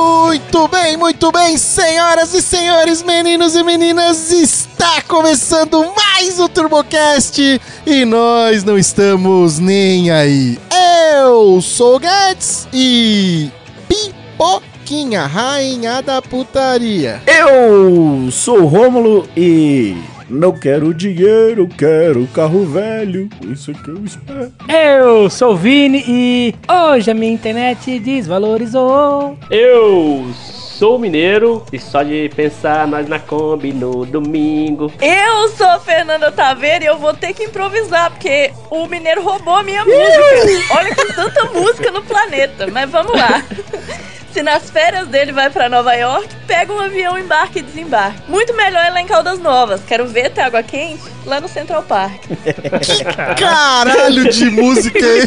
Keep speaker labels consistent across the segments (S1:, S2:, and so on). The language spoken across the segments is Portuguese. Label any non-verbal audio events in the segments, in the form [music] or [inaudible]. S1: Muito bem, muito bem, senhoras e senhores, meninos e meninas, está começando mais um TurboCast e nós não estamos nem aí. Eu sou o Guedes e Pipoquinha, rainha da putaria.
S2: Eu sou o Rômulo e não quero dinheiro, quero carro velho. Isso é que eu espero.
S3: Eu sou o Vini e hoje a minha internet desvalorizou.
S4: Eu sou mineiro e só de pensar nós na Kombi no domingo.
S5: Eu sou a Fernanda Taveira e eu vou ter que improvisar, porque o Mineiro roubou a minha música. Olha que tanta música no planeta, mas vamos lá. Se nas férias dele vai pra Nova York, pega um avião, embarque e desembarque. Muito melhor é lá em Caldas Novas. Quero ver ter água quente lá no Central Park.
S1: Caralho de música aí.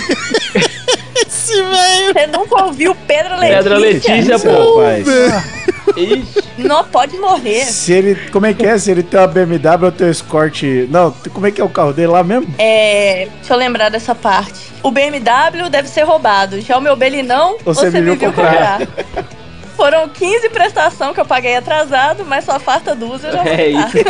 S1: Esse velho.
S5: Você nunca ouviu Pedro Letícia?
S4: Pedra
S5: é
S4: Letícia, pô.
S2: Rapaz,
S4: [laughs] Ixi,
S5: Não pode morrer.
S2: se ele. Como é que é? Se ele tem uma BMW ou tem um Escort. Não, como é que é o carro dele lá mesmo?
S5: É, deixa eu lembrar dessa parte. O BMW deve ser roubado. Já o meu Belinão,
S2: Você
S5: você,
S2: me
S5: me
S2: viu
S5: viu comprar. Foram 15 prestação que eu paguei atrasado, mas só falta duas eu já vou
S4: é
S5: dar.
S4: isso.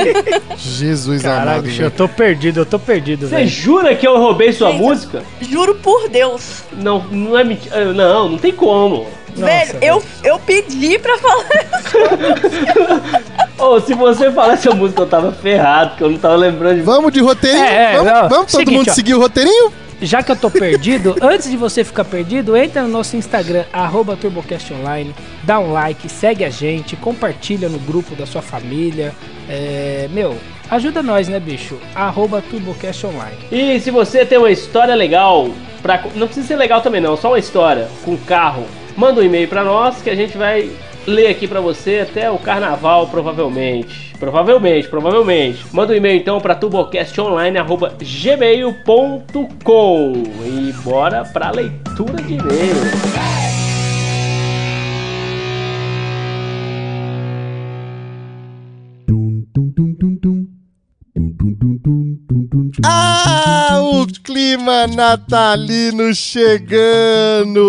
S1: Jesus
S3: Caraca,
S1: amado,
S3: bicho, eu
S1: velho.
S3: tô perdido, eu tô perdido,
S4: Você
S3: velho.
S4: jura que eu roubei sua
S5: Gente,
S4: música?
S5: Juro por Deus.
S4: Não, não é mentira. Não, não tem como.
S3: Nossa,
S5: velho,
S3: velho.
S5: eu, eu pedi pra falar.
S4: Ô, se você falar essa música, eu tava ferrado, que eu não tava lembrando de.
S1: Vamos de roteirinho?
S3: É, é,
S1: vamos
S3: não,
S1: vamos todo
S3: seguinte,
S1: mundo
S3: ó.
S1: seguir o roteirinho?
S3: Já que eu tô [laughs] perdido, antes de você ficar perdido, entra no nosso Instagram, arroba TurboCast Online, dá um like, segue a gente, compartilha no grupo da sua família. É, meu, ajuda nós, né, bicho? Arroba TurboCast Online.
S4: E se você tem uma história legal, pra... não precisa ser legal também não, só uma história com carro, manda um e-mail pra nós que a gente vai ler aqui pra você até o carnaval, provavelmente. Provavelmente, provavelmente. Manda um e-mail então pra tubocastonline.gmail.com E bora pra leitura de e-mail. [laughs]
S1: Ah, o clima natalino chegando!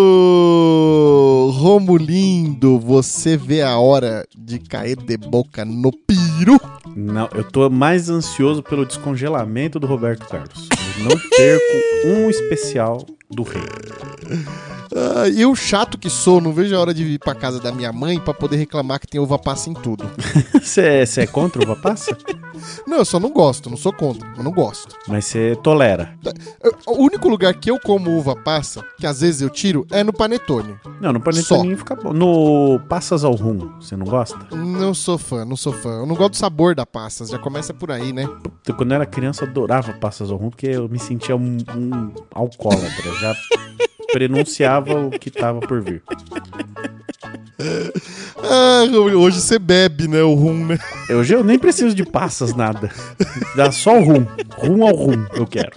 S1: Romulindo, você vê a hora de cair de boca no piru?
S2: Não, eu tô mais ansioso pelo descongelamento do Roberto Carlos. Eu não perco um especial do rei.
S1: Ah, e o chato que sou, não vejo a hora de vir pra casa da minha mãe pra poder reclamar que tem uva passa em tudo.
S2: Você é, você é contra o uva passa?
S1: Não, eu só não gosto, não sou contra, eu não gosto.
S2: Mas você tolera.
S1: Eu- O único lugar que eu como uva passa, que às vezes eu tiro, é no panetone.
S2: Não, no panetoninho fica bom. No passas ao rum, você não gosta?
S1: Não sou fã, não sou fã. Eu não gosto do sabor da passa, já começa por aí, né?
S2: Eu, Então, Quando eu era criança, eu adorava passas ao rum, porque eu me sentia um, um alcoólatra. Eu Já prenunciava o que tava por vir.
S1: Ah, hoje você bebe, né? O rum, né?
S2: Hoje eu nem preciso de passas, nada. Dá só o rum. Rum ao rum, eu quero.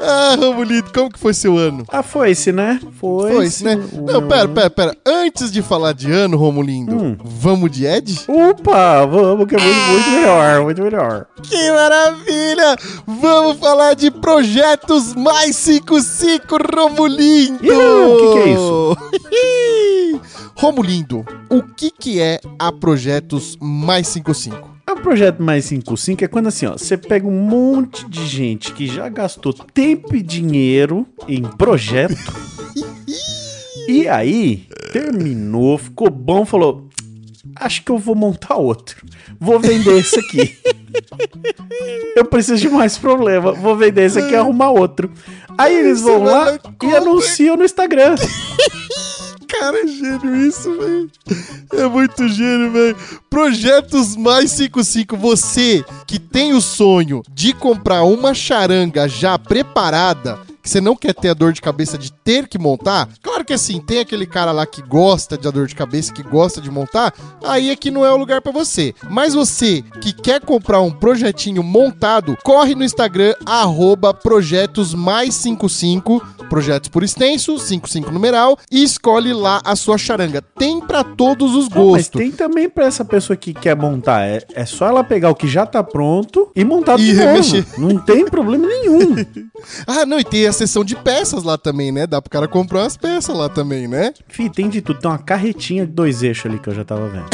S1: Ah, Romulindo, como que foi seu ano?
S2: Ah, foi-se, né? Foi-se.
S1: Foi isso, né?
S2: o
S1: Não,
S2: meu
S1: pera,
S2: ano.
S1: pera, pera. Antes de falar de ano, Romulindo,
S2: Hum.
S1: vamos de Ed?
S2: Opa, vamos, que é muito, muito melhor, muito melhor.
S1: Que maravilha! Vamos falar de projetos mais 55, Romulindo!
S2: Ih, o que que é
S1: [laughs]
S2: isso?
S1: Romulindo, o que que é a Projetos Mais 55?
S2: É um projeto mais 55 é quando assim, ó, você pega um monte de gente que já gastou tempo e dinheiro em [laughs] projeto. e aí, terminou, ficou bom, falou: "Acho que eu vou montar outro. Vou vender esse aqui. [laughs] eu preciso de mais problema. Vou vender esse aqui e arrumar outro." Aí eles
S1: Isso
S2: vão
S1: não
S2: lá
S1: é
S2: e
S1: conta.
S2: anunciam no Instagram.
S1: Cara, é gênio isso, velho. É muito gênio, velho. Projetos mais 55. Você que tem o sonho de comprar uma charanga já preparada, que você não quer ter a dor de cabeça de ter que montar. Claro que assim, tem aquele cara lá que gosta de a dor de cabeça, que gosta de montar, aí é que não é o lugar pra você. Mas você que quer comprar um projetinho montado, corre no Instagram arroba projetos mais 55 projetos por extenso, 55 numeral, e escolhe lá a sua charanga. Tem pra todos os
S2: Não, Ah, mas
S1: gostos.
S2: tem também pra essa pessoa que quer montar. É, é só ela pegar o que já tá pronto e montar
S1: E
S2: de novo.
S1: remexer.
S2: Não tem
S1: [laughs]
S2: problema nenhum.
S1: Ah, não, e tem a seção de peças lá também, né? Dá pro cara comprar umas peças lá também, né?
S2: Fih, tem de tudo. Tem uma carretinha de dois eixos ali que eu já tava vendo.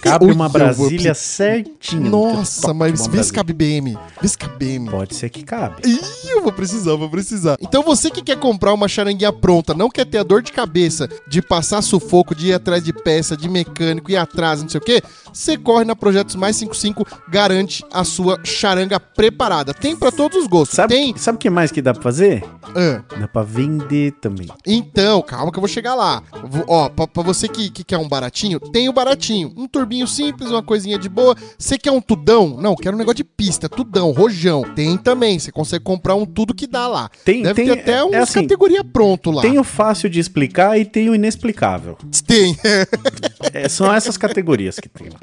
S2: Cabe
S1: Ui,
S2: uma
S1: eu vou
S2: Brasília
S1: precisar-
S2: certinha.
S1: Nossa,
S2: Top,
S1: mas vê
S2: uma
S1: se
S2: Brasília.
S1: cabe BM. Vê se cabe BM.
S2: Pode ser que cabe.
S1: Ih, eu vou precisar, vou precisar. Então você que quer comprar uma charanguinha pronta, não quer ter a dor de cabeça de passar sufoco, de ir atrás de peça, de mecânico, ir atrás, não sei o quê, você corre na Projetos Mais 55, garante a sua charanga preparada. Tem pra todos os gostos.
S2: Sabe,
S1: Tem.
S2: sabe o que mais que dá pra fazer?
S1: Ah,
S2: Dá pra vender também.
S1: então, calma que eu vou chegar lá. Vo- Ó, pra, pra você que, que quer um baratinho, tem o baratinho. Um turbinho simples, uma coisinha de boa. Você quer um tudão? Não, quero um negócio de pista, tudão, rojão. Tem também. Você consegue comprar um tudo que dá lá.
S2: Tem,
S1: Deve
S2: tem,
S1: ter até um, uma
S2: é assim,
S1: categoria pronto lá.
S2: tem o fácil de explicar e tem o inexplicável.
S1: [laughs] Tem.
S2: É, são essas categorias
S1: [laughs]
S2: que tem lá.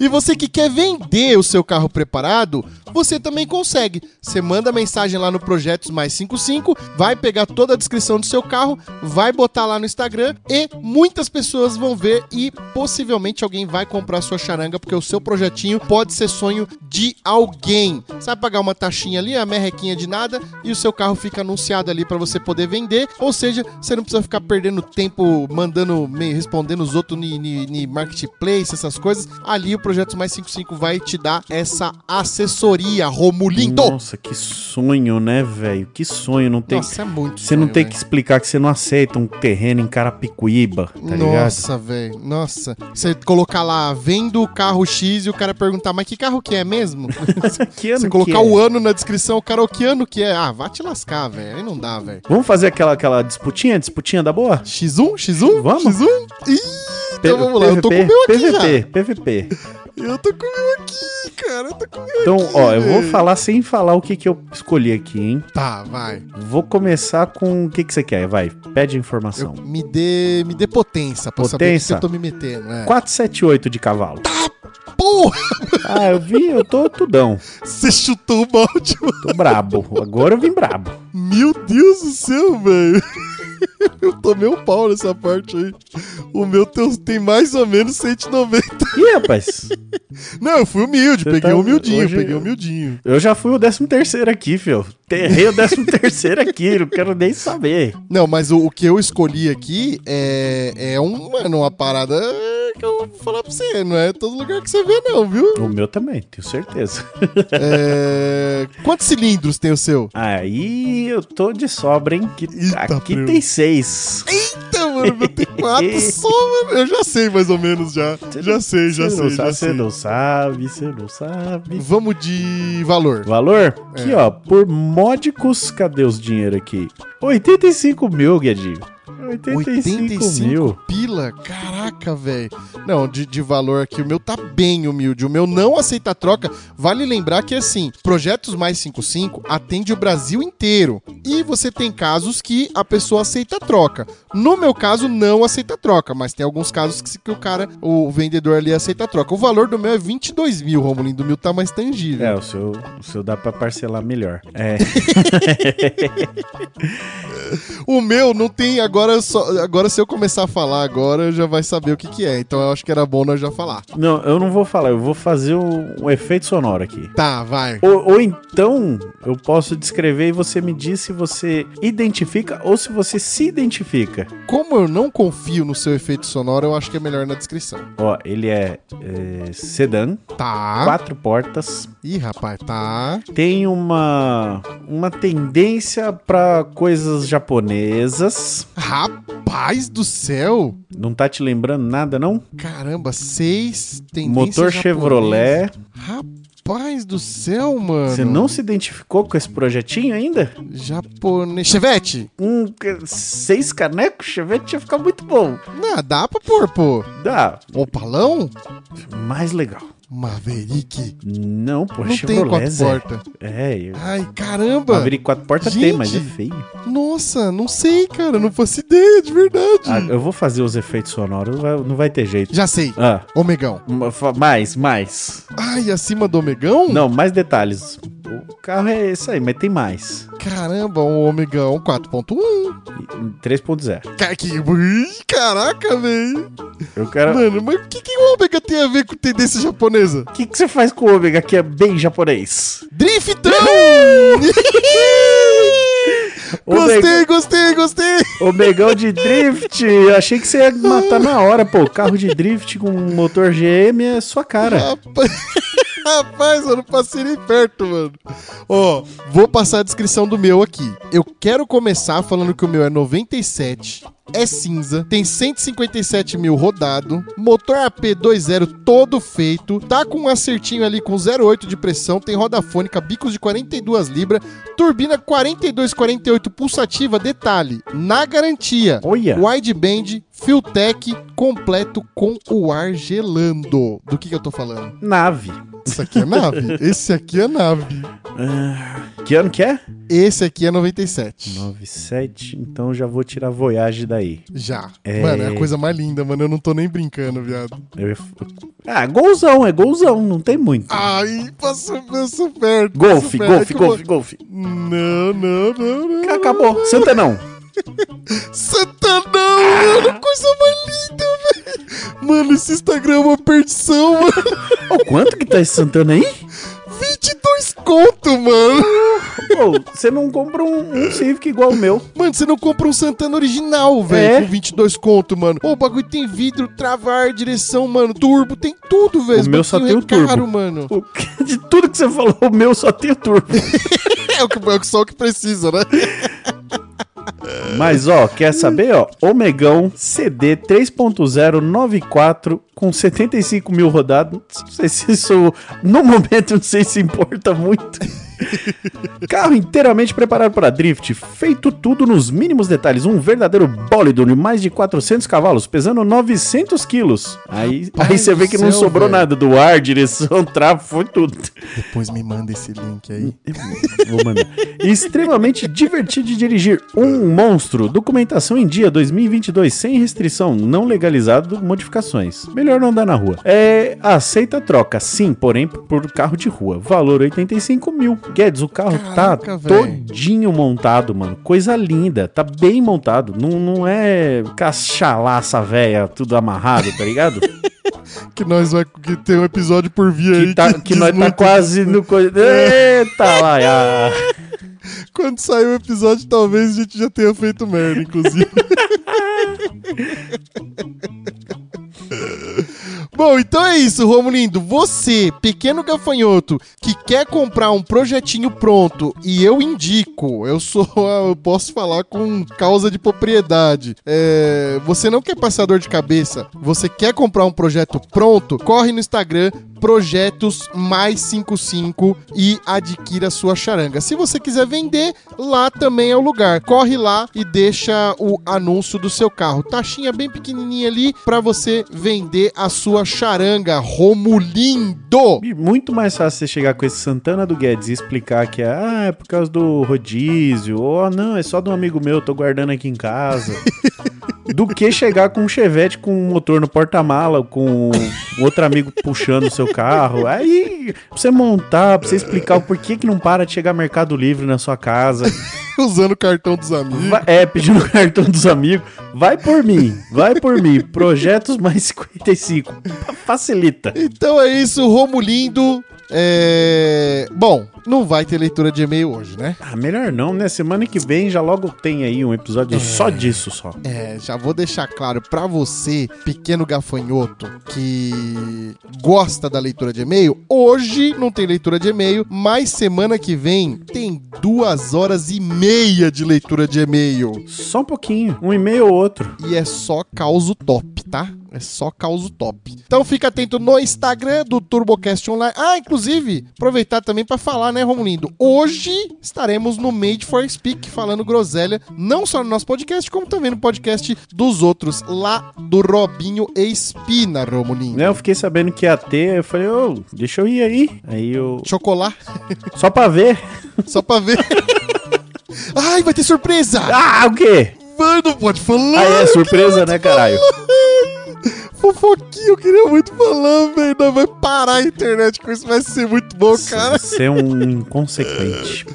S1: E você que quer vender o seu carro preparado, você também consegue. Você manda mensagem lá no Projetos Mais 55, vai pegar toda a descrição do seu carro, vai botar lá no Instagram e muitas pessoas vão ver e possivelmente alguém vai comprar sua charanga, porque o seu projetinho pode ser sonho de alguém. Você vai pagar uma taxinha ali, a merrequinha de nada, e o seu carro fica anunciado ali para você poder vender. Ou seja, você não precisa ficar perdendo tempo mandando, e-mail, respondendo os outros ni, ni, ni marketplace, essas coisas. Ali o Projeto Mais 55 vai te dar essa assessoria, Romulindo.
S2: Nossa, que sonho, né, velho? Que sonho. Não tem,
S1: Nossa, é muito.
S2: você não
S1: sonho,
S2: tem
S1: velho.
S2: que explicar que você não aceita um terreno em Carapicuíba, tá ligado?
S1: Nossa, velho. Nossa. Você colocar lá, vendo o carro X e o cara perguntar, mas que carro que é
S2: [laughs]
S1: mesmo? [laughs]
S2: Que ano
S1: Você
S2: que
S1: colocar
S2: é?
S1: o ano na descrição, o cara, o que ano que é? Ah, vá te lascar, velho. Aí não dá, velho.
S2: Vamos fazer aquela, aquela disputinha, disputinha da boa?
S1: X1? X1?
S2: Vamos.
S1: X1? Ih, então
S2: P-
S1: vamos lá. Eu tô com o
S2: PVP,
S1: meu aqui
S2: PVP, PVP.
S1: já. Eu tô com o meu aqui, cara. Eu tô com o meu
S2: Então,
S1: aqui,
S2: ó, eu vou
S1: velho.
S2: falar sem falar o que, que eu escolhi aqui, hein?
S1: Tá, vai.
S2: Vou começar com o que, que você quer, vai. Pede
S1: Eu,
S2: informação.
S1: me, dê, me dê potência pra eu saber o que
S2: Potência?
S1: eu tô me metendo. É.
S2: 478 de cavalo.
S1: Porra,
S2: Ah, eu vi, eu tô tudão.
S1: você chutou o balde. mano.
S2: Tô brabo. Agora eu vim brabo.
S1: Meu Deus do céu, velho. [laughs] Eu tomei um pau nessa parte aí. O meu tem- tem mais ou menos 190.
S2: Ih, rapaz.
S1: Não, eu fui humilde.
S2: Você
S1: peguei
S2: tá-
S1: o humildinho,
S2: hoje-
S1: peguei o humildinho.
S2: Eu já fui o 13 terceiro aqui, fio. Errei o 13 terceiro aqui, não quero nem saber.
S1: Não, mas o, o que eu escolhi aqui é, é um, mano, uma parada que eu vou falar pra você. Não é todo lugar que você vê, não, viu?
S2: O meu também, tenho certeza.
S1: É, quantos cilindros tem o seu?
S2: Aí eu tô de sobra, hein? Que,
S1: Eita,
S2: aqui
S1: primo.
S2: tem seis.
S1: Eita, Então, mano, meu tem
S2: [laughs]
S1: quatro só, mano. Eu já sei mais ou menos já.
S2: Você
S1: já
S2: não-
S1: sei, já
S2: Você não
S1: sei, já sei.
S2: sabe, Você é não sabe, você não sabe.
S1: Vamos de valor.
S2: Valor? Aqui,
S1: É.
S2: ó, por módicos, cadê os dinheiro aqui? 85 mil, Guedinho. 85,
S1: 85
S2: mil.
S1: Pila? Caraca, velho. Não, de, de valor aqui, o meu tá bem humilde. O meu não aceita troca. Vale lembrar que, assim, Projetos Mais 55 atende o Brasil inteiro. E você tem casos que a pessoa aceita troca. No meu caso, não aceita troca, mas tem alguns casos que, se- que o cara, o vendedor ali, aceita troca. O valor do meu é 22 mil, Romulindo. O meu tá mais tangível.
S2: É, o seu, o seu dá pra parcelar melhor. É,
S1: O meu não tem. Agora, só, agora, se eu começar a falar agora, já vai saber o que, que é. Então eu acho que era bom nós já falar.
S2: não, eu não vou falar, eu vou fazer um, um efeito sonoro aqui.
S1: Tá, vai.
S2: Ou, ou então, eu posso descrever e você me diz se você identifica ou se você se identifica.
S1: Como eu não confio no seu efeito sonoro, eu acho que é melhor na descrição.
S2: Ó, ele é, é sedã,
S1: Tá.
S2: quatro portas,
S1: Ih, rapaz, tá.
S2: tem uma, uma tendência pra coisas japonesas.
S1: Rapaz do céu!
S2: Não tá te lembrando nada, não?
S1: Caramba, seis tendências
S2: Motor
S1: japonesas.
S2: Chevrolet.
S1: Rapaz do céu, mano.
S2: Você não se identificou com esse projetinho ainda?
S1: Japonês. Chevette!
S2: Um, que- seis canecos, Chevette ia ficar muito bom.
S1: Não, dá pra pôr, pô.
S2: Dá,
S1: Opalão?
S2: mais legal.
S1: Maverick.
S2: Não, pô,
S1: não tem
S2: Chevrolet,
S1: quatro
S2: Zé.
S1: portas.
S2: É, eu...
S1: Ai, caramba!
S2: Maverick quatro portas tem, mas é
S1: Gente.
S2: feio.
S1: Nossa, não sei, cara. Não faço ideia, de verdade.
S2: Ah, eu vou fazer os efeitos sonoros, não vai, não vai ter jeito.
S1: Já sei.
S2: Ah,
S1: Omegão.
S2: ma- fa- mais, mais.
S1: Ai, acima do Omegão?
S2: Não, mais detalhes. O carro é esse aí, mas tem mais.
S1: Caramba, um Omegão 4.1.
S2: E- 3.0.
S1: Cara, que- Ih, Tá Caraca, velho.
S2: Eu quero...
S1: Mano, mas o que, que o Omega tem a ver com tendência japonesa?
S2: O que, que você faz com o ômega que é bem japonês?
S1: Driftão! Gostei, gostei, gostei.
S2: Ô, Megão de drift, eu achei que você ia matar na hora, pô. Carro de drift com motor GM é sua cara.
S1: Rapaz, [laughs] rapaz, eu não passei nem perto, mano. Ó, vou passar a descrição do meu aqui. Eu quero começar falando que o meu é 97, é cinza, tem 157 mil rodado, motor AP20 todo feito, tá com um acertinho ali com 0,8 de pressão, tem roda fônica, bicos de 42 libras, turbina 4248 pulsativa, detalhe, na garantia.
S2: Olha.
S1: Wideband, Filtec, completo com o ar gelando. Do que, que eu tô falando?
S2: Nave.
S1: Isso aqui é
S2: [laughs]
S1: nave. Esse aqui é nave.
S2: Que ano que é?
S1: Esse aqui é 97.
S2: 97, então já vou tirar Voyage daí.
S1: Já. Mano, é a coisa mais linda, mano. Eu não tô nem brincando, viado.
S2: Eu ia- Ah, golzão, é golzão, não tem muito.
S1: Ai, passou, passou perto.
S2: golfe,
S1: passou perto. Ah, É que
S2: golfe,
S1: eu- Hum.
S2: golfe, golfe.
S1: Não, não, não, não.
S2: Acabou. um. Santa não.
S1: Santa tá não, mano. Coisa mais linda, velho. Mano, esse Instagram é uma perdição, mano.
S2: Ô, quanto que tá esse Santana aí?
S1: 22 conto, mano.
S2: Pô, você não compra um, um Civic igual o meu.
S1: Mano, você não compra um Santana original, velho,
S2: É.
S1: com 22 conto, mano. Ô, o bagulho tem vidro, travar, direção, mano, turbo, tem tudo, velho.
S2: O
S1: Esse
S2: meu só
S1: bagulho
S2: tem o
S1: é caro,
S2: turbo.
S1: mano. [laughs]
S2: O que- De tudo que você falou, o meu só tem o turbo.
S1: É, o que, é só o que precisa, né?
S2: Mas, ó, quer saber, ó? Omegão CD 3.094 com 75 mil rodados. Não sei se isso, no momento, não sei se importa
S1: [laughs]
S2: muito. Carro inteiramente preparado para drift, feito tudo nos mínimos detalhes. Um verdadeiro bólido de mais de 400 cavalos, pesando 900 quilos. Aí,
S1: Rapaz
S2: aí você vê
S1: do
S2: que não
S1: céu,
S2: sobrou
S1: velho.
S2: nada do ar, direção, travo, foi tudo.
S1: Depois me manda esse link aí.
S2: Vou mandar. Extremamente divertido de dirigir. Um monstro. Documentação em dia 2022, sem restrição, não legalizado, modificações. Melhor não dar na rua. É, aceita a troca, sim, porém por carro de rua. Valor 85 mil. Guedes, o carro
S1: Caraca,
S2: tá
S1: véi.
S2: todinho montado, mano. Coisa linda. Tá bem montado. Não, não é cachalaça véia, tudo amarrado, tá ligado?
S1: Que nós vai que tem um episódio por vir aí.
S2: que, tá, que
S1: diz
S2: nós tá
S1: muito-
S2: quase no... co- Eita, lá, ah.
S1: Quando sair o episódio, talvez a gente já tenha feito merda, inclusive. [laughs] Bom, então é isso, Romulindo. Você, pequeno gafanhoto, que quer comprar um projetinho pronto, e eu indico, eu sou, a- eu posso falar com causa de propriedade. É, você não quer passar dor de cabeça, você quer comprar um projeto pronto, corre no Instagram projetos mais 55 e adquira sua charanga. Se você quiser vender, lá também é o lugar. Corre lá e deixa o anúncio do seu carro. Taxinha bem pequenininha ali pra você vender a sua charanga. Romulindo!
S2: E muito mais fácil você chegar com esse Santana do Guedes e explicar que é, ah, é por causa do rodízio, ou "Ah, não, é só de um amigo meu, tô guardando aqui em casa. [laughs] do que chegar com um Chevette com um motor no porta-mala, com um outro amigo puxando o seu carro. Aí, pra você montar, pra você explicar o porquê que não para de chegar Mercado Livre na sua casa.
S1: [laughs] Usando o cartão dos amigos.
S2: Vai- é, pedindo o cartão dos amigos. Vai por mim, vai por mim. Projetos mais 55. Facilita.
S1: Então é isso, Romulindo. É... Bom, não vai ter leitura de e-mail hoje, né?
S2: Ah, melhor não, né? Semana que vem já logo tem aí um episódio só disso, só.
S1: É, já vou deixar claro pra você, pequeno gafanhoto, que gosta da leitura de e-mail, hoje não tem leitura de e-mail, mas semana que vem tem duas horas e meia de leitura de e-mail.
S2: Só um pouquinho. Um e-mail ou outro.
S1: E é só causo top, tá? É só causo top. Então fica atento no Instagram do TurboCast Online. Ah, inclusive, aproveitar também pra falar, né, Romulindo? Hoje estaremos no Made for Speak falando groselha, não só no nosso podcast, como também no podcast dos outros, lá do Robinho e Espina, Romulindo.
S2: Né, eu fiquei sabendo que ia ter, eu falei, ô, deixa eu ir aí. Aí eu.
S1: Chocolate,
S2: Só pra ver.
S1: só pra ver. [laughs] Ai, vai ter surpresa!
S2: Ah, o quê?
S1: Mano, pode falar!
S2: Aí é surpresa,
S1: [laughs]
S2: né, caralho?
S1: Fofoquinha, eu queria muito falar, velho. Não vai parar a internet com isso, vai ser muito bom, cara.
S2: Você é um inconsequente.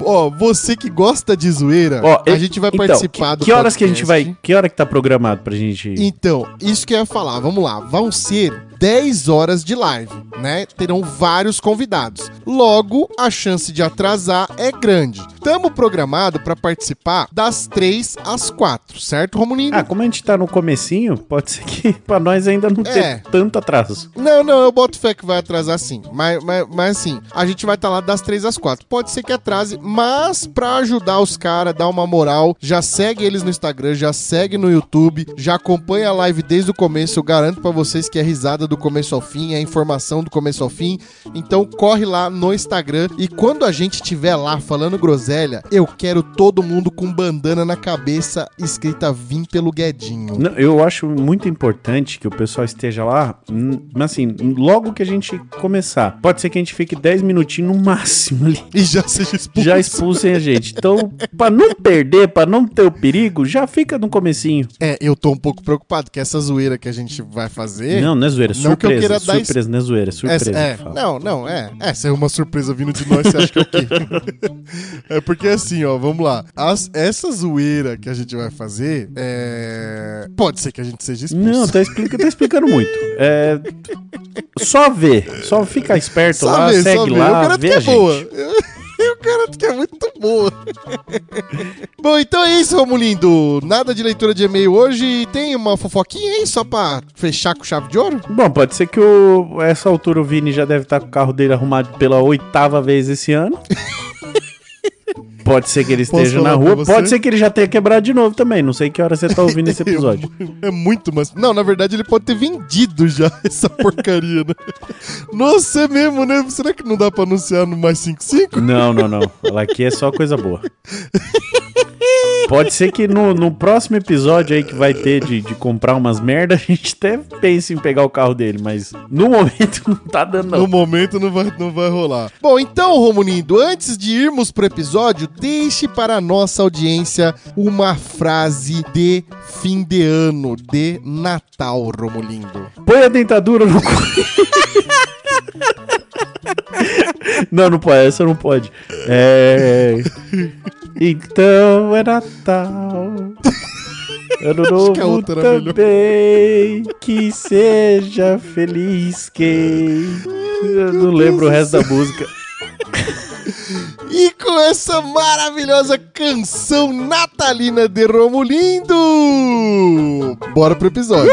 S1: Ó, você que gosta de zoeira,
S2: Ó,
S1: a
S2: eu-
S1: gente vai
S2: então,
S1: participar
S2: que,
S1: do
S2: Que horas que a gente
S1: podcast.
S2: vai. Que hora que tá programado pra gente.
S1: Então, isso que eu ia falar, vamos lá. Vão ser 10 horas de live, né? Terão vários convidados. Logo, a chance de atrasar é grande. Tamo programado para participar das 3 às 4, certo, Romulinho?
S2: Ah, como a gente tá no comecinho, pode ser que [laughs] pra nós ainda não
S1: É.
S2: ter tanto atraso.
S1: Não, não, eu boto fé que vai atrasar sim. Mas, mas, mas assim, a gente vai estar lá das 3 às 4. Pode ser que atrase, mas pra ajudar os caras, dar uma moral, já segue eles no Instagram, já segue no YouTube, já acompanha a live desde o começo. Eu garanto pra vocês que é risada do começo ao fim, é informação do começo ao fim. Então corre lá no Instagram e quando a gente estiver lá falando groselha, eu quero todo mundo com bandana na cabeça escrita Vim pelo Guedinho.
S2: Não, eu acho muito importante que o pessoal esteja lá, hum, mas assim, logo que a gente começar. Pode ser que a gente fique 10 minutinhos no máximo ali. [laughs]
S1: E já seja expulso.
S2: Já expulsem a gente. Então, pra não perder, pra não ter o perigo, já fica no comecinho.
S1: É, eu tô um pouco preocupado que essa zoeira que a gente vai fazer.
S2: Não, não é zoeira, é
S1: Não que eu
S2: surpresa.
S1: queira dar es-
S2: surpresa, não é zoeira, é surpresa.
S1: É, é,
S2: que fala.
S1: não, não, é. É, se é uma surpresa vindo de nós, você acha que é o quê? [laughs] é porque assim, ó, vamos lá. As- essa zoeira que a gente vai fazer, é... pode ser que a gente seja expulso.
S2: Não, tá, explica, tá explicando muito. É, só vê, só fica esperto
S1: Só
S2: lá,
S1: ver, só
S2: segue
S1: ver. eu
S2: lá,
S1: garanto
S2: vê
S1: que
S2: a
S1: é
S2: gente.
S1: boa. [laughs] Eu garanto que é muito boa. [laughs] Bom, então é isso, Romulindo. Nada de leitura de e-mail hoje. Tem uma fofoquinha aí só pra fechar com chave de ouro?
S2: Bom, pode ser que o, a essa altura o Vini já deve estar com o carro dele arrumado pela oitava vez esse
S1: [laughs]
S2: ano. Pode ser que ele
S1: Posso
S2: esteja na
S1: falar pra
S2: rua,
S1: você?
S2: pode ser que ele já tenha quebrado de novo também. Não sei que hora você tá
S1: [laughs]
S2: ouvindo esse episódio.
S1: É muito, mas. Não, na verdade ele pode ter vendido já [laughs] essa porcaria, né? Nossa, é mesmo, né? Será que não dá pra anunciar no mais 55?
S2: Não, não, não. Ela Aqui é só
S1: [laughs]
S2: coisa boa. Pode ser que no, no próximo episódio aí que vai ter de, de comprar umas merda, a gente até pense em pegar o carro dele, mas no momento [laughs] não tá dando não.
S1: No momento não vai, não vai rolar. Bom, então, Romulindo, antes de irmos pro episódio, deixe para a nossa audiência uma frase de fim de ano, de Natal, Romulindo.
S2: Põe a dentadura no cu. não, não pode, essa não pode. É. Então é Natal. Ano novo
S1: que a outra era melhor.
S2: também. Que seja feliz quem. Eu não lembro o resto da música.
S1: E com essa maravilhosa canção natalina de Romulindo, bora pro episódio.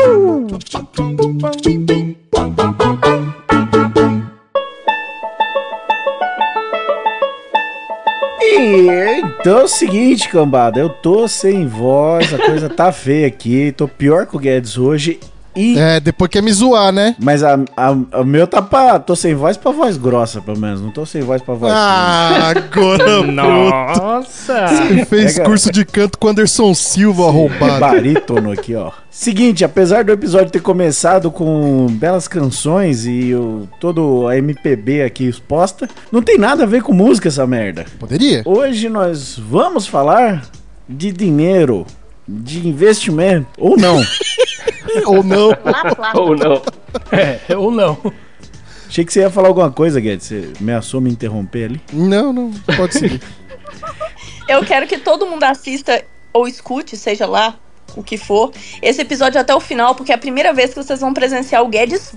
S2: E então é o seguinte, cambada, eu tô sem voz, a coisa tá feia aqui, tô pior que o Guedes hoje e
S1: É, depois quer me zoar, né?
S2: Mas a, a, a meu tá pra. Tô sem voz pra voz grossa, pelo menos. Não tô sem voz pra voz.
S1: Ah, agora pronto.
S3: Nossa!
S1: Ele fez
S2: Pega-
S1: curso de canto com Anderson Silva arrombado.
S2: Barítono aqui, ó. Seguinte, apesar do episódio ter começado com belas canções e o, todo a MPB aqui exposta, não tem nada a ver com música essa merda.
S1: Poderia?
S2: Hoje nós vamos falar de dinheiro, de investimento, ou não.
S1: Ou não?
S4: Ou não.
S3: É, ou não.
S2: Achei que você ia falar alguma coisa, Guedes. Você ameaçou me interromper ali.
S1: Não, não. Pode seguir.
S5: Eu quero que todo mundo assista ou escute, seja lá o que for, esse episódio até o final, porque é a primeira vez que vocês vão presenciar o Guedes.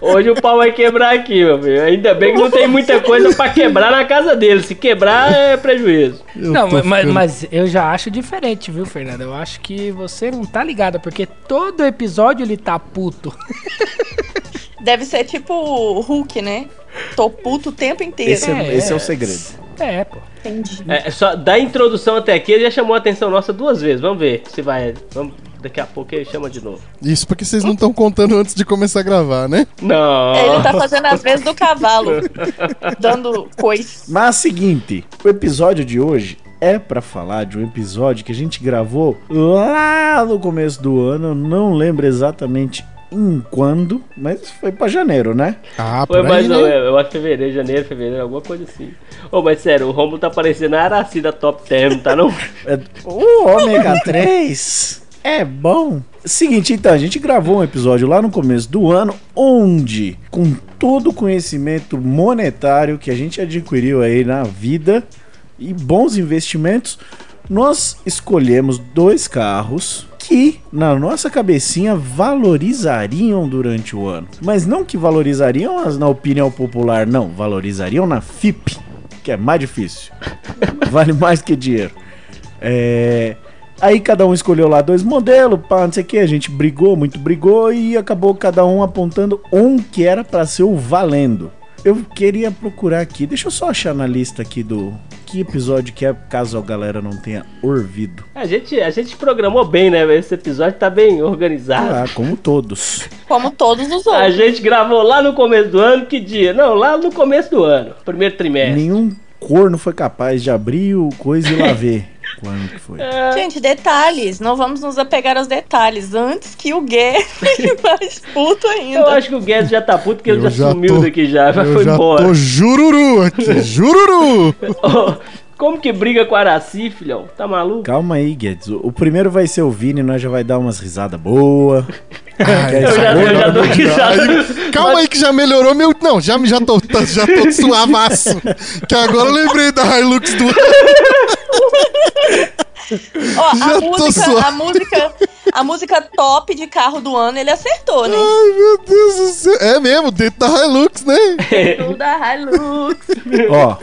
S4: Hoje o pau vai quebrar aqui, meu filho. Ainda bem que não tem muita coisa pra quebrar na casa dele. Se quebrar, é prejuízo.
S1: Eu
S3: não,
S1: tô
S3: mas, mas-
S1: ficando-
S3: mas eu já acho diferente, viu, Fernando? Eu acho que você não tá ligada, porque todo episódio ele tá puto.
S5: Deve ser tipo o Hulk, né? Tô puto o tempo inteiro.
S2: Esse é,
S3: É.
S2: esse é o segredo.
S3: É, pô.
S5: Entendi.
S4: É, só da introdução até aqui, ele já chamou a atenção nossa duas vezes. Vamos ver se vai. Vamos, daqui a pouco ele chama de novo.
S1: Isso porque vocês não estão contando antes de começar a gravar, né?
S4: Não.
S5: É, Ele tá fazendo as vezes do cavalo, dando coice.
S2: Mas seguinte, o episódio de hoje é pra falar de um episódio que a gente gravou lá no começo do ano, eu não lembro exatamente em quando, mas foi pra janeiro, né?
S1: Ah,
S4: Foi
S1: por
S4: mais
S1: aí,
S4: não,
S1: né?
S4: é, eu acho fevereiro, janeiro, fevereiro, alguma coisa assim. Ô, mas sério, o Romulo tá parecendo a Aracida Top Term,
S1: [laughs]
S4: tá não?
S2: É- O ômega 3 é bom. Seguinte, então, a gente gravou um episódio lá no começo do ano, onde, com todo o conhecimento monetário que a gente adquiriu aí na vida e bons investimentos, nós escolhemos dois carros que, na nossa cabecinha, valorizariam durante o ano. Mas não que valorizariam as- na opinião popular, não. Valorizariam na FIP, que é mais difícil. [laughs] Vale mais que dinheiro. É, Aí cada um escolheu lá dois modelos, pá, não sei o que, a gente brigou, muito brigou e acabou cada um apontando um que era pra ser o valendo. Eu queria procurar aqui, deixa eu só achar na lista aqui do que episódio que é, caso a galera não tenha ouvido.
S4: A gente, a gente programou bem, né? velho? Esse episódio tá bem organizado.
S2: Ah, como todos.
S5: Como todos os
S4: A
S5: outros.
S4: gente gravou lá no começo do ano, que dia? Não, lá no começo do ano, primeiro trimestre.
S2: Nenhum corno foi capaz de abrir o coisa e lá ver [laughs] quando que foi.
S4: É.
S5: Gente, detalhes. Não vamos nos apegar aos detalhes. Antes que o Gui [laughs] fique mais puto
S4: Eu
S5: ainda.
S4: acho que o Guedes já tá puto, porque ele
S1: Eu
S4: já,
S1: já
S4: sumiu
S1: tô-
S4: daqui já, já
S1: Eu
S4: foi
S1: já
S4: embora.
S1: tô jururu
S4: [laughs]
S1: aqui, jururu!
S4: Ô, Como que briga com Araci, filhão? Tá maluco?
S2: Calma aí, Guedes. O o primeiro vai ser o Vini, nós já vai dar umas risadas boa.
S1: Ai,
S4: [laughs] Eu já, eu já dou risada.
S1: Calma aí que já melhorou meu. Não, já, já, tô, tá- já tô suavaço. Que agora eu lembrei da Hilux do ano.
S5: Ó,
S1: Já
S5: a
S1: tô
S5: música, a
S1: suave.
S5: música, a música top de carro do ano, ele acertou, né?
S1: Ai, meu Deus do céu. É mesmo, dentro da Hilux, né?
S5: Tudo da Hilux.
S2: Ó,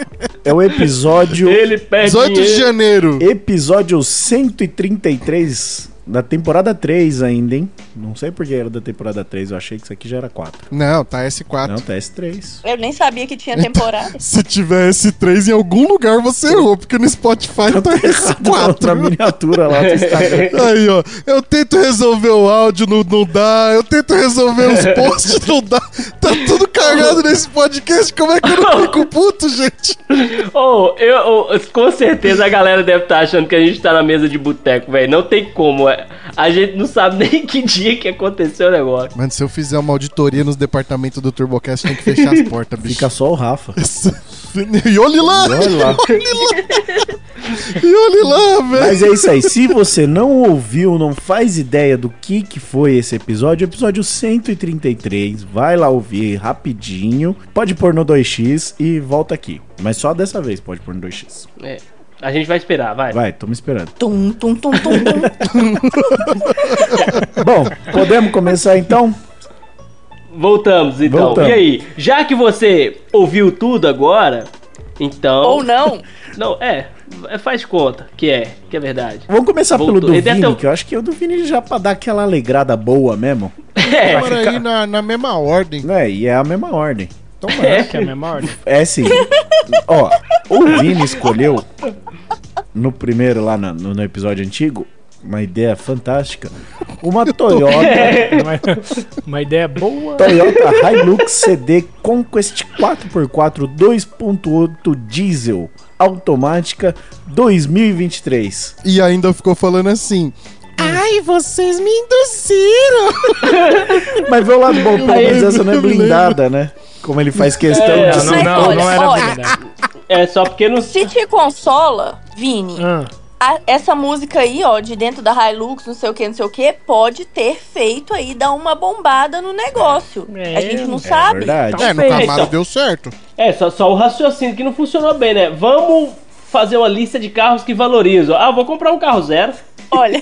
S2: é o episódio
S4: Ele perde
S1: 18 de
S4: É dinheiro.
S1: janeiro.
S2: Episódio 133 da temporada 3 ainda, hein? Não sei porque era da temporada 3, eu achei que isso aqui já era 4.
S1: Não, tá S4.
S2: Não, tá
S5: [laughs]
S2: S3.
S5: Eu nem sabia que tinha temporada.
S1: Se tiver S3 em algum lugar, você errou, porque no Spotify tá
S2: [laughs] Na
S1: S4.
S2: miniatura lá do
S1: [laughs]
S2: Instagram.
S1: Aí, ó, eu tento resolver o áudio, não, não dá, eu tento resolver
S2: [laughs]
S1: os posts, não dá. Tá tudo cagado nesse podcast, como é que eu não
S2: [laughs]
S1: fico puto, gente?
S4: Ô, Oh, eu, ô, com certeza a galera deve estar achando que a gente tá na mesa de boteco, velho. Não tem como. é. A gente não sabe [laughs] nem que dia que aconteceu o negócio.
S1: Mano, se eu fizer uma auditoria nos departamentos do Turbocast, tem que fechar as portas, bicho.
S2: Fica só o Rafa.
S1: E olhe lá!
S2: E olhe lá.
S1: E olhe lá, velho!
S2: Mas é isso aí. Se você não ouviu, não faz ideia do que, que foi esse episódio, episódio 133, vai lá ouvir rapidinho. Pode pôr no 2x e volta aqui. Mas só dessa vez pode pôr no 2x.
S4: É. A gente vai esperar, vai.
S2: Vai, tô me esperando.
S5: Tum, tum, tum, tum, tum.
S2: Bom, podemos começar então?
S4: Voltamos então.
S2: Voltamos.
S4: E aí? Já que você ouviu tudo agora, então.
S5: Ou não.
S4: Não, é. é, Faz de conta que é, que é verdade.
S2: Vamos começar
S4: Voltou.
S2: pelo do
S4: Ele deve
S2: Vini,
S4: ter um-
S2: que eu acho que o do Vini já pra dar aquela alegrada boa mesmo.
S4: É,
S1: Bora aí na, na mesma ordem.
S2: Né? E é a mesma ordem.
S1: Então, mano.
S3: Que é a mesma ordem.
S2: É assim. ó, o Vini escolheu no primeiro lá na- no, no episódio antigo, uma ideia fantástica, uma Toyota,
S3: Uma- é Uma ideia boa.
S2: Toyota Hilux CD Conquest 4x4 2.8 diesel automática 2023.
S1: E ainda ficou falando assim. Ai, vocês me induziram!
S2: Mas vê o lado bom, pelo menos essa não é
S1: Eu me lembro.
S2: blindada, né? Como ele faz questão
S4: É,
S2: de
S3: Não, não, não, não era
S5: Olha,
S3: verdade.
S4: é só porque não.
S5: Se te consola, Vini,
S3: Ah,
S5: a- essa música aí, ó, de dentro da Hilux, não sei o que, não sei o que, pode ter feito aí dar uma bombada no negócio.
S3: É.
S5: a gente não
S3: É
S2: É
S5: sabe.
S2: verdade.
S1: É, no
S3: Então.
S1: Camaro deu certo.
S4: É, só, só o raciocínio que não funcionou bem, né? Vamos fazer uma lista de carros que valorizam. Ah, vou comprar um carro zero.
S5: Olha,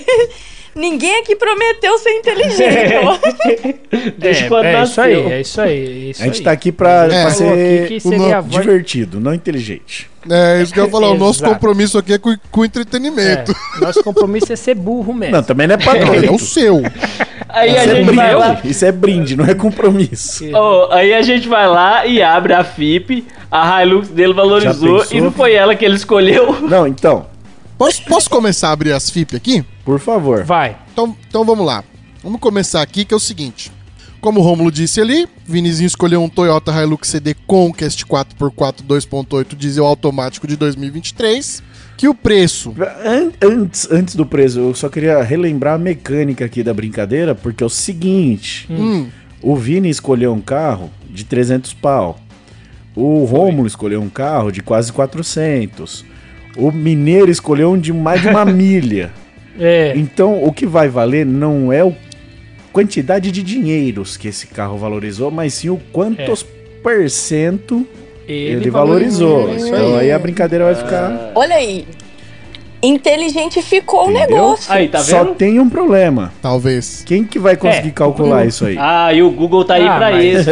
S5: ninguém aqui prometeu ser inteligente. [laughs] ó.
S4: Desde
S3: é,
S4: quando
S3: é isso aí,
S4: nasceu.
S3: é isso aí. é isso
S2: A gente
S3: aí.
S2: tá aqui pra,
S1: É.
S2: pra
S3: Falou aqui
S2: ser
S3: que seria a voz...
S2: divertido, não inteligente.
S1: É, isso que eu ia falar.
S3: [laughs]
S1: O nosso
S3: Exato.
S1: compromisso aqui é com, com entretenimento.
S3: É, nosso compromisso é ser burro mesmo.
S2: Não, também não é
S1: É, o
S3: [laughs]
S2: patrão.
S1: seu.
S4: Aí a
S2: Isso é,
S4: gente vai lá.
S2: brinde, isso é brinde, não é compromisso.
S4: Ô, aí a gente vai lá e abre a FIP, a Hilux dele valorizou
S2: Já pensou?
S4: e não foi ela que
S2: [laughs]
S4: ele escolheu.
S2: Não, então,
S1: Posso, posso começar a abrir as FIP aqui?
S2: por favor.
S3: Vai.
S1: Então, então vamos lá. Vamos começar aqui, que é o seguinte. Como o Rômulo disse ali, Vinizinho escolheu um Toyota Hilux CD Conquest 4x4 2.8 diesel automático de 2023, que o preço...
S2: An- antes, antes do preso, eu só queria relembrar a mecânica aqui da brincadeira, porque é o seguinte:
S1: Hum,
S2: o Vini escolheu um carro de 300 pau, o Rômulo escolheu um carro de quase 400, o Mineiro escolheu um de mais de uma milha.
S3: É,
S2: Então, o que vai valer não é a quantidade de dinheiros que esse carro valorizou, mas sim o quantos por cento
S3: É. ele,
S2: ele, valorizou.
S3: valorizou, É isso
S2: Então
S3: aí. Ah.
S2: aí a brincadeira vai ficar.
S5: Olha aí. Inteligentificou o
S2: Entendeu?
S5: negócio.
S4: Aí, tá vendo?
S2: Só tem um problema.
S1: Talvez.
S2: Quem que vai conseguir
S4: É.
S2: calcular isso aí?
S4: Ah, e o Google tá aí
S3: Ah,
S4: pra
S3: mas-
S4: isso.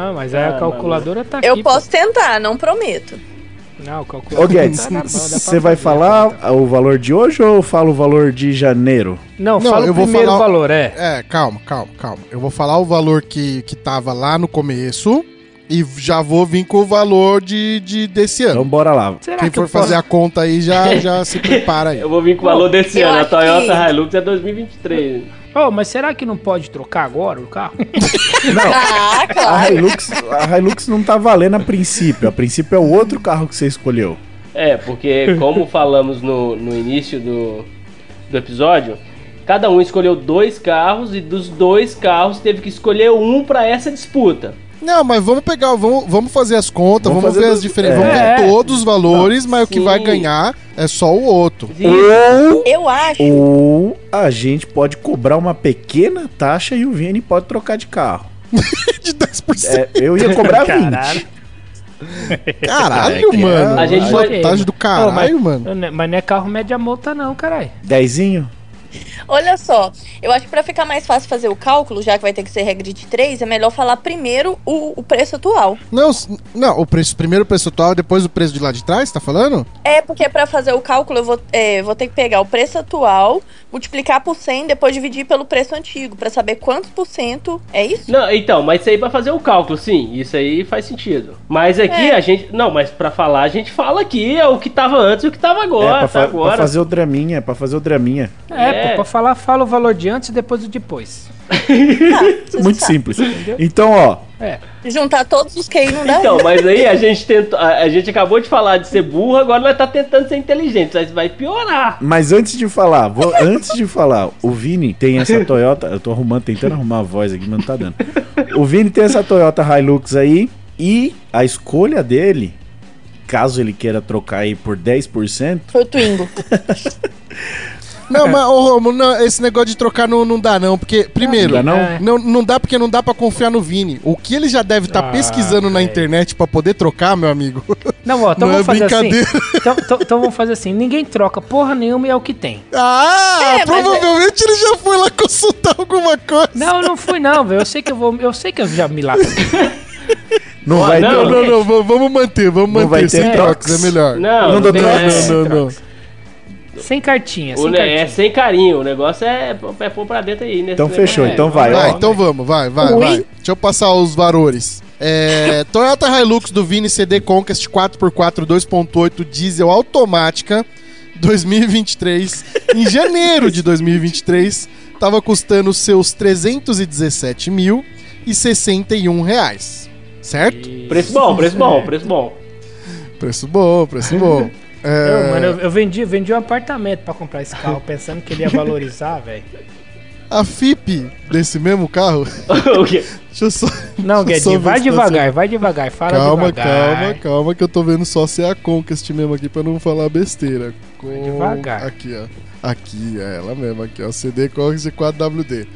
S3: Ah, mas aí
S4: Ah,
S3: a calculadora tá aqui.
S5: Eu
S3: pô.
S5: posso tentar, não prometo.
S3: Não, a calculadora
S2: Ô Guedes,
S3: tá na mão, dá pra
S2: você vai
S3: fazer,
S2: falar
S3: tá.
S2: o valor de hoje ou eu falo o valor de janeiro?
S3: Não,
S1: Não,
S3: fala
S1: eu
S3: o
S1: vou
S3: primeiro
S1: falar-
S3: valor, é.
S1: É, calma, calma, calma. Eu vou falar o valor que, que tava lá no começo e já vou vir com o valor de, de desse ano.
S2: Então bora lá.
S3: Será
S1: Quem
S3: que eu
S1: for fazer
S3: posso-
S1: a conta aí
S3: [laughs]
S1: já, já se prepara aí.
S4: Eu vou vir com o valor desse
S5: Eu
S4: ano. A
S5: acho
S4: Toyota
S5: que-
S4: Hilux é 2023.
S3: Ô, mas será que não pode trocar agora o carro?
S2: [laughs]
S5: Ah,
S2: A
S5: claro.
S2: Hilux, a Hilux não tá valendo a princípio. A princípio é o outro carro que você escolheu.
S4: É,
S2: [laughs]
S4: porque como falamos no, no início do, do episódio, cada um escolheu dois carros e dos dois carros teve que escolher um pra essa disputa.
S1: Não, mas vamos pegar, vamos, vamos fazer as contas,
S2: Vamos
S1: vamos,
S2: fazer
S1: ver
S2: do-
S1: as diferenças.
S2: é.
S1: Vamos ver
S3: É.
S1: todos os valores, mas o que
S4: Sim.
S1: vai ganhar é só o
S3: [laughs]
S1: outro.
S2: Um Ou,
S5: Eu acho.
S2: ou a gente pode cobrar uma pequena taxa e o Vini pode trocar de carro.
S1: De 10%.
S2: É, eu ia cobrar 20.
S3: Caralho.
S1: Caralho,
S2: É,
S1: mano.
S4: a gente pode-
S1: vantagem do
S3: Ô, mas-
S1: caralho, mano.
S3: Não, né, Mas não é carro média multa, não, caralho.
S2: Dezinho?
S5: Olha só, eu acho que pra ficar mais fácil fazer o cálculo, já que vai ter que ser regra de três, é melhor falar primeiro o, o preço atual.
S1: Não, s- não, o preço, primeiro o preço atual, depois o preço de lá de trás, tá falando?
S5: É, porque pra fazer o cálculo eu vou, é, vou ter que pegar o preço atual, multiplicar por 100, depois dividir pelo preço antigo, pra saber quantos por cento. É isso?
S4: Não, então, mas isso aí pra fazer o cálculo, sim, isso aí faz sentido. Mas aqui
S5: É.
S4: a gente. Não, mas pra falar, a gente fala aqui é o que tava antes e o que tava
S2: é,
S4: agora.
S2: pra,
S4: tá
S2: fa- pra
S4: agora.
S2: fazer o draminha, pra fazer o draminha.
S4: É.
S3: É, pô, pra falar, fala o valor de antes e depois o depois.
S5: Você
S2: é
S4: é
S2: Muito
S5: sabe.
S2: simples. Então, ó,
S3: É.
S5: Juntar todos os que aí não dá.
S4: Então, mas aí a gente tentou. A, a gente acabou de falar de ser burro, agora nós tá tentando ser inteligente, mas vai piorar.
S2: mas antes de falar, vou- antes de falar, o Vini tem
S4: [laughs]
S2: essa Toyota. Eu tô arrumando, tentando arrumar a voz aqui, mas não tá dando. O Vini tem essa Toyota Hilux aí e a escolha dele, caso ele queira trocar aí por 10%,
S5: Foi o Twingo.
S3: É.
S1: Não, mas, ô Romulo, não, esse negócio de trocar não, não dá, não. Porque, primeiro,
S2: Não dá, não?
S3: É.
S1: Não, não dá porque não dá pra confiar no Vini. O que ele já deve estar
S3: Ah,
S1: pesquisando na
S3: velho.
S1: internet pra poder trocar, meu amigo.
S3: Não, ó, então
S1: Não é
S3: vamos fazer assim.
S1: brincadeira.
S3: [laughs] Então, então- então vamos fazer assim. Ninguém troca porra nenhuma e é o que tem.
S1: Ah,
S5: É, mas-
S1: provavelmente ele já foi lá consultar alguma coisa.
S3: Não, eu não fui não, velho. Eu sei que eu vou, eu sei que eu já me lasco.
S2: não
S4: Ó,
S2: vai
S4: não,
S2: ter.
S1: Não, não,
S4: gente.
S1: não, v- vamos manter, vamos
S2: Não vai
S1: manter.
S2: ter
S1: Sem
S2: trox.
S1: trocas, é melhor.
S4: Não,
S2: Não dá
S4: tem-
S2: troca,
S4: é,
S1: não, não, não.
S3: Sem cartinha,
S4: O
S3: sem
S4: ne- é
S3: cartinha.
S4: sem carinho, o negócio é, é pôr pra dentro aí. nesse
S2: Então
S4: negócio.
S2: fechou,
S4: É,
S2: então vai,
S1: Vai,
S2: ó.
S1: então vamos, vai, vai,
S5: Ui.
S1: vai. Deixa eu passar os valores. É, Toyota Hilux do Vini CD Conquest 4x4 2.8 diesel automática 2023. Em janeiro de 2023, tava custando seus 317.061 reais. Certo?
S4: Preço bom, preço bom, preço bom. [laughs]
S1: Preço bom, preço bom.
S3: Eu,
S1: É,
S3: mano, eu, eu vendi, vendi um apartamento pra comprar esse carro, pensando que ele ia valorizar, velho.
S1: a FIP desse mesmo carro.
S4: O quê?
S1: Deixa eu só.
S3: Não,
S1: Só ver
S3: Guedinho, vai
S1: se tá
S3: devagar, vai devagar, fala
S1: Calma,
S3: devagar.
S1: calma, calma, que eu tô vendo só se é a Conquest mesmo aqui pra não falar besteira. Com...
S3: devagar.
S1: Aqui, ó. Aqui, é ela mesma, aqui, ó. CD Conquest 4WD.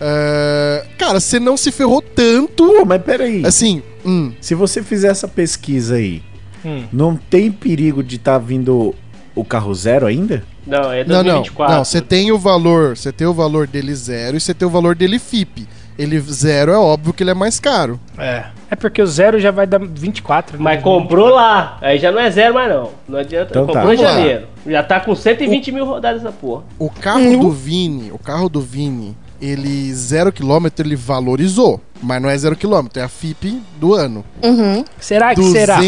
S1: É, Cara, você não se ferrou tanto.
S2: Pô, mas peraí.
S1: Assim, hum,
S2: Se você fizer essa pesquisa aí,
S3: Hum.
S2: não tem perigo de tá vindo o carro zero ainda?
S4: Não, é
S1: não, não.
S4: 2024.
S1: Não, você tem o valor, você tem o valor dele zero e você tem o valor dele FIP. Ele zero é óbvio que ele é mais caro.
S3: É. É porque o zero já vai dar 24. né?
S4: Mas comprou lá, aí já não é zero mais não. Não adianta.
S2: Então tá.
S4: comprou em
S1: Vamos lá.
S4: janeiro. Já tá com 120 mil rodadas essa porra.
S1: O carro
S3: Uhum.
S1: do Vini, o carro do Vini, ele zero quilômetro, ele valorizou. Mas não é zero quilômetro, é a FIP do ano.
S5: Uhum.
S3: Será É, que será?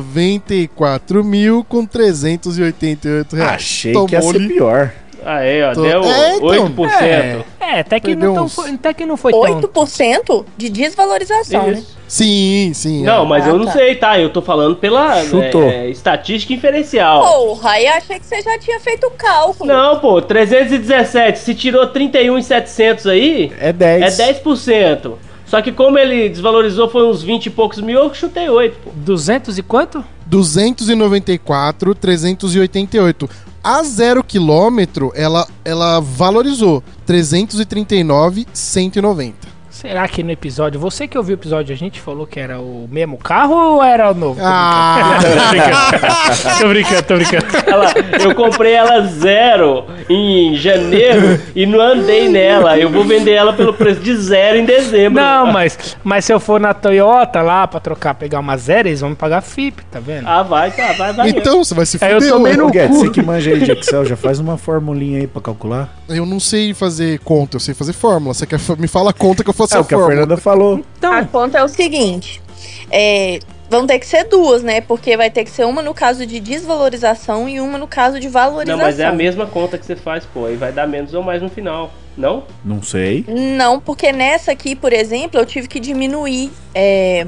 S1: 294 mil com 388 reais.
S2: Achei que ia ser
S1: Tomou-lhe-
S2: pior.
S4: Aí, ó,
S1: Tô-
S4: deu
S1: É, então.
S4: 8%.
S3: É, até que, não,
S1: Perdeu
S3: tão
S1: uns-
S3: foi, até que não foi tão.
S5: 8% de desvalorização, né?
S4: Então. Isso.
S1: Sim, sim.
S4: Não,
S1: é.
S4: mas
S5: Ah,
S4: eu não
S5: tá.
S4: sei, tá? Eu tô falando pela
S2: Chutou.
S4: é, estatística inferencial.
S5: Porra, eu achei que você já tinha feito o cálculo.
S4: Não, pô, 317. Se tirou 31,700 aí,
S2: É 10.
S4: é 10%. Só que como ele desvalorizou foi uns 20 e poucos mil, eu chutei 8, pô.
S3: 200 e quanto?
S1: 294, 388. A zero quilômetro, ela, ela valorizou. 339, 190.
S3: Será que no episódio, você que ouviu o episódio, a gente falou que era o mesmo carro ou era o novo?
S1: Ah,
S3: Tô brincando, tô brincando.
S4: Ela- eu comprei ela zero em janeiro e não andei nela. Eu vou vender ela pelo preço de zero em dezembro.
S3: Não, mas, mas se eu for na Toyota lá pra trocar, pegar uma zero, eles vão me pagar FIP, tá vendo?
S4: Ah, vai, tá, vai, vai.
S1: então você vai se
S3: É,
S1: fuder.
S3: eu tomei
S1: ué.
S3: no-
S2: Ô, Guedes,
S3: cu.
S2: você que manja aí de Excel, já faz uma formulinha aí pra calcular.
S1: Eu não sei fazer conta, eu sei fazer fórmula. Você quer me fala a conta que eu faço
S2: É
S1: a
S2: o que a
S1: fórmula.
S2: Fernanda falou.
S5: A
S3: Então,
S5: conta é o seguinte: é, vão ter que ser duas, né? Porque vai ter que ser uma no caso de desvalorização e uma no caso de valorização.
S4: Não, mas é a mesma conta que você faz, pô. E vai dar menos ou mais no final. Não?
S2: Não sei.
S5: Não, porque nessa aqui, por exemplo, eu tive que diminuir. é,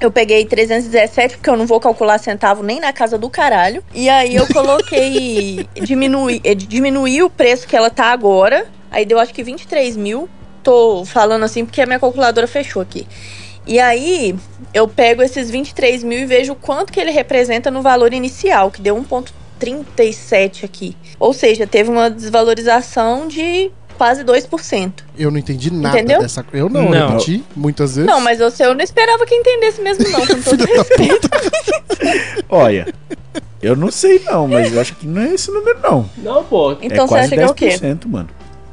S5: eu peguei 317, porque eu não vou calcular centavo nem na casa do caralho. E aí eu coloquei. diminui, eh, diminuí o preço que ela tá agora. Aí deu acho que 23 mil. Tô falando assim porque a minha calculadora fechou aqui. E aí eu pego esses 23 mil e vejo quanto que ele representa no valor inicial, que deu 1,37 aqui. Ou seja, teve uma desvalorização de quase 2%.
S1: Eu não entendi nada
S5: Entendeu?
S1: dessa coisa. Eu não, eu
S3: Não.
S1: repeti muitas vezes.
S5: Não, mas você eu não esperava que entendesse mesmo,
S2: [laughs]
S5: não, com todo respeito.
S2: Olha, eu não sei não, mas eu acho que não é esse número não.
S4: Não, pô.
S5: Então
S2: é
S5: você
S2: quase
S5: acha que é o quê?
S2: 10%, mano.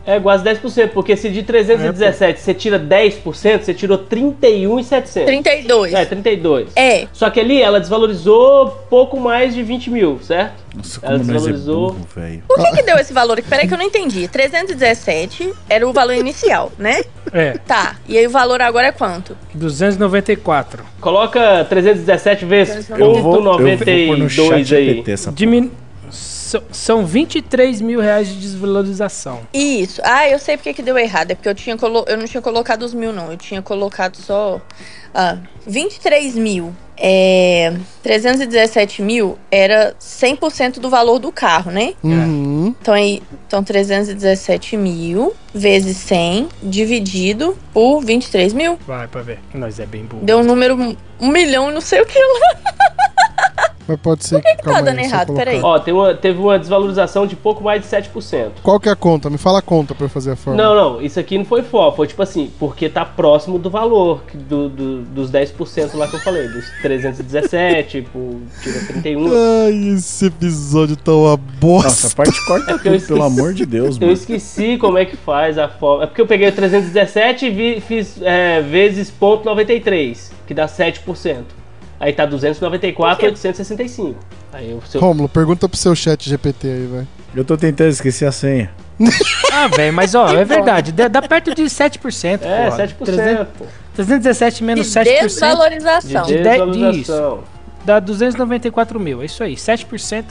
S4: É quase 10%, porque se de 317 você tira 10%, você tirou 31,700.
S5: 32.
S2: um.
S4: É, 32.
S5: É,
S4: Só que ali ela desvalorizou pouco mais de 20 mil, certo?
S2: Nossa,
S4: Ela
S2: como nós é
S4: desvalorizou.
S2: burro, velho.
S5: por que que deu esse valor aqui? Peraí que eu não entendi. 317 era o valor inicial, né?
S3: é,
S5: Tá, e aí o valor agora é quanto?
S3: 294.
S4: Coloca 317 vezes
S2: Eu vou, eu vou pôr no
S4: 1,92
S2: chat
S4: aí.
S2: GPT essa
S3: Dimin... so- São 23 mil reais de desvalorização.
S5: Isso. Ah, eu sei porque que deu errado. É porque eu, tinha colo... eu não tinha colocado os mil, não. Eu tinha colocado só. Ah, 23 mil. É... 317 mil era 100% do valor do carro, né?
S1: Uhum.
S5: Então, aí, então 317 mil vezes 100 dividido por 23 mil.
S3: Vai pra ver. Nós é bem burro.
S5: Deu um número, um milhão e não sei o que lá.
S1: Mas pode ser que.
S5: tá dando errado? Peraí.
S4: Ó, tem uma- teve uma desvalorização de pouco mais de 7%.
S1: Qual que é a conta? Me fala a conta pra eu fazer a
S2: Hum.
S1: fórmula.
S4: Não, não, isso aqui não foi FO, foi tipo assim, porque tá próximo do valor que- do, do, dos 10% lá que eu falei, dos 317, por, tira 31.
S1: Ai, esse episódio tá uma
S2: Nossa,
S1: bosta.
S2: a parte corta
S4: É porque [laughs] eu
S2: tudo, pelo
S4: esqueci.
S2: amor de Deus,
S4: Eu
S2: mano.
S4: esqueci como é que faz a FO. É porque eu peguei o 317 e vi- fiz é, vezes 0.93, que dá 7%. Aí tá 294,865. Aí o seu.
S1: Rômulo, pergunta pro seu chat GPT aí, vai.
S2: Eu tô tentando esquecer a senha.
S3: Ah, velho, mas
S4: [laughs]
S3: ó, é verdade. Dá, dá perto de 7%.
S4: É,
S3: pô.
S4: 7%. pô,
S3: 317
S5: De
S3: menos 7%
S5: desvalorização.
S4: de
S5: [laughs]
S3: de-
S4: desvalorização.
S3: dá 294 mil. É isso aí. 7%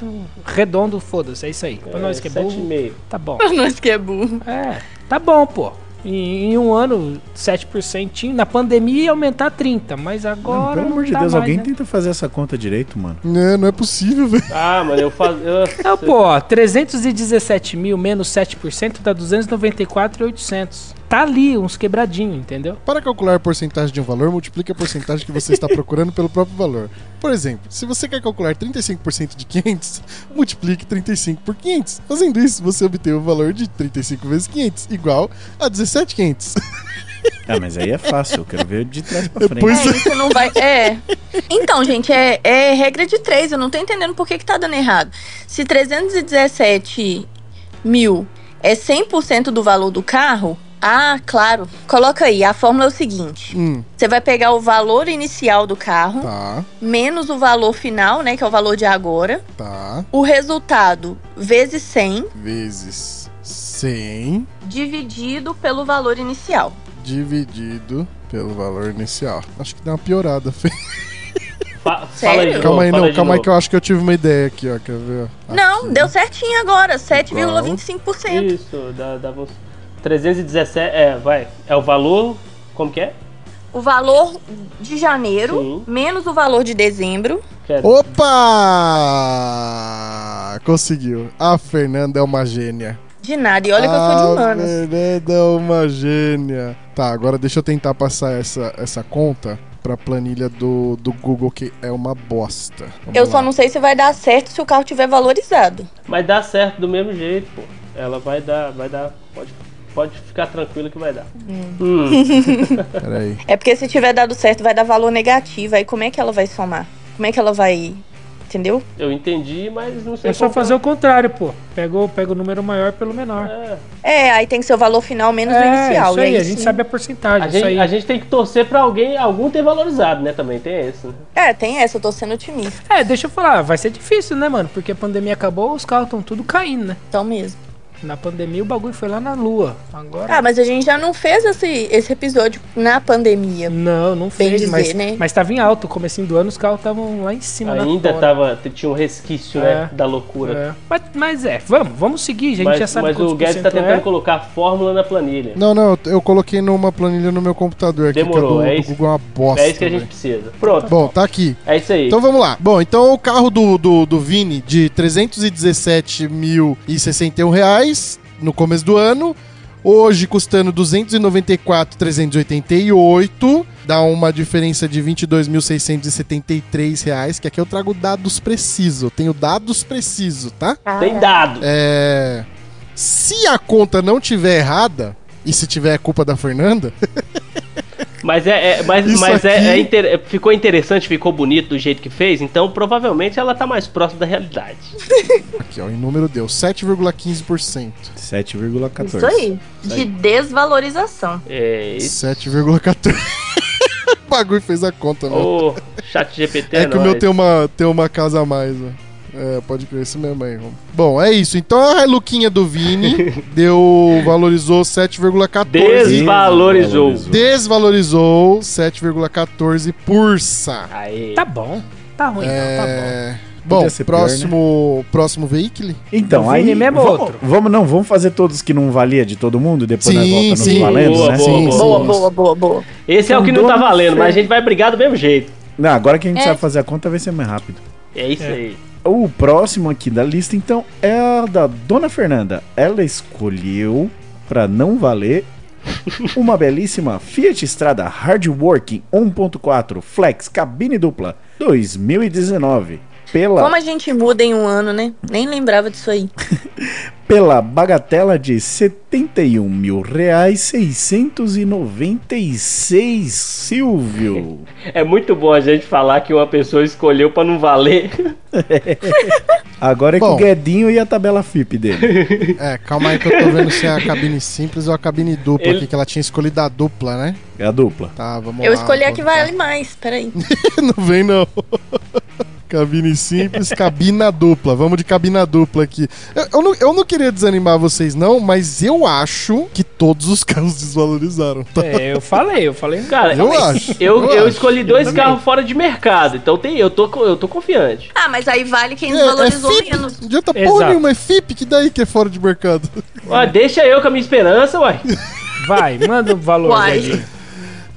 S3: redondo, foda-se. É isso aí. Pra
S4: É,
S3: nós que é burro,
S4: 7,5.
S3: tá bom.
S5: Nós que é burro.
S3: É, tá bom, pô. Em, em um ano, 7%. Na pandemia ia aumentar 30%, mas
S2: Não,
S3: agora.
S2: pelo
S3: não
S2: amor de
S3: tá
S2: Deus,
S3: mais,
S2: alguém
S3: né?
S2: tenta fazer essa conta direito, mano.
S1: Não, não é possível, velho.
S4: Ah, mano, eu faço.
S3: Não, pô, ó, 317 mil menos 7% dá 294,800. Tá ali, uns quebradinhos, entendeu?
S1: Para calcular a porcentagem de um valor, multiplique a porcentagem que você
S4: [laughs]
S1: está procurando pelo próprio valor. Por exemplo, se você quer calcular 35% de 500, [laughs] multiplique 35 por 500. Fazendo isso, você obtém o valor de 35 vezes 500, igual a 17,500.
S2: Ah, mas aí é fácil, eu quero ver de trás pra frente.
S1: Depois-
S5: É, isso não vai. É. Então, gente, é, é regra de três. Eu não tô entendendo por que, que tá dando errado. Se 317 mil é 100% do valor do carro. Ah, claro. Coloca aí. A fórmula é o seguinte:
S1: Hum,
S5: você vai pegar o valor inicial do carro,
S1: tá,
S5: menos o valor final, né? Que é o valor de agora.
S1: tá.
S5: O resultado vezes 100
S1: Vezes 100
S5: dividido pelo valor inicial.
S1: dividido pelo valor inicial. Acho que deu uma piorada, Fê.
S4: Fa-
S5: Sério?
S4: Fala aí de novo,
S1: Calma aí,
S4: fala
S1: não,
S4: de
S1: calma aí
S4: novo.
S1: que eu acho que eu tive uma ideia aqui, ó. Quer ver?
S3: Ah,
S1: ó?
S5: Não,
S1: Aqui.
S5: deu certinho agora, 7,25%.
S4: Isso, dá, dá você. 317, é, vai. É o valor, como que é?
S5: O valor de janeiro
S4: Sim.
S5: menos o valor de dezembro.
S4: Que é-
S1: Opa! Conseguiu. A Fernanda é uma gênia.
S5: De nada. E olha que eu
S3: Ah,
S5: sou de
S1: A
S5: humanas.
S1: Fernanda é uma gênia. Tá, agora deixa eu tentar passar essa, essa conta pra planilha do, do Google, que é uma bosta. Vamos
S5: Eu
S1: lá.
S5: só não sei se vai dar certo se o carro tiver valorizado.
S4: Mas dá certo do mesmo jeito, pô. Ela vai dar, vai dar, pode. Pode ficar tranquilo que vai dar. Hum,
S1: Peraí.
S5: É porque se tiver dado certo, vai dar valor negativo. Aí como é que ela vai somar? Como é que ela vai. Entendeu?
S4: [laughs] Eu entendi, mas não sei
S3: É só
S4: qual-
S3: fazer o contrário, pô. Pega o, pega o número maior pelo menor.
S4: É.
S5: É, aí tem que ser o valor final menos o
S3: É,
S5: inicial.
S3: isso aí,
S5: e
S3: a gente
S5: sim.
S3: sabe a porcentagem.
S4: A
S3: Isso aí.
S4: gente, a gente tem que torcer pra alguém, algum ter valorizado, né? Também tem esse. né?
S5: É, tem essa, eu tô sendo otimista.
S3: É, deixa eu falar, vai ser difícil, né, mano? Porque a pandemia acabou, os carros estão tudo caindo, né?
S5: Então mesmo.
S3: Na pandemia o bagulho foi lá na lua. Agora.
S5: Ah, mas a gente já não fez esse, esse episódio na pandemia.
S3: Não, não
S5: Bem
S3: fez,
S5: dizer,
S3: mas,
S5: né?
S3: mas tava em alto. Comecinho do ano, os carros estavam lá em cima na
S4: Ainda
S3: tona.
S4: tava, tinha um resquício, né?
S3: É.
S4: Da loucura.
S3: É. Mas, mas é, vamos, vamos seguir, gente
S4: Mas,
S3: já sabe
S4: mas
S3: quantos
S4: o Guedes tá
S3: por cento
S4: tentando
S3: é.
S4: colocar a fórmula na planilha.
S1: Não, não, eu- eu coloquei numa planilha no meu computador aqui,
S4: Demorou,
S1: que a do,
S4: é
S1: do
S4: isso-
S1: Google é uma bosta.
S4: é isso que a gente
S1: velho.
S4: precisa. Pronto,
S1: Bom, tá aqui.
S4: é isso aí.
S1: Então vamos lá. Bom, então o carro do, do, do Vini de 317.061 reais no começo do ano. Hoje custando 294.388, dá uma diferença de 22.673 reais, que aqui eu trago dados precisos, eu tenho dados precisos, tá?
S4: Tem dado.
S1: É, se a conta não tiver errada, e se tiver é culpa da Fernanda, [laughs]
S4: Mas é, é- mas,
S1: Isso
S4: mas é,
S1: aqui-
S4: é inter- ficou interessante, ficou bonito do jeito que fez, então provavelmente ela tá mais próxima da realidade.
S1: aqui ó, em número deu 7,15%.
S2: 7,14.
S5: Isso aí. De desvalorização.
S4: É isso.
S1: 7,14%. [laughs] o bagulho fez a conta, né?
S4: Ô, chat GPT,
S1: É que o
S4: nóis.
S1: meu tem uma, tem uma casa a mais, né? É, pode crer, isso mesmo aí. Romulo. Bom, é isso. Então a Luquinha do
S4: [laughs]
S1: Vini deu, valorizou 7,14%.
S4: Desvalorizou.
S1: Desvalorizou 7,14%. Pursa.
S4: Aê.
S3: Tá bom, tá ruim, não, tá
S1: É... Bom,
S2: Podia ser pior, né?
S1: próximo, próximo
S2: [laughs]
S1: veículo?
S2: Então,
S3: O
S2: aí.
S3: Vini mesmo é
S2: vamos,
S3: outro.
S2: vamos, não, vamos fazer todos que não valia de todo mundo e depois nós
S1: Sim,
S2: voltamos
S1: sim.
S2: valendo,
S4: Boa,
S2: né?
S4: boa,
S2: Sim,
S5: Boa,
S2: sim.
S5: boa, boa, boa.
S4: Esse é o que não
S2: Andou
S4: tá
S2: na
S4: valendo, mas a
S2: frente.
S4: gente vai brigar do mesmo jeito.
S2: Não, agora que a gente
S5: É.
S2: sabe fazer a conta vai ser mais rápido.
S4: É isso aí.
S2: O próximo aqui da lista, então, é a da Dona Fernanda. Ela escolheu, pra não valer, uma belíssima Fiat Strada Hardworking 1.4 Flex cabine dupla 2019 pela
S5: Como é? a gente muda em um ano, né? Nem lembrava disso aí.
S2: pela bagatela de 71 mil reais 696 Silvio
S4: É muito bom a gente falar que uma pessoa escolheu pra não valer. [laughs]
S2: agora é com
S1: Bom.
S2: o Guedinho e a tabela FIP dele
S1: É, calma aí que eu tô vendo se é a cabine simples ou a cabine dupla
S4: Ele-
S1: aqui, que ela tinha escolhido a dupla, né?
S2: é a dupla
S1: Tá, vamos
S5: eu
S1: lá.
S5: escolhi a
S1: vou
S5: que
S1: botar.
S5: vale mais, peraí.
S1: Não vem não. [laughs] Cabine simples, cabina dupla. Vamos de cabina dupla aqui. Eu, eu não, eu não queria desanimar vocês, não, mas eu acho que todos os carros desvalorizaram.
S3: bom. É, eu falei, eu falei.
S4: Cara,
S1: Eu acho.
S4: Eu, eu
S1: acho.
S4: escolhi dois carros fora de mercado, então tem, eu, tô, co- eu tô confiante.
S5: Ah, mas aí vale
S1: É,
S5: quem
S1: é
S5: desvalorizou
S1: FIP. Não
S5: menos.
S1: adianta porra
S3: Exato.
S1: nenhuma, é FIP, que daí que é fora de mercado. [laughs]
S4: Ó, deixa eu com a minha esperança, uai.
S3: Vai, manda o valor.
S5: Uai. [laughs]
S3: Guedinho.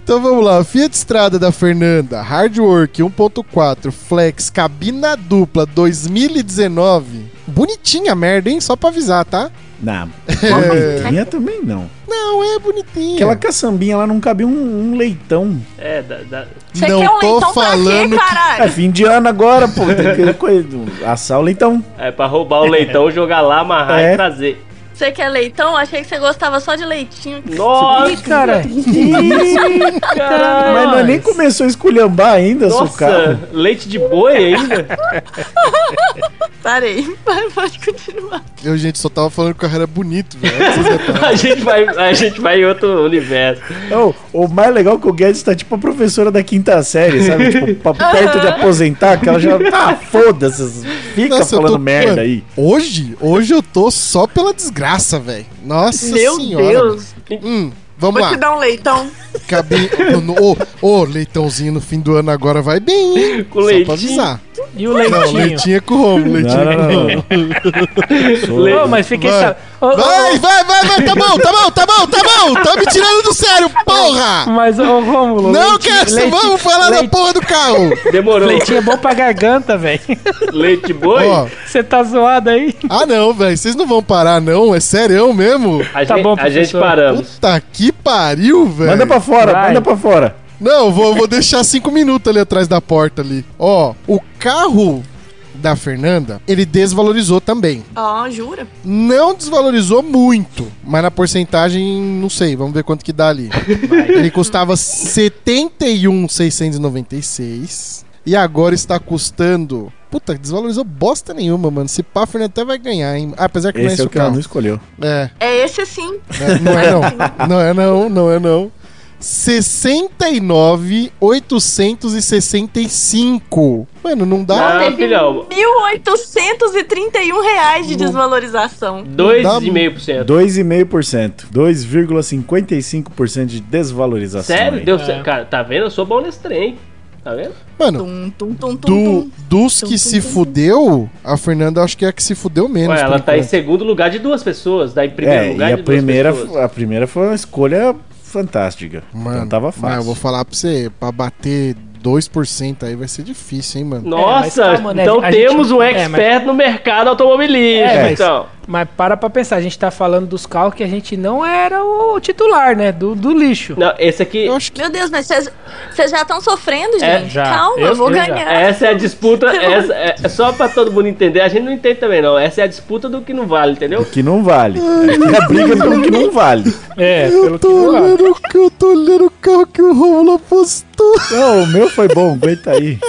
S1: Então vamos lá, Fiat Strada da Fernanda, Hardwork 1.4, Flex, cabina dupla 2019. Bonitinha a merda, hein? Só pra avisar, tá?
S2: não bonitinha também não
S1: Não, é bonitinha.
S2: aquela caçambinha lá não cabia um, um leitão
S4: É, da, da-
S5: Você
S1: Não
S5: quer um
S1: tô
S5: leitão
S1: falando que-
S5: pra quê, caralho?
S2: é fim de ano agora pô tem que coisa do- assar o leitão
S4: é pra roubar o leitão, jogar lá, amarrar
S2: É.
S4: e trazer.
S5: Você quer leitão? Achei que você gostava só de leitinho.
S4: Nossa,
S3: Ih, cara,
S2: Ih,
S4: caralho.
S2: mas nós é nem
S3: Nós.
S2: começou a esculhambar
S3: é
S2: ainda seu carro
S4: Nossa, leite de boi ainda?
S5: Parei. [laughs] Vai, Pode continuar.
S1: Eu, gente, só tava falando que o carro era bonito, velho. Vocês
S2: [laughs]
S1: repararam?
S4: A gente vai, a gente vai em outro universo.
S2: Não, o mais legal é que o Guedes tá tipo a professora da quinta série, sabe? Tipo, pra- perto de aposentar, que ela já. Ah, foda-se, fica
S1: Nossa, eu
S2: tá falando
S1: tô-
S2: merda
S1: mano,
S2: aí.
S1: Hoje, hoje eu tô só pela desgraça, velho. Nossa
S5: Meu
S1: senhora.
S5: Deus.
S1: Hum, vamos
S5: Vou te
S1: lá.
S5: dar um leitão.
S1: Cabine. Ô, ô, leitãozinho no fim do ano agora vai bem, hein?
S4: Com
S1: só pra
S4: leitinho.
S1: avisar.
S3: e o
S1: Não,
S3: leitinho?
S1: leitinho é com o Romulo, leitinho
S2: Não,
S1: é com
S2: não,
S1: o
S2: não,
S1: Romulo.
S2: não.
S3: Ô, mas fiquei
S1: Vai.
S3: sabendo. Ô, ô,
S1: Vai, vai, vai, vai, tá bom, tá bom, tá bom, tá bom. Tá me tirando do sério,
S3: ô,
S1: porra!
S3: Mas, ô, Rômulo.
S1: Não,
S3: leitinho-
S1: cara,
S3: leite-
S1: vamos falar da
S3: leite-
S1: porra do carro.
S4: Demorou. Leite,
S3: Leitinho é bom pra garganta, velho. [laughs]
S4: de boi?
S1: Ó,
S3: Você tá zoado aí?
S1: ah não, velho, vocês não vão parar não, é sério mesmo?
S4: a,
S3: tá
S4: gente,
S3: bom,
S4: a gente
S3: professor.
S4: paramos.
S1: Puta que pariu, velho.
S2: Manda pra fora,
S3: Vai.
S2: manda pra fora.
S1: Não, vou, vou deixar cinco minutos ali atrás da porta ali. Ó, o carro da Fernanda, ele desvalorizou também.
S5: Ah, jura?
S1: Não desvalorizou muito, mas na porcentagem, não sei, vamos ver quanto que dá ali. Ele custava 71,696 e agora está custando. Puta, desvalorizou bosta nenhuma, mano. Se pá, a Fernanda até vai ganhar, hein? Apesar que não é
S2: Esse
S1: esse
S2: é o
S1: o
S2: que ela não
S1: carro.
S2: escolheu.
S1: É,
S5: É esse sim.
S1: é, não é não. [laughs] Não é não, não é não. 69,865. Mano, não dá.
S4: Ah,
S5: teve
S4: filhão,
S5: 1.831 reais de desvalorização.
S4: 2,5%.
S2: 2,5%. 2,55% de desvalorização.
S4: Sério?
S2: aí.
S4: Deu
S3: É.
S4: certo. Cara, tá vendo? Eu sou bom nesse trem. Tá vendo?
S1: Mano,
S5: Tum, tum, tum, tum,
S1: Do,
S5: tum.
S1: dos
S5: Tum,
S1: que
S5: tum,
S1: se
S5: tum, tum.
S1: fudeu, a Fernanda acho que é a que se fudeu menos.
S4: Ué,
S1: por
S4: ela tá em
S1: enquanto.
S4: segundo lugar de duas pessoas. Daí em primeiro
S2: É, e
S4: lugar
S2: a
S4: de duas
S2: primeira,
S4: pessoas.
S2: a primeira foi uma escolha fantástica.
S1: Mano,
S2: então tava
S1: Mas
S2: fácil.
S1: eu vou falar pra você, pra bater 2% aí vai ser difícil, hein, mano.
S4: Nossa,
S3: É, mas calma, né?
S4: então
S3: A gente-
S4: temos um
S3: é, mas-
S4: expert no mercado automobilístico,
S3: É, mas-
S4: então.
S3: Mas para pra pensar, a gente tá falando dos carros que a gente não era o titular, né? Do, do lixo.
S4: Não, esse aqui.
S1: Eu acho que.
S5: Meu Deus, mas vocês vocês já estão sofrendo, gente.
S4: É,
S3: já.
S5: Calma, eu,
S3: Eu-
S5: vou
S3: eu já.
S5: ganhar.
S4: Essa é a disputa. Essa é, é só pra todo mundo entender. A gente não entende também, não. Essa é a disputa do que não vale, entendeu?
S2: Que não vale. É a briga pelo que não vale.
S3: É,
S1: Eu tô, olhando, eu tô olhando o carro que o Romulo
S4: [laughs]
S1: apostou.
S2: Não, o meu foi bom, aguenta aí.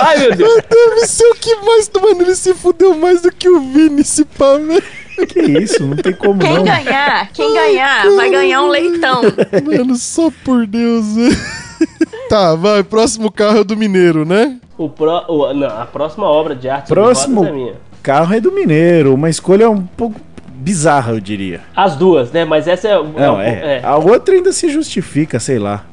S4: Ai, meu Deus.
S1: Deve ser o que mais. Mano, ele se fudeu mais do que o Vini, esse pá, velho.
S2: Que isso, não tem como
S5: Quem
S2: não.
S5: ganhar, quem ganhar, vai ganhar um leitão.
S1: Mano, só por Deus, velho. [laughs] Tá, vai, próximo carro é o do Mineiro, né?
S4: O pro, o- não, a próxima obra de arte sobre
S2: Próximo.
S4: rodas é minha.
S2: Carro é do Mineiro, uma escolha um pouco bizarra, eu diria.
S4: As duas, né? Mas essa é.
S2: Não, é. A outra ainda se justifica, sei lá.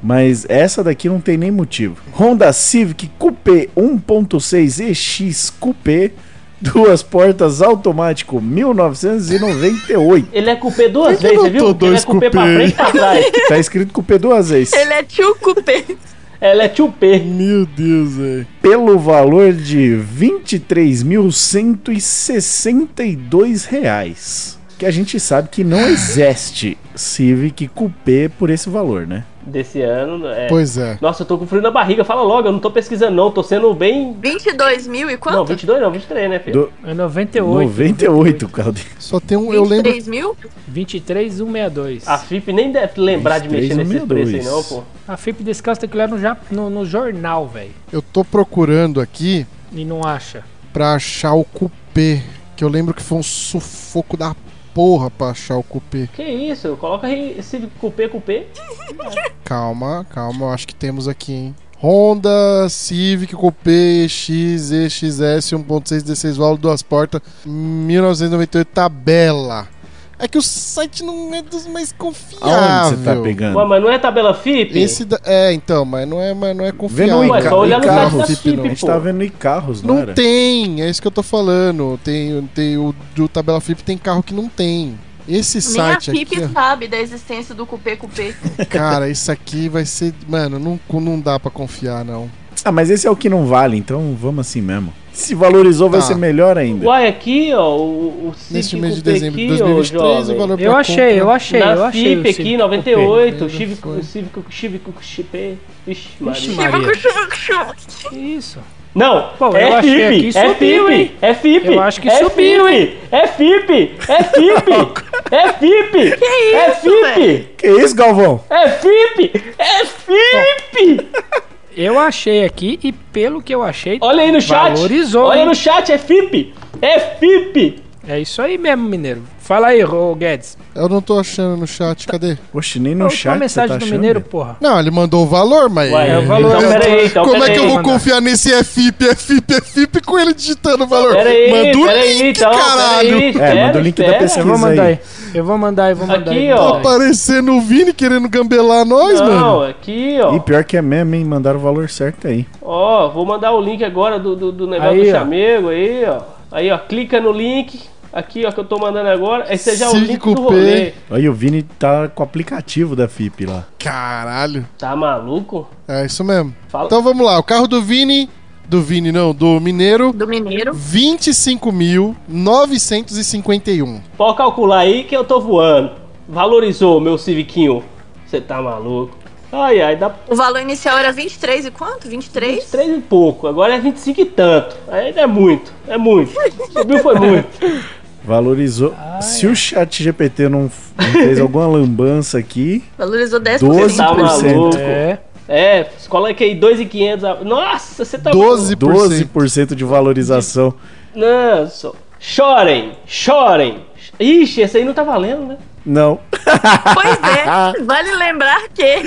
S2: Mas essa daqui não tem nem motivo. Honda Civic Coupé 1.6 EX Coupé, duas portas automático 1998.
S4: Ele é cupê duas
S1: Por que
S4: vezes,
S1: não
S4: você
S1: tô
S4: viu? Ele é
S1: dois
S4: cupê pra
S1: cupê?
S4: frente e
S1: [laughs]
S4: pra trás.
S2: Tá escrito Coupé duas vezes.
S5: Ele é tio Cupê.
S4: Ela é tchupê.
S1: Meu Deus, velho.
S2: Pelo valor de R$ 23.162 reais. Que a gente sabe que não existe Civic Coupé por esse valor, né?
S4: Desse ano. É.
S1: Pois é.
S4: Nossa, eu tô com frio na barriga. Fala logo, eu não tô pesquisando, não. Tô sendo bem.
S5: 22 mil e
S4: Não,
S5: quanto?
S4: 22 não, 23, né, filho?
S2: Do-
S3: É 98.
S2: 98, o carro dele.
S1: Só tem um. Eu lembro
S5: 23 mil?
S3: 23162.
S4: A FIP nem deve lembrar de mexer
S1: é
S4: nesse
S2: 23,62.
S4: preço aí, não, pô.
S3: A FIP desse carro você tem que olhar no, ja- no, no jornal, velho.
S1: Eu tô procurando aqui
S3: E não acha.
S1: pra achar o cupê. Que eu lembro que foi um sufoco da porra pra achar o cupê.
S4: Que isso? Coloca aí esse cupê, cupê.
S1: Calma, calma, eu acho que temos aqui, hein? Honda Civic Coupé X um EXS 1.6 16 válvulas duas portas 1998 tabela. É que o site não é dos mais
S2: Aonde
S1: confiáveis.
S2: você tá pegando?
S4: Ué, mas não é tabela FIP?
S1: Esse da- é então, mas não é, mas não é confiável.
S2: Vendo
S4: Ué,
S2: Ica-
S4: só olhar no site da
S2: Icarus,
S4: FIP,
S2: A gente
S4: pô.
S2: tava vendo em carros, não,
S1: Não
S2: era?
S1: tem, é isso que eu tô falando. Tem, tem o do Tabela Flip tem carro que não tem. Esse
S5: Nem a
S1: site
S5: Fipe
S1: aqui, ó,
S5: sabe da existência do Cupê Cupê.
S1: [laughs] cara, isso aqui vai ser, mano, não, não dá pra confiar não.
S2: Ah, mas esse é o que não vale, então vamos assim mesmo. Se valorizou, vai
S1: Tá.
S2: ser melhor ainda.
S4: Uai, aqui, ó, o, o Civic
S1: Neste mês de
S4: Coupé
S1: dezembro de
S4: aqui, ó,
S1: 2023,
S4: jovem.
S1: o valor
S3: Eu
S1: pra
S3: achei, eu
S1: compra-
S3: achei, eu achei. o
S4: Na
S3: né?
S4: FIP
S3: Civic
S4: aqui, 98, o
S1: Coupé.
S4: Civic, o Civic, o Civic, o Chipê. Vixe, Maria.
S3: Maria.
S5: Tipo, [laughs]
S3: Coupé. Isso.
S4: Não,
S3: Pô, eu
S4: é
S3: achei aqui,
S4: FIP, é
S3: subiu,
S4: FIP,
S3: hein?
S4: é FIP,
S3: Eu acho que
S4: é
S3: subiu,
S4: FIP, é FIP, é FIP,
S3: [laughs]
S4: é FIP, é FIP,
S2: Que isso, Galvão?
S4: é FIP, é FIP.
S3: Eu achei aqui e pelo que eu achei.
S4: Olha aí no chat,
S3: Valorizou,
S4: olha aí
S3: hein?
S4: no chat, é FIP, é FIP.
S3: É isso aí mesmo, mineiro. Fala aí, ô Guedes.
S1: Eu não tô achando no chat,
S3: Tá.
S1: cadê?
S2: Oxe, nem
S3: Qual é
S2: no
S3: a
S2: chat você
S3: mensagem
S2: tá
S3: do
S2: achando.
S3: mineiro, porra.
S1: Não, ele mandou o valor, mas
S4: Ué,
S3: é o valor.
S1: Eu-
S4: Então, peraí, então,
S1: Como é que eu
S4: peraí.
S1: vou confiar nesse FIP, FIP, FIP com ele digitando o valor?
S4: Peraí,
S1: Manda o
S4: peraí,
S1: link,
S4: então,
S1: caralho.
S4: peraí,
S2: É, manda o link da
S4: espera.
S2: pesquisa.
S3: Eu vou mandar
S2: aí.
S3: aí. Eu vou mandar, eu vou mandar.
S4: Aqui,
S3: eu vou
S4: ó.
S3: mandar aí.
S1: Tá Aparecendo o Vini querendo gambelar nós,
S4: Não,
S1: mano.
S4: aqui, ó.
S2: E pior que é mesmo, hein? Mandaram o valor certo aí.
S4: Ó, vou mandar o link agora do, do, do negócio
S3: Aí,
S4: do
S3: ó.
S4: chamego aí, ó. Aí, ó, clica no link aqui, ó, que eu tô mandando agora. Aí seja o
S1: Civic
S4: link do
S1: Coupé.
S4: rolê.
S2: Aí o Vini tá com o aplicativo da FIP lá.
S1: Caralho.
S4: Tá maluco?
S1: É isso mesmo.
S4: Fala.
S1: Então vamos lá, o carro do Vini. Do Vini, não, do Mineiro.
S5: Do Mineiro.
S1: 25.951.
S4: Pode calcular aí que eu tô voando. Valorizou o meu civiquinho. Você tá maluco? Ai, ai, dá
S5: O valor inicial era 23 e quanto? 23?
S4: 23 e pouco, agora é 25 e tanto. Ainda é muito, é muito. Subiu foi muito.
S2: Valorizou.
S4: Ah,
S2: Se
S4: é.
S2: o chat GPT não f- não fez
S4: [laughs]
S2: alguma lambança aqui,
S5: Valorizou 10%.
S2: Doze.
S4: Tá
S2: 1%.
S4: maluco.
S3: É.
S4: É, coloca aí 2,500. a- ah, Nossa, você tá
S1: 12%.
S2: 12% de valorização.
S4: Não, só. Chorem, chorem. Ixi, esse aí não tá valendo, né?
S2: Não.
S5: Pois é, vale lembrar que.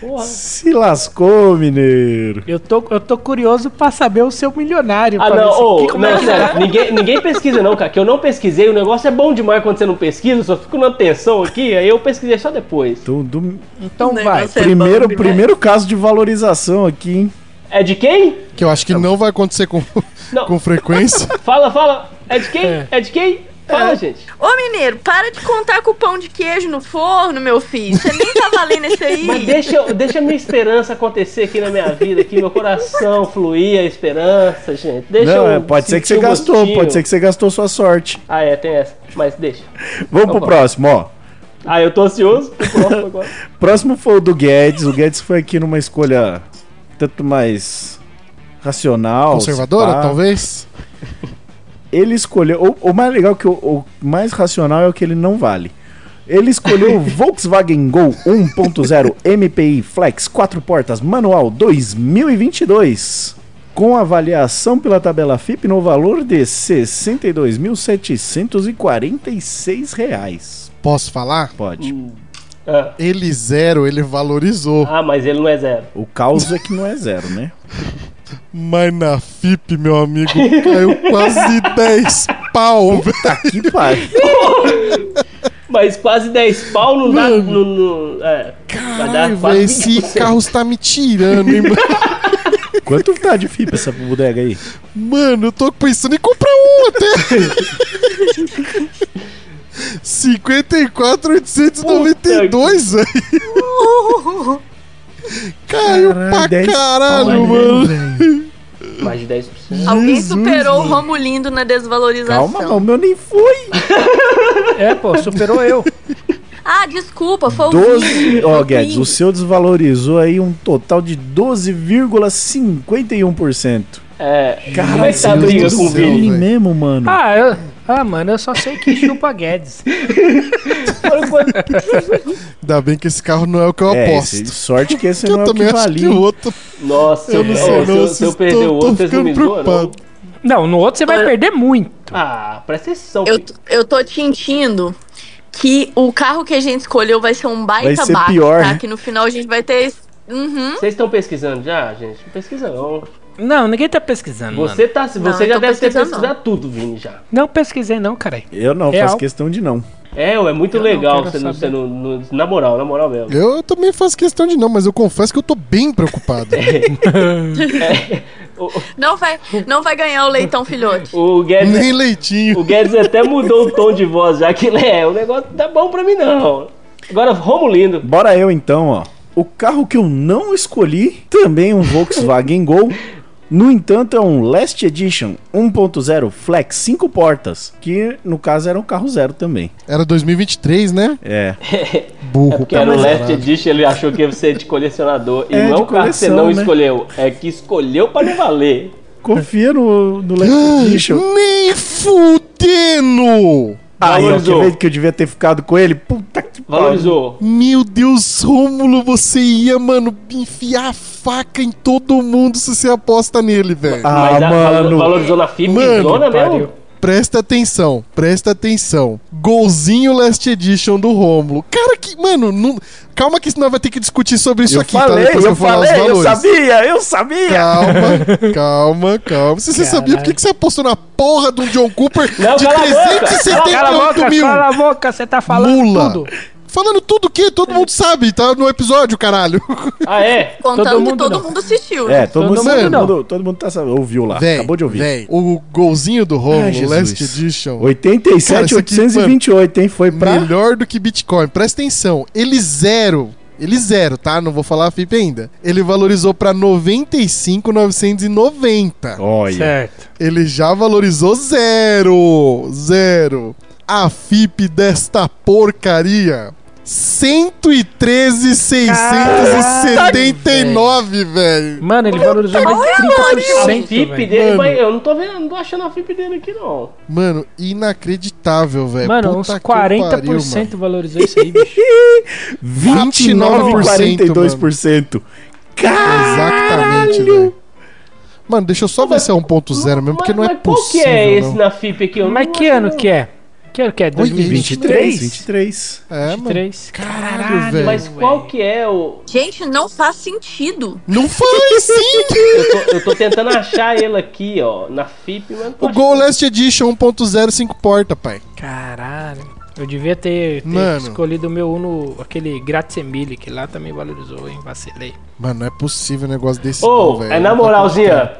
S4: Porra.
S2: Se lascou, mineiro.
S3: Eu tô, eu tô curioso pra saber o seu milionário.
S4: Ah,
S3: pra
S4: não,
S3: ver se-
S4: ô,
S3: que- como é
S4: não,
S3: que-
S4: sério, ninguém, ninguém pesquisa não, cara, que eu não pesquisei, o negócio é bom demais quando você não pesquisa, eu só fico na tensão aqui, aí eu pesquisei só depois.
S2: Então, do
S3: Então
S5: O
S3: vai.
S5: negócio é
S2: primeiro,
S5: bom demais.
S2: primeiro caso de valorização aqui, hein?
S4: É de quem?
S1: Que eu acho que não vai acontecer com,
S4: [laughs] Não.
S1: com
S4: [laughs]
S1: frequência.
S4: Fala, fala, é de quem?
S3: É.
S4: É, de quem? Fala, gente.
S5: Ô mineiro, para de contar com o pão de queijo no forno, meu filho. Você nem tá valendo esse aí.
S4: Mas deixa, eu- deixa a minha esperança acontecer aqui na minha vida, aqui, meu coração fluir a esperança, gente. Deixa
S2: não,
S4: eu
S2: é, pode ser que você
S4: sentir o
S2: gastou,
S4: gostinho.
S2: pode ser que você gastou sua sorte.
S4: Ah, é, tem essa, mas deixa.
S2: Vamos pro
S4: Tá bom.
S2: próximo, ó.
S4: Ah, eu tô ansioso. pro próximo
S1: [laughs]
S4: agora.
S2: Próximo foi o do Guedes. O Guedes foi aqui numa escolha tanto mais racional.
S1: Conservadora,
S2: se pá.
S1: talvez?
S2: Ele escolheu. O, o mais legal é que o, o mais racional é o que ele não vale. Ele escolheu o Volkswagen Gol 1.0 MPI Flex 4 portas manual 2022 com avaliação pela tabela FIP no valor de R$ 62.746 reais.
S1: Posso falar?
S2: Pode.
S4: Ah,
S1: Ele zero, ele valorizou.
S4: Ah, mas ele não é zero.
S2: O caos é que não é zero, né?
S1: Mas na FIP, meu amigo, caiu
S4: [laughs]
S1: quase 10 pau, velho.
S2: Que pariu.
S4: Mas quase 10 pau não dá. Não, não- é, vai
S1: Ai,
S4: dar
S1: velho,
S4: quase
S1: esse
S4: 20%.
S1: carro está me tirando, hein, mano?
S2: Quanto que tá de FIP essa bodega aí?
S1: Mano, eu tô pensando em comprar um até. 54,892, velho. Caiu
S2: Caralho,
S1: pra
S2: 10
S1: caralho,
S2: pau, né?
S1: mano.
S4: Mais de 10%.
S5: Alguém
S1: Jesus,
S5: superou o Romulindo na desvalorização.
S2: Uhum. Calma, não, o meu nem foi.
S3: É, pô, superou eu.
S5: Ah, desculpa, foi o
S2: 12.
S5: Vini,
S2: Ó,
S5: foi o
S2: Guedes,
S5: Vini.
S2: o seu desvalorizou aí um total de 12,51%.
S4: É. Como é
S2: Caralho,
S4: que tá a briga
S1: Deus
S4: com o
S1: do céu.
S4: Vini?
S2: ele mesmo, mano.
S3: Ah, eu, ah, mano, eu só sei que chupa Guedes.
S4: Olha quanto-
S1: Ainda bem que esse carro não é o que eu
S2: é,
S1: aposto.
S2: esse, sorte que esse
S1: Que
S2: não
S1: [laughs] eu
S2: é o
S1: também
S2: que
S1: acho que
S2: valia.
S1: o outro.
S4: Nossa, é,
S1: Eu não sei,
S4: se,
S1: não.
S4: eu,
S1: vocês
S4: se eu perder o
S1: tão- tão
S4: outro, vocês não me
S1: ficando
S4: zoam, não?
S1: preocupado.
S3: Não, no outro você vai perder muito.
S4: Ah, presta atenção.
S5: Eu,
S4: filho.
S5: eu tô sentindo que o carro que a gente escolheu vai ser um baita
S2: Vai ser
S5: baque,
S2: pior.
S5: tá? Que no final a gente vai ter. esse- Uhum.
S4: Vocês estão pesquisando já, gente? Não pesquisa não.
S3: Não, ninguém tá pesquisando. mano.
S4: Você, tá, você
S5: eu
S4: já
S5: tô
S4: deve ter
S5: pesquisando,
S4: pesquisado tudo, Vini, já.
S3: Não pesquisei, não, caralho.
S2: Eu não,
S3: Real.
S2: faço questão de não.
S4: É, ué, é muito
S3: Eu não
S4: legal.
S3: quero
S4: Você não,
S3: saber.
S4: você não, não- na moral, na moral mesmo.
S1: Eu também faço questão de não, mas eu confesso que eu tô bem
S4: [laughs]
S1: preocupado.
S4: É,
S5: Não, vai, não vai ganhar o
S2: [laughs]
S5: leitão filhote.
S4: O Guedes,
S1: [laughs] Nem leitinho.
S4: o Guedes até mudou o tom de voz, já que ele é. O negócio não tá bom pra mim, não. Agora, Romulindo.
S2: Bora eu então, ó. O carro que eu não escolhi, também um Volkswagen Gol. No entanto, é um Last Edition 1.0 Flex 5 portas, que no caso era um carro zero também.
S1: Era 2023, né?
S2: É.
S1: Burro,
S4: Que era o
S1: pra
S4: Left
S1: caralho.
S4: Edition, ele achou que ia ser de colecionador. E
S2: É,
S4: não é
S2: de
S4: o carro que você
S2: coleção,
S4: não
S2: né?
S4: escolheu, é que escolheu pra não valer.
S2: Confia no, no Last Edition.
S1: Nem fudendo!
S2: Aí, ó,
S4: Valorizou.
S2: quer ver que Ah, eu devia ter ficado com ele? Puta que
S4: Valorizou.
S1: Meu Deus, Rômulo, você ia, mano, enfiar a faca em todo mundo se você aposta nele, velho.
S2: Ah,
S4: mas a- valo-
S2: mano.
S4: valorizou na FIP,
S1: Mano,
S4: zona
S3: pariu.
S4: mesmo.
S1: Presta atenção, presta atenção. Golzinho Last Edition do Rômulo. Cara, que. Mano, não- calma que senão vai ter que discutir sobre isso
S2: eu
S1: aqui, tá,
S2: falei,
S1: Depois que
S2: eu
S1: falar os
S2: falei, eu
S1: valores.
S2: sabia, eu sabia.
S1: Calma, calma, calma. Se você sabia, por que que você apostou na porra do John Cooper
S4: Não,
S1: de
S4: cala a boca,
S3: Cala a
S1: 378
S3: boca,
S1: mil?
S3: cala a boca, você tá falando
S1: Mula.
S3: tudo.
S1: Falando tudo o quê? Todo mundo sabe, tá no episódio, caralho.
S4: Ah, é?
S5: Contando
S3: Todo
S5: que
S3: mundo
S5: todo
S3: não.
S5: mundo assistiu. né?
S2: É, todo, mundo,
S1: mundo
S2: todo
S1: não.
S2: mundo- todo mundo tá sabendo, ouviu lá,
S1: Véi,
S2: acabou de ouvir.
S1: véi, o golzinho do
S2: Ai,
S1: Romulo,
S2: Jesus.
S1: Last Edition,
S2: 87,
S1: Cara, isso aqui,
S2: 828, hein? Foi pra.
S1: melhor do que Bitcoin. Presta atenção, ele zero. Ele zero, tá? Não vou falar a FIP ainda. Ele valorizou pra 95,990.
S2: Olha.
S3: Certo.
S1: Ele já valorizou zero. Zero. A FIP desta porcaria 113,679, velho.
S3: Mano, ele valorizou
S4: tá
S3: mais de
S4: A
S3: 30%.
S4: FIP
S3: velho.
S4: dele,
S1: Mano.
S4: mas eu não tô vendo, não tô achando a FIP dele aqui, não.
S1: Mano, inacreditável, velho.
S3: Mano,
S1: É, Puta
S3: uns
S1: que pariu,
S3: 40%
S1: mano.
S3: valorizou isso aí, bicho.
S2: 29,42%.
S1: Exatamente, velho. Mano, deixa eu só ver se é 1.0 mesmo, porque não é
S4: mas qual que
S1: possível.
S4: é esse
S1: não.
S4: na FIP aqui? Eu
S3: Mas
S4: não
S3: que
S4: acho,
S3: ano
S4: não.
S3: que é? Que ano que é? 2023?
S2: 23? 23.
S1: É, mano.
S3: 23?
S1: Caralho, velho.
S4: Mas qual que é o.
S5: Gente, não faz sentido.
S1: Não assim, faz
S4: [laughs]
S1: sim!
S4: Eu tô, eu tô tentando achar ele aqui, ó, na FIP, mas. não tô
S1: o
S4: achando.
S1: Go Last Edition 1.0 5 porta, pai.
S3: Caralho. Eu devia ter, ter
S1: Mano.
S3: escolhido o meu Uno, aquele Gratzemili, que lá também valorizou, hein? Vacilei.
S1: Mano, não é possível um negócio desse,
S4: Ô,
S1: não, velho.
S4: é na
S1: Não tá
S4: moralzinha,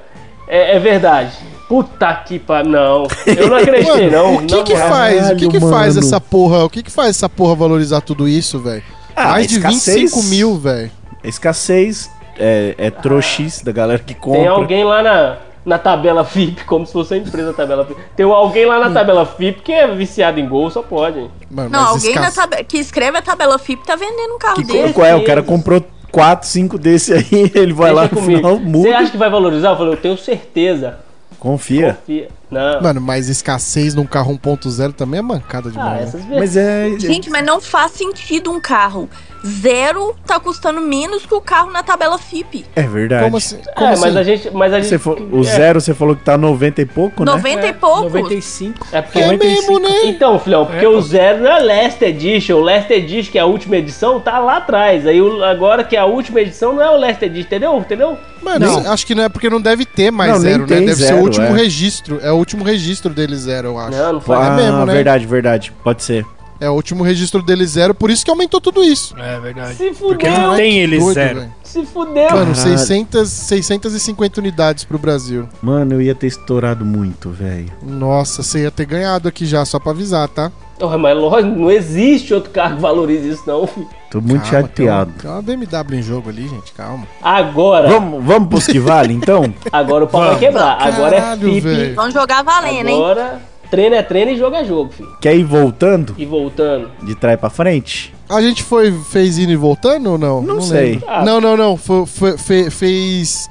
S4: é, é verdade. Puta que pariu. Não, eu
S1: [laughs]
S4: não acreditei,
S1: Mano,
S4: não.
S1: o que
S4: não, é.
S1: que
S4: não.
S1: faz? O que que
S2: Caralho,
S1: faz
S2: mano.
S1: essa porra? O que que faz essa porra valorizar tudo isso, velho?
S2: Ah,
S1: Mais
S2: a
S1: de
S2: escassez-
S1: 25 mil, velho.
S2: A escassez é, é trouxice da galera que compra.
S4: Tem alguém lá na, na tabela FIP, como se fosse a empresa da tabela FIP. Tem alguém lá na
S1: Hum.
S4: tabela FIP que é viciado em gol, só pode. hein?
S1: Mano,
S5: Não,
S1: mas
S5: alguém
S1: esca-
S5: na tabe- que escreve a tabela FIP tá vendendo um carro
S2: que
S5: dele.
S2: co- qual é? O cara comprou 4, 5 desse aí, [laughs] ele vai lá
S4: Deixa
S2: no
S4: comigo.
S2: final,
S4: Você
S2: muda.
S4: acha que vai valorizar? Eu falei, eu tenho certeza.
S2: Confia.
S4: Fia. Não.
S1: Mano, É. mas escassez num carro 1.0 também é mancada
S4: Ah,
S1: demais. né?
S4: essas vezes.
S2: Mas é.
S5: Gente, mas não faz sentido um carro. Zero tá custando menos que o carro na tabela FIP.
S2: É verdade.
S1: Como assim? Como
S4: é,
S1: assim?
S4: mas a gente. Mas a gente
S2: Você fa-
S4: é,
S2: o zero você falou que tá 90 e pouco, né?
S5: 90 e poucos.
S3: 95.
S4: É porque.
S1: É mesmo, né?
S4: Então, filhão, porque
S3: É, pô.
S4: o zero não é Last Edition. O Last Edition, que é a última edição, tá lá atrás. Aí o- agora que é a última edição não é o Last Edition, entendeu? Entendeu?
S1: Mano,
S2: Não.
S1: isso- acho que não é porque não deve ter mais
S2: Não, nem
S1: zero, né?
S2: tem
S1: Deve ser o
S2: zero,
S1: último
S2: é.
S1: registro. É o último registro dele zero, eu acho.
S4: Não, não foi.
S1: É
S2: Ah,
S1: mesmo, né?
S2: verdade, verdade. Pode ser.
S1: É o último registro dele zero, por isso que aumentou tudo isso.
S3: É verdade.
S4: Se
S3: Porque não
S4: fudeu,
S3: tem ele
S1: Doido,
S3: zero.
S1: velho.
S4: se fudeu.
S1: Mano,
S2: Caralho.
S1: 600, 650 unidades pro Brasil.
S2: Mano, eu ia ter estourado muito, velho.
S1: Nossa, você ia ter ganhado aqui já, só pra avisar, tá?
S4: Oh, mas lógico, não existe outro carro que valorize isso, não. filho.
S2: Tô muito
S1: Calma,
S2: chateado.
S1: Tem um uma, tem uma BMW em jogo ali, gente, calma.
S4: Agora,
S2: Vamos, vamos pros que
S1: [laughs]
S2: vale, então?
S4: agora o pau vai quebrar. Agora é
S1: Caralho,
S4: FIP.
S1: velho.
S5: Vamos jogar valendo, hein?
S4: Agora, treino é treino e jogo é jogo, filho.
S2: Quer ir voltando
S4: E voltando.
S2: de trás pra frente?
S1: A gente foi, fez indo e voltando ou não?
S2: Não sei.
S1: lembro. Não, não, não. Foi, foi- fe- fez.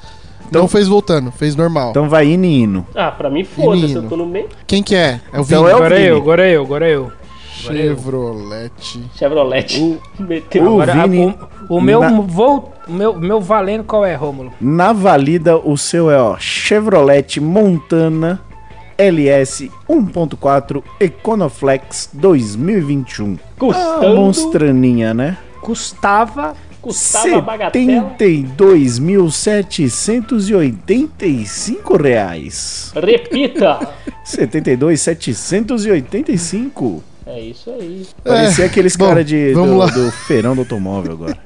S1: não fez voltando, fez normal.
S2: Então vai indo e indo.
S4: Ah, pra mim foda-se,
S1: Menino.
S4: eu tô no meio.
S1: Quem que é? É o Vini.
S2: Então é o
S3: Agora
S2: Vini.
S3: eu, agora eu, agora eu.
S1: Chevrolet.
S4: Chevrolet.
S1: Uh.
S4: [laughs] Meteu.
S2: o
S4: Agora,
S2: Vini,
S3: O meu,
S2: na,
S3: vou, o meu, meu valendo qual é, Rômulo?
S2: na valida, o seu é ó, Chevrolet Montana LS 1.4 Econoflex 2021.
S4: custando,
S2: Uma um. monstraninha, né?
S3: Custava
S4: custava a bagatela.
S2: 72.785 reais.
S4: Repita.
S2: 72.785.
S4: É isso aí.
S2: Parecia aqueles
S1: bom,
S2: caras de
S1: vamos
S2: do,
S1: lá.
S2: do feirão do automóvel agora.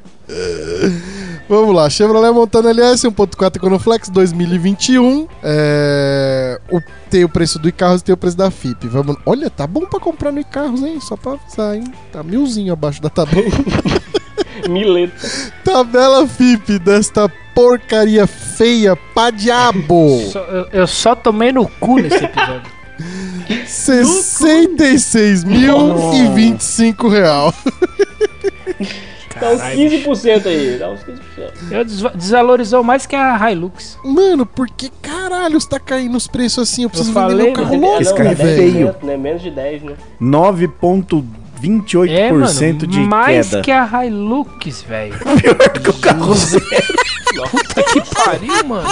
S1: Vamos lá, Chevrolet Montana LS 1.4 Econoflex 2021. É... O... Tem o preço do iCarros e tem o preço da FIP. Vamos... Olha, tá bom pra comprar no iCarros, hein? Só pra avisar, hein? Tá milzinho abaixo da tabela. [laughs]
S4: Mileta.
S1: tabela FIP desta porcaria feia pra
S3: [laughs]
S1: diabo.
S3: Só- eu, eu só tomei no cu nesse episódio.
S2: [laughs]
S1: 66.025 real.
S4: Dá uns
S3: Caralho,
S4: 15% aí. Dá uns 15%.
S3: eu desva- desvalorizou mais que a Hilux.
S1: Mano, por que caralho tá caindo os preços assim? Eu preciso vender
S3: falei,
S1: meu carro
S4: Entendeu?
S1: logo,
S2: esse cara é
S4: dá 10%,
S2: feio.
S4: Né? Menos de 10, né?
S2: 9,28%
S3: É, mano,
S2: de
S3: mais
S2: queda.
S3: que a Hilux, velho.
S4: Nossa,
S3: Puta que pariu, mano.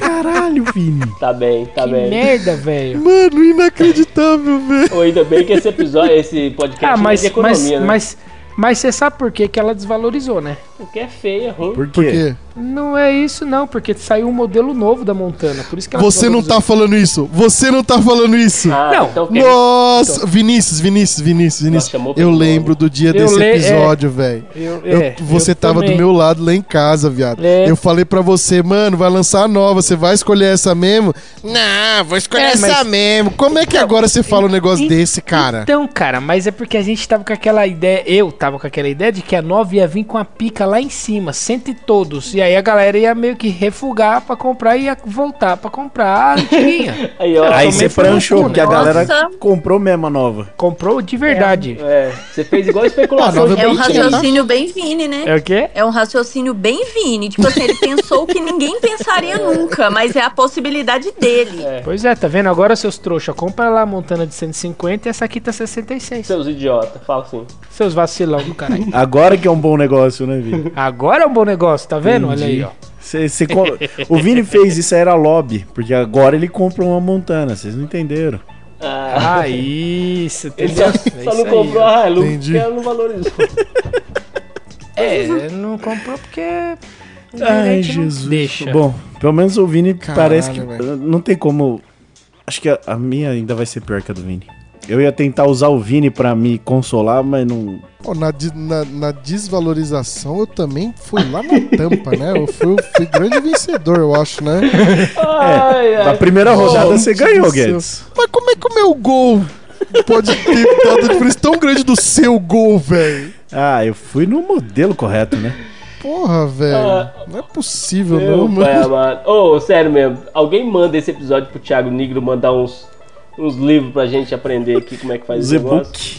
S2: Caralho, Vini.
S4: tá bem, tá
S3: que
S4: bem.
S3: merda, velho.
S1: Mano, inacreditável, velho.
S4: Ou ainda bem que esse episódio, esse podcast
S3: Ah, mas,
S4: é de economia,
S3: mas,
S4: né?
S3: mas, mas você sabe por que, que ela desvalorizou, né?
S4: Porque é feio, é ruim.
S2: Por quê?
S1: Por quê?
S3: Não é isso, não, porque saiu um modelo novo da Montana. Por isso que ela
S1: Você não tá
S3: desvalorizou.
S1: falando isso. Você não tá falando isso.
S4: Ah,
S3: Não,
S4: então quer-
S1: Nossa, Vinícius, Vinícius, Vinícius,
S4: Nossa,
S1: Vinícius.
S4: chamou pelo
S1: eu
S4: nome.
S1: lembro do dia desse
S3: le- é.
S1: episódio, velho.
S3: Eu-
S1: tá Eu-
S3: é,
S1: você
S3: eu
S1: tava
S3: também.
S1: do meu lado lá em casa, viado.
S3: É.
S1: Eu falei pra você, mano, vai lançar a nova, você vai escolher essa mesmo? Não, vou escolher
S3: É,
S1: essa
S3: mas- então.
S1: mesmo. Como é que agora você fala um negócio
S3: en-
S1: desse, cara?
S3: Então, cara, mas é porque a gente tava com aquela ideia. Eu tava com aquela ideia de que a 9 ia vir com a pica lá em cima, sente todos. E aí a galera ia meio que refugar pra comprar e ia voltar pra comprar a [laughs] antiguinha.
S4: Aí, ó.
S2: Aí
S3: tomei
S2: você
S3: foi no
S2: pranchou,
S3: cu,
S2: porque a
S3: né?
S2: galera
S5: Nossa.
S2: comprou mesmo a nova.
S3: Comprou de verdade.
S4: É, você fez igual a especulação.
S1: Ah, não,
S4: de
S1: eu
S5: É um
S1: Bem feito.
S5: raciocínio bem Vini, né?
S3: É, o quê?
S5: É um raciocínio bem Vini. Tipo assim, ele pensou o que ninguém pensaria nunca, mas é a possibilidade dele.
S4: É.
S3: Pois é, tá vendo? Agora seus trouxa, compra lá a Montana de 150 e essa aqui tá 66.
S4: [laughs] seus idiotas, fala assim.
S3: Seus vacilão do caralho.
S2: Agora que é um bom negócio, né, Vini?
S3: Agora é um bom negócio, tá vendo? Olha aí, ó.
S2: Cê- cê com- o Vini fez isso, era lobby, porque agora ele compra uma Montana, vocês não entenderam.
S4: Ah,
S3: Ah, isso.
S4: ele
S3: entendeu?
S4: só,
S3: É
S4: só
S3: isso
S4: não
S3: aí,
S4: comprou
S3: ó.
S4: a Hilux
S1: Entendi.
S4: porque ela não valorizou.
S3: É, não comprou porque... o
S2: Ai,
S3: gerente não
S2: Jesus.
S3: Deixa.
S2: Bom, pelo menos o Vini
S1: Caralho,
S2: parece que.
S1: velho.
S2: Não tem como. Acho que a, a minha ainda vai ser pior que a do Vini. Eu ia tentar usar o Vini pra me consolar, mas não.
S1: Pô, na, de- na- na desvalorização eu também fui lá na tampa, né? Eu fui, fui grande vencedor, eu acho, né?
S4: Ai,
S2: É, Na
S4: ai.
S2: primeira rodada
S1: Gente
S2: você ganhou,
S1: do céu.
S2: Guedes.
S1: Mas como é que o meu gol pode ter dado uma diferença tão grande do seu gol, velho?
S2: Ah, eu fui no modelo correto, né?
S1: Porra, velho.
S4: Ah.
S1: Não é possível,
S4: Meu
S1: não,
S4: pai
S1: mano.
S4: amado. Ô, sério mesmo, alguém manda esse episódio pro Thiago Nigro mandar uns, uns livros pra gente aprender aqui como é que faz
S2: Os
S4: esse negócio.
S2: e-book.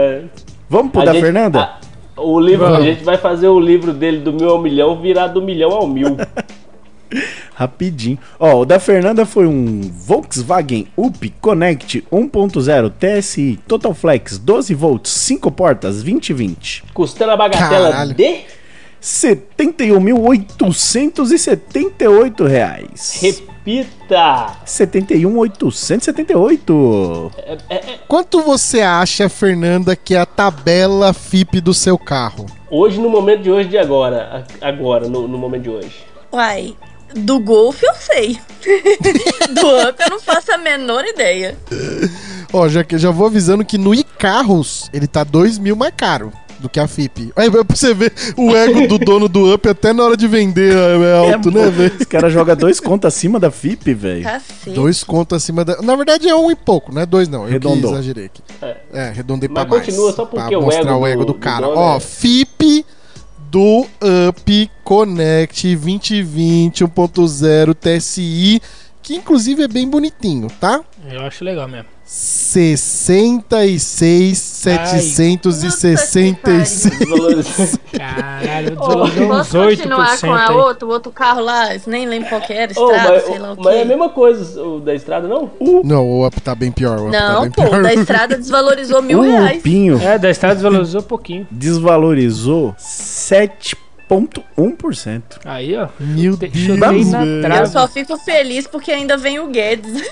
S4: É.
S2: Vamos pro
S4: A
S2: da
S4: gente-
S2: Fernanda?
S4: a- o livro, a
S3: Vamos.
S4: gente vai fazer o livro dele do mil ao milhão virar do milhão ao mil.
S2: Rapidinho. Ó, o da Fernanda foi um Volkswagen UP Connect 1.0 TSI Total Flex 12 volts, 5 portas, 2020.
S4: Custando a bagatela
S1: Caralho.
S4: de.
S2: 71.878 reais.
S4: Repita!
S2: 71.878.
S1: Quanto você acha, Fernanda, que é a tabela FIP do seu carro?
S4: Hoje, no momento de hoje, de agora. A- Agora, no, no momento de
S5: [laughs]
S4: hoje.
S5: Uai, do golfe eu sei. [laughs] do up eu não faço a menor ideia.
S1: Ó, já, que- já vou avisando que no iCarros ele tá 2 mil mais caro do que a FIP. Aí pra você ver o ego do dono do Up até na hora de vender é alto, né, velho?
S2: Os caras jogam dois [laughs] contos acima da FIP, velho.
S5: Cacete.
S1: Dois contos acima da. Na verdade é um e pouco, né? Dois não. Eu
S2: Redondou.
S1: que exagerei aqui.
S4: É.
S1: É, arredondei
S4: Mas
S1: pra mais.
S4: continua só porque
S1: pra
S4: o
S1: mostrar
S4: ego
S1: o ego
S4: do-
S1: do,
S4: do
S1: cara.
S4: dono
S1: Ó,
S4: é-
S1: FIP do Up Connect 2020 1.0 TSI, que inclusive é bem bonitinho, tá?
S3: Eu acho legal mesmo.
S1: 66,766.
S4: Desvaloriza-
S3: Caralho, eu
S5: Eu
S3: desvalorizei uns
S5: Posso continuar
S3: 8%.
S5: com a
S3: aí.
S5: outra, o outro carro lá? Nem lembro qual que era,
S4: Ô,
S5: estrada,
S4: mas,
S5: sei lá o
S4: mas é a
S5: que.
S4: mesma coisa o da estrada, não?
S1: Não, o Up tá bem pior. O up tá
S5: Não,
S1: bem
S5: pô,
S1: pior.
S5: o da estrada desvalorizou mil
S2: O
S5: reais.
S2: Upinho
S3: É, da estrada desvalorizou um pouquinho.
S2: desvalorizou 7,1%.
S3: Aí, ó.
S1: Meu
S3: Deixa
S1: Deus,
S3: eu dar um na
S1: velho.
S3: trave.
S5: Eu só fico feliz porque ainda vem o Guedes.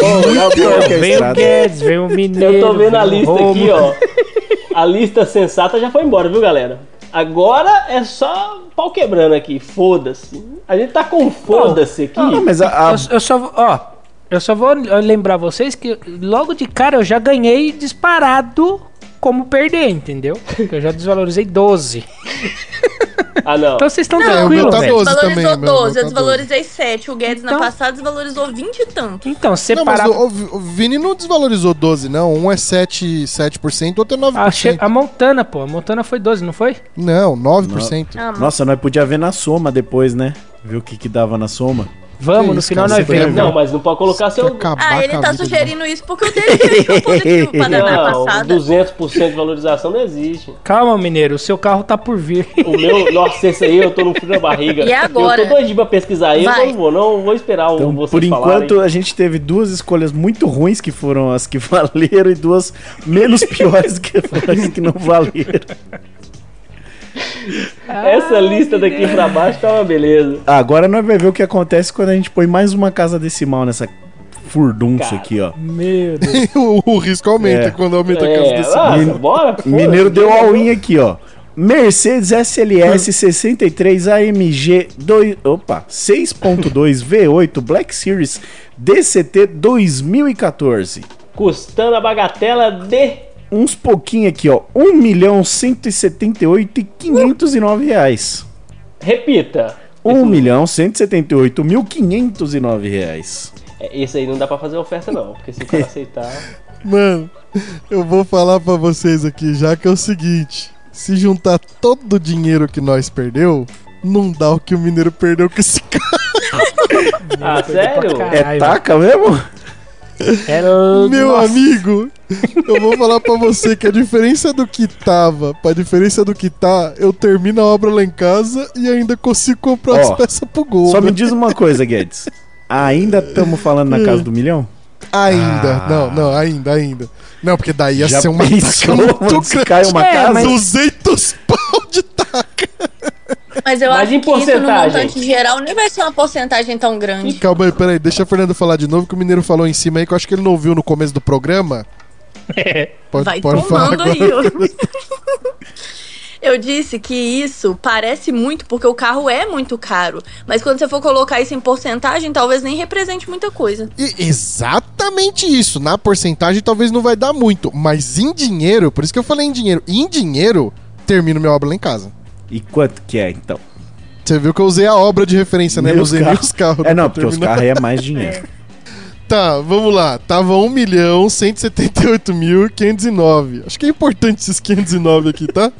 S4: Ô, na boa,
S2: Pior que a
S3: Vem o
S2: estrada.
S3: Guedes, vem o Mineiro.
S4: Eu tô vendo a
S3: vem o
S4: lista aqui,
S3: Romulo.
S4: ó. A lista sensata já foi embora, viu, galera? Agora é só pau quebrando aqui. Foda-se. A gente tá com foda-se aqui.
S2: Não, Ah, mas a, a-
S3: Eu, eu só, vou- ó, eu só vou lembrar vocês que logo de cara eu já ganhei disparado como perder, entendeu? Porque eu já desvalorizei 12.
S4: Ah, não.
S3: Então vocês estão
S1: Não, o meu
S3: tranquilos,
S1: tá
S3: velho.
S1: 12 também,
S5: Desvalorizou
S1: meu,
S5: 12, eu
S1: meu tá
S5: desvalorizei 7. O Guedes na
S3: Então-
S5: passada desvalorizou 20 e tanto.
S3: Então,
S1: Não, mas
S3: separado.
S1: o, o- o Vini não desvalorizou 12, não. Um é 7, 7%, outro é 9%.
S3: a, che- a Montana, pô. A Montana foi 12, não foi?
S1: Não, 9%.
S5: Ah, mano.
S2: Nossa, nós podia ver na soma depois, né? Ver o que que dava na soma.
S3: Vamos,
S1: Que
S3: no
S1: isso,
S3: final
S1: cara,
S3: nós
S1: você tá
S3: vemos.
S1: errado.
S4: Não, mas não pode colocar
S1: Pra
S4: seu.
S1: acabar
S5: Ah, ele
S1: com a
S5: tá
S1: vida do-
S5: sugerindo isso porque eu dele fechou positivo pra dar na
S4: Não,
S5: né? passada.
S4: 200% de valorização não existe.
S3: Calma, Mineiro, o seu carro tá por
S1: [laughs]
S3: vir.
S4: O
S5: [laughs]
S4: meu, nossa, esse aí eu tô no frio da barriga.
S5: E agora?
S4: Eu tô doidinho pra pesquisar ele, mas
S5: Vai.
S4: eu não vou, não. eu Vou esperar o
S2: Então,
S4: vocês
S2: por
S4: falarem.
S2: enquanto, a gente teve duas escolhas muito ruins que foram as que [laughs] valeram e duas menos piores que [laughs] foram as que não valeram.
S5: Ah,
S4: Essa lista daqui pra baixo tá uma beleza.
S2: Ah, Agora nós vamos ver o que acontece quando a gente põe mais uma casa decimal nessa furdunça
S4: Cara.
S2: aqui, ó.
S3: Meu Deus.
S1: [laughs] o, o risco aumenta
S2: É.
S1: quando aumenta a casa
S4: É,
S1: desse.
S4: ah,
S2: Min-
S4: bora, foda-se.
S2: Mineiro deu all-in aqui, ó. Mercedes SLS
S4: [laughs]
S2: 63 AMG 2, opa, 6.2 V8 Black Series DCT 2014.
S4: Custando a bagatela de.
S2: uns pouquinho aqui, ó. 1 milhão 178 e 509 reais.
S4: Repita.
S2: 1 milhão 178 mil 509 reais.
S4: É, Esse aí não dá pra fazer oferta, não. Porque se o
S2: [laughs]
S4: cara aceitar.
S1: Mano, eu vou falar pra vocês aqui já que é o seguinte. se juntar todo o dinheiro que nós perdeu, não dá o que o mineiro perdeu com esse cara.
S4: Ah, sério?
S3: pra
S2: É
S3: Caralho.
S2: taca mesmo?
S3: É,
S1: Meu
S3: nossa.
S1: amigo, eu vou falar pra você que a diferença do que tava pra diferença do que tá, eu termino a obra lá em casa e ainda consigo comprar
S2: Ó,
S1: as peças pro gol. né?
S2: Só me diz uma coisa, Guedes. Ainda estamos falando na casa do milhão?
S1: Ainda,
S2: Ah.
S1: não, não, ainda, ainda. Não, porque daí ia
S2: Já
S1: ser uma taca
S2: pensou
S1: muito
S2: onde
S1: grande.
S2: cai uma
S3: É,
S2: casa?
S3: mas-
S1: 200 pau de taca.
S5: Mas eu
S4: Mas
S5: acho
S4: em
S5: que isso no
S4: porcentagem?
S5: montante geral nem vai ser uma porcentagem tão grande.
S1: Calma aí, peraí, deixa a Fernanda falar de novo que o Mineiro falou em cima aí que eu acho que ele não ouviu no começo do programa. Pode,
S5: É. Vai
S1: pode falar
S5: tomando
S1: agora.
S5: aí. ó. [laughs] Eu disse que isso parece muito porque o carro é muito caro, mas quando você for colocar isso em porcentagem, talvez nem represente muita coisa.
S1: E- exatamente isso. Na porcentagem talvez não vai dar muito, mas em dinheiro, por isso que eu falei em dinheiro. Em dinheiro, termino minha obra lá em casa.
S2: E quanto que é, então?
S1: Você viu que eu usei a obra de referência, né? Não
S2: Meus
S1: usei nem os carros.
S2: É, não,
S1: pra
S2: porque os
S1: terminar.
S2: carros aí é mais dinheiro.
S1: Tá, vamos lá. Tava 1 milhão 178 mil 509. Acho que é importante esses 509 aqui, tá?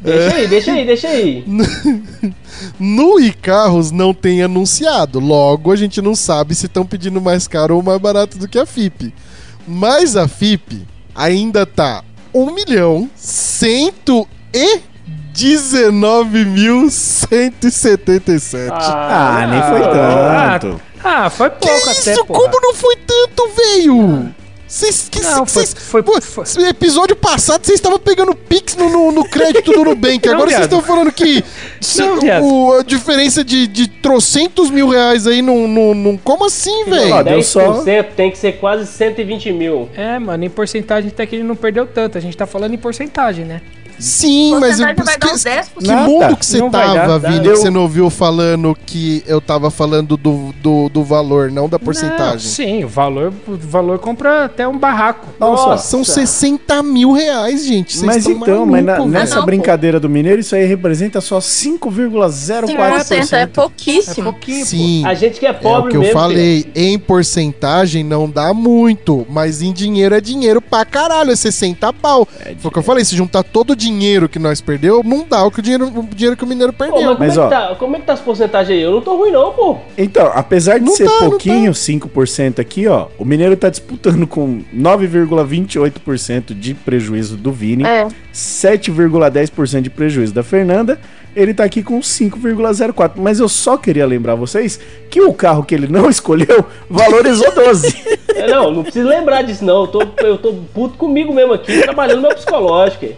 S4: Deixa aí, deixa aí, deixa aí.
S1: No iCarros não tem anunciado, logo a gente não sabe se estão pedindo mais caro ou mais barato do que a FIP. Mas a FIP ainda tá 1 milhão 119.177.
S2: Ah, nem foi
S4: ah,
S2: tanto.
S3: Ah, foi pouco
S1: Que
S3: até,
S1: isso?
S3: porra.
S1: Como não foi tanto, velho? Vocês que
S3: Não,
S1: cês-
S3: foi- foi-
S1: pô,
S3: foi-
S1: esse episódio passado vocês estavam pegando Pix no, no, no crédito do Nubank.
S3: Não,
S1: Agora vocês
S3: viado.
S1: estão falando que se-
S3: Não, viado.
S1: o- a diferença de, de trocentos mil reais aí não. não, não- como assim,
S2: Ó,
S1: velho?
S2: Ah, deu só-
S4: 10% tem que ser quase 120 mil.
S3: É, mano, em porcentagem até que ele não perdeu tanto. A gente tá falando em porcentagem, né?
S1: Sim, mas.
S5: Porcentagem vai dar um uns
S1: Que,
S5: 10%.
S1: que
S2: Nada.
S1: mundo que você
S3: Não vai
S1: tava,
S3: dar,
S1: Vini?
S2: deu-
S1: que Você não ouviu falando que eu tava falando do, do, do valor, não da
S3: Não,
S1: porcentagem.
S3: sim, o valor, o valor compra até um barraco.
S2: Não, só.
S4: Nossa.
S1: São 60 mil reais, gente. Vocês
S2: Mas
S1: tão
S2: então, mas na-
S1: maluco,
S2: nessa
S1: velho.
S5: pô.
S2: brincadeira do mineiro, isso aí representa só 5,04%.
S5: 5% é
S3: É
S5: pouquíssimo.
S3: pouquinho, pô.
S1: Sim.
S4: A gente que é
S1: É o
S4: pobre
S1: que eu
S4: mesmo.
S1: falei, em porcentagem não dá muito, mas em dinheiro é dinheiro pra caralho, é 60 pau.
S4: É
S1: Foi o que eu falei, se juntar todo o dinheiro que nós perdeu, não dá o que o dinheiro, o dinheiro que o mineiro
S4: filho. Pô,
S1: perdeu.
S4: mas,
S2: Mas,
S4: como, é
S2: ó.
S4: que tá, como é que tá as porcentagens aí? Eu não tô ruim, não, pô.
S2: Então, apesar de
S1: Não
S2: ser
S1: tá, não
S2: pouquinho, 5% aqui, ó, o mineiro tá disputando com 9,28% de prejuízo do Vini,
S5: É.
S2: 7,10% de prejuízo da Fernanda. Ele tá aqui com 5,04. Mas eu só queria lembrar vocês que o carro que ele não [laughs] escolheu valorizou [laughs] 12.
S4: É, Não, não precisa lembrar disso, não. Eu tô, eu tô puto comigo mesmo aqui, trabalhando meu psicológico. hein.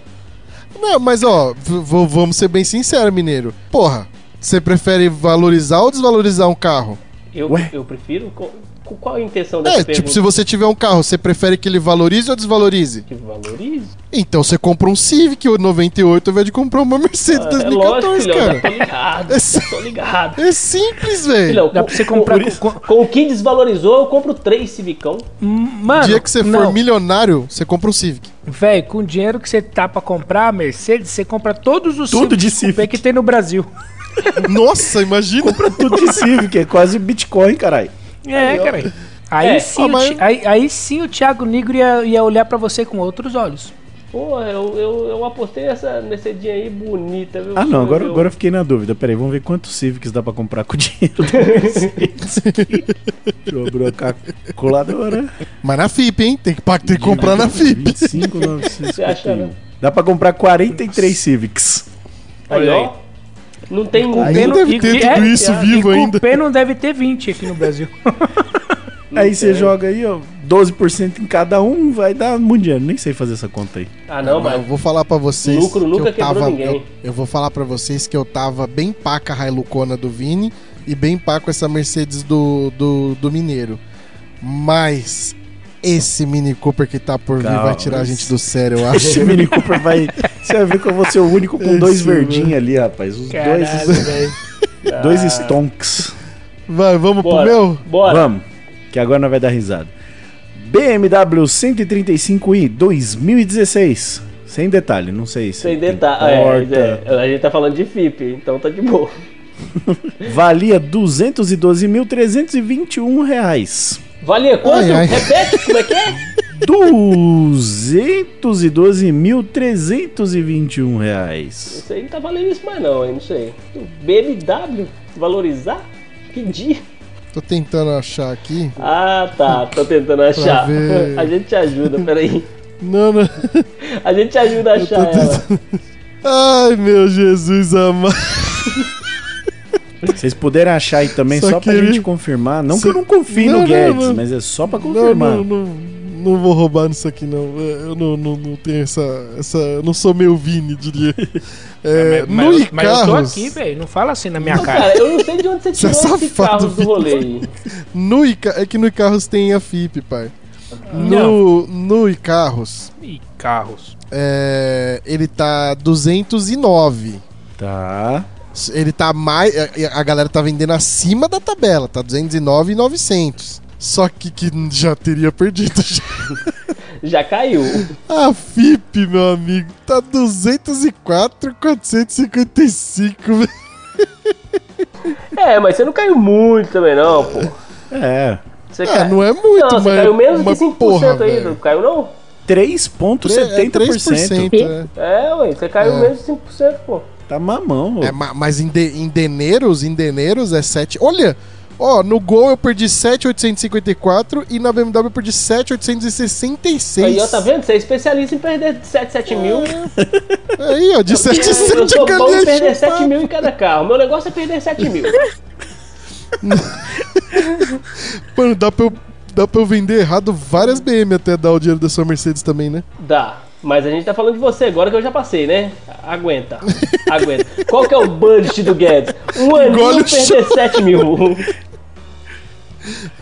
S1: Não, mas ó, v- v- vamos ser bem sinceros, mineiro. Porra, você prefere valorizar ou desvalorizar um carro?
S4: Eu,
S2: Ué?
S4: eu prefiro. co- co- Qual a intenção dessa
S1: É,
S4: pergunta?
S1: tipo, se você tiver um carro, você prefere que ele valorize ou desvalorize?
S4: Que valorize?
S1: Então você compra um Civic 98 ao invés de comprar uma Mercedes
S4: É lógico,
S1: 2014,
S4: filhão, já tô
S1: cara.
S4: ligado.
S1: É sim-
S4: tô ligado.
S1: É simples, velho.
S4: Filhão,
S3: Dá
S4: com-
S3: pra você comprar
S4: com,
S3: com-
S4: com o que desvalorizou, eu compro três Civicão.
S3: Hum, Mano,
S1: O dia que você for
S3: não.
S1: milionário, você compra um Civic.
S3: Velho, com o dinheiro que você tá pra comprar a Mercedes, você compra todos os
S2: Tudo de
S3: Civic Coupé
S2: Civic.
S3: que tem no Brasil.
S1: Nossa, imagina.
S2: Tudo de [laughs] Civic, é quase Bitcoin, caralho.
S3: É, cara. Aí,
S4: É.
S3: sim,
S1: Ah,
S3: o
S1: mas-
S3: Ti- aí, aí sim o Thiago Nigro ia, ia olhar pra você com outros olhos.
S4: Porra, eu, eu, eu apostei nessa, nesse dia aí bonita, viu?
S2: Ah, não, agora,
S4: Eu-
S2: agora eu fiquei na dúvida. Peraí, vamos ver quantos Civics dá pra comprar com o dinheiro [laughs] do Mercedes. Deixa eu abrir a calculadora.
S1: Mas na FIP, hein? Tem que, pa- tem que comprar na FIP.
S2: 25,
S4: Você acha, né?
S2: um. Dá pra comprar 43 Civics.
S4: Aí,
S3: Olha
S4: ó. Não tem um
S1: Nem
S3: não-
S1: deve
S3: e-
S1: ter
S3: e-
S1: tudo
S3: é,
S1: isso
S3: e
S1: vivo ainda.
S3: Coupé não deve ter 20 aqui no
S4: [laughs]
S3: Brasil.
S2: Aí você joga aí, ó, 12% em cada um, vai dar muito dinheiro. Nem sei fazer essa conta aí.
S4: Ah, não,
S1: Mas eu
S4: mas.
S1: vou falar pra vocês.
S4: Lucro nunca
S1: que eu
S4: quebrou
S1: tava,
S4: ninguém.
S1: Eu, eu vou falar pra vocês que eu tava bem pá com a Hilux-Kona do Vini e bem pá com essa Mercedes do, do, do Mineiro. Mas esse Mini Cooper que tá por vir
S2: Calma,
S1: vai tirar a gente
S2: esse-
S1: do sério, eu acho.
S2: [laughs] Esse Mini Cooper vai. Você vai ver que eu vou ser o único com dois
S1: Esse,
S2: verdinhos ali, rapaz. Os
S3: Caralho, velho.
S4: tá.
S2: dois. [laughs] Dois stonks.
S1: [laughs] Vai, vamos
S4: Bora.
S1: pro meu?
S4: Bora.
S2: Vamos, que agora não vai dar risada. BMW 135i 2016. Sem detalhe, não sei se.
S4: Sem
S2: tem
S4: detalhe.
S2: porta.
S4: É, é, a gente tá falando de FIP, então tá de boa. é.
S2: Valia R$ 212.321.
S4: Valia quanto?
S1: Ai, ai.
S4: Repete, como é que é?
S2: 212.321 reais.
S4: Isso aí não tá valendo isso mais não, hein? Não sei. O BMW valorizar? Que dia?
S1: Tô tentando achar aqui.
S4: Ah, tá. Tô tentando achar.
S1: ver.
S4: A gente te ajuda, peraí.
S1: Não, não.
S4: A gente te ajuda a achar
S1: tô
S4: ela.
S1: Ai, meu Jesus amado.
S2: Se vocês puderem achar aí também,
S1: Só
S2: só, pra
S1: que-
S2: gente confirmar. Não
S1: Só-
S2: que eu não confie
S1: Não,
S2: no
S1: não,
S2: Guedes,
S1: não.
S2: mas é só pra
S1: Não,
S2: confirmar.
S1: não, não, não vou roubar nisso aqui, não. É, Eu não, não, não tenho essa, essa. Eu não sou meu Vini,
S3: [laughs]
S1: diria. É,
S3: mas, mas
S1: no
S3: eu- mas eu tô
S1: Icarus.
S3: aqui, velho. Não fala assim na minha
S4: Não,
S3: cara.
S4: cara, eu não sei de onde você
S1: Você é
S4: tirou esses
S1: safado,
S4: carros do
S1: Vitor.
S4: rolê aí.
S1: No Ica... É que no Icarus tem a FIP, pai. No,
S3: Não.
S1: no Icarus,
S3: Ih, carros.
S1: é, ele tá 209.
S2: Tá.
S1: Ele tá mais. a- A galera tá vendendo acima da tabela, tá 209,900. Só que, que já teria perdido. [laughs] já.
S4: Já caiu.
S1: A FIP, meu amigo, tá 204,455, velho.
S4: É, mas você não caiu muito também não, pô.
S2: É.
S4: Você
S1: Ah, não é muito,
S4: Não,
S1: mas.
S4: você caiu menos
S1: mas
S4: que 5% aí,
S1: velho.
S4: não caiu não?
S1: Tre- é
S2: 3,70%.
S1: 3%,
S4: É, ué, você caiu
S1: É.
S4: menos de 5%, pô.
S2: Tá mamão. ô.
S1: é. É, ma- mas em, de, em deneiros, em deneiros é 7. Olha! Ó, no Gol eu perdi 7,854 e na BMW eu perdi 7,866.
S4: Aí, ó, tá vendo? Você é especialista em perder 7, 7 mil.
S1: Aí, ó, de
S4: [laughs] Eu
S1: 7,7
S4: sou
S1: eu
S4: bom em perder
S1: ganhei.
S4: 7 mil em cada carro. Meu negócio é perder 7
S1: [laughs]
S4: mil.
S1: Mano, dá pra, eu, dá pra eu vender errado várias BM até dar o dinheiro da sua Mercedes também, né?
S4: Dá. Mas a gente tá falando de você agora que eu já passei, né? Aguenta. Aguenta. Qual que é o budget do Guedes? Um
S1: Engole
S4: aninho
S1: o
S4: perder
S1: [laughs]
S4: 7 mil.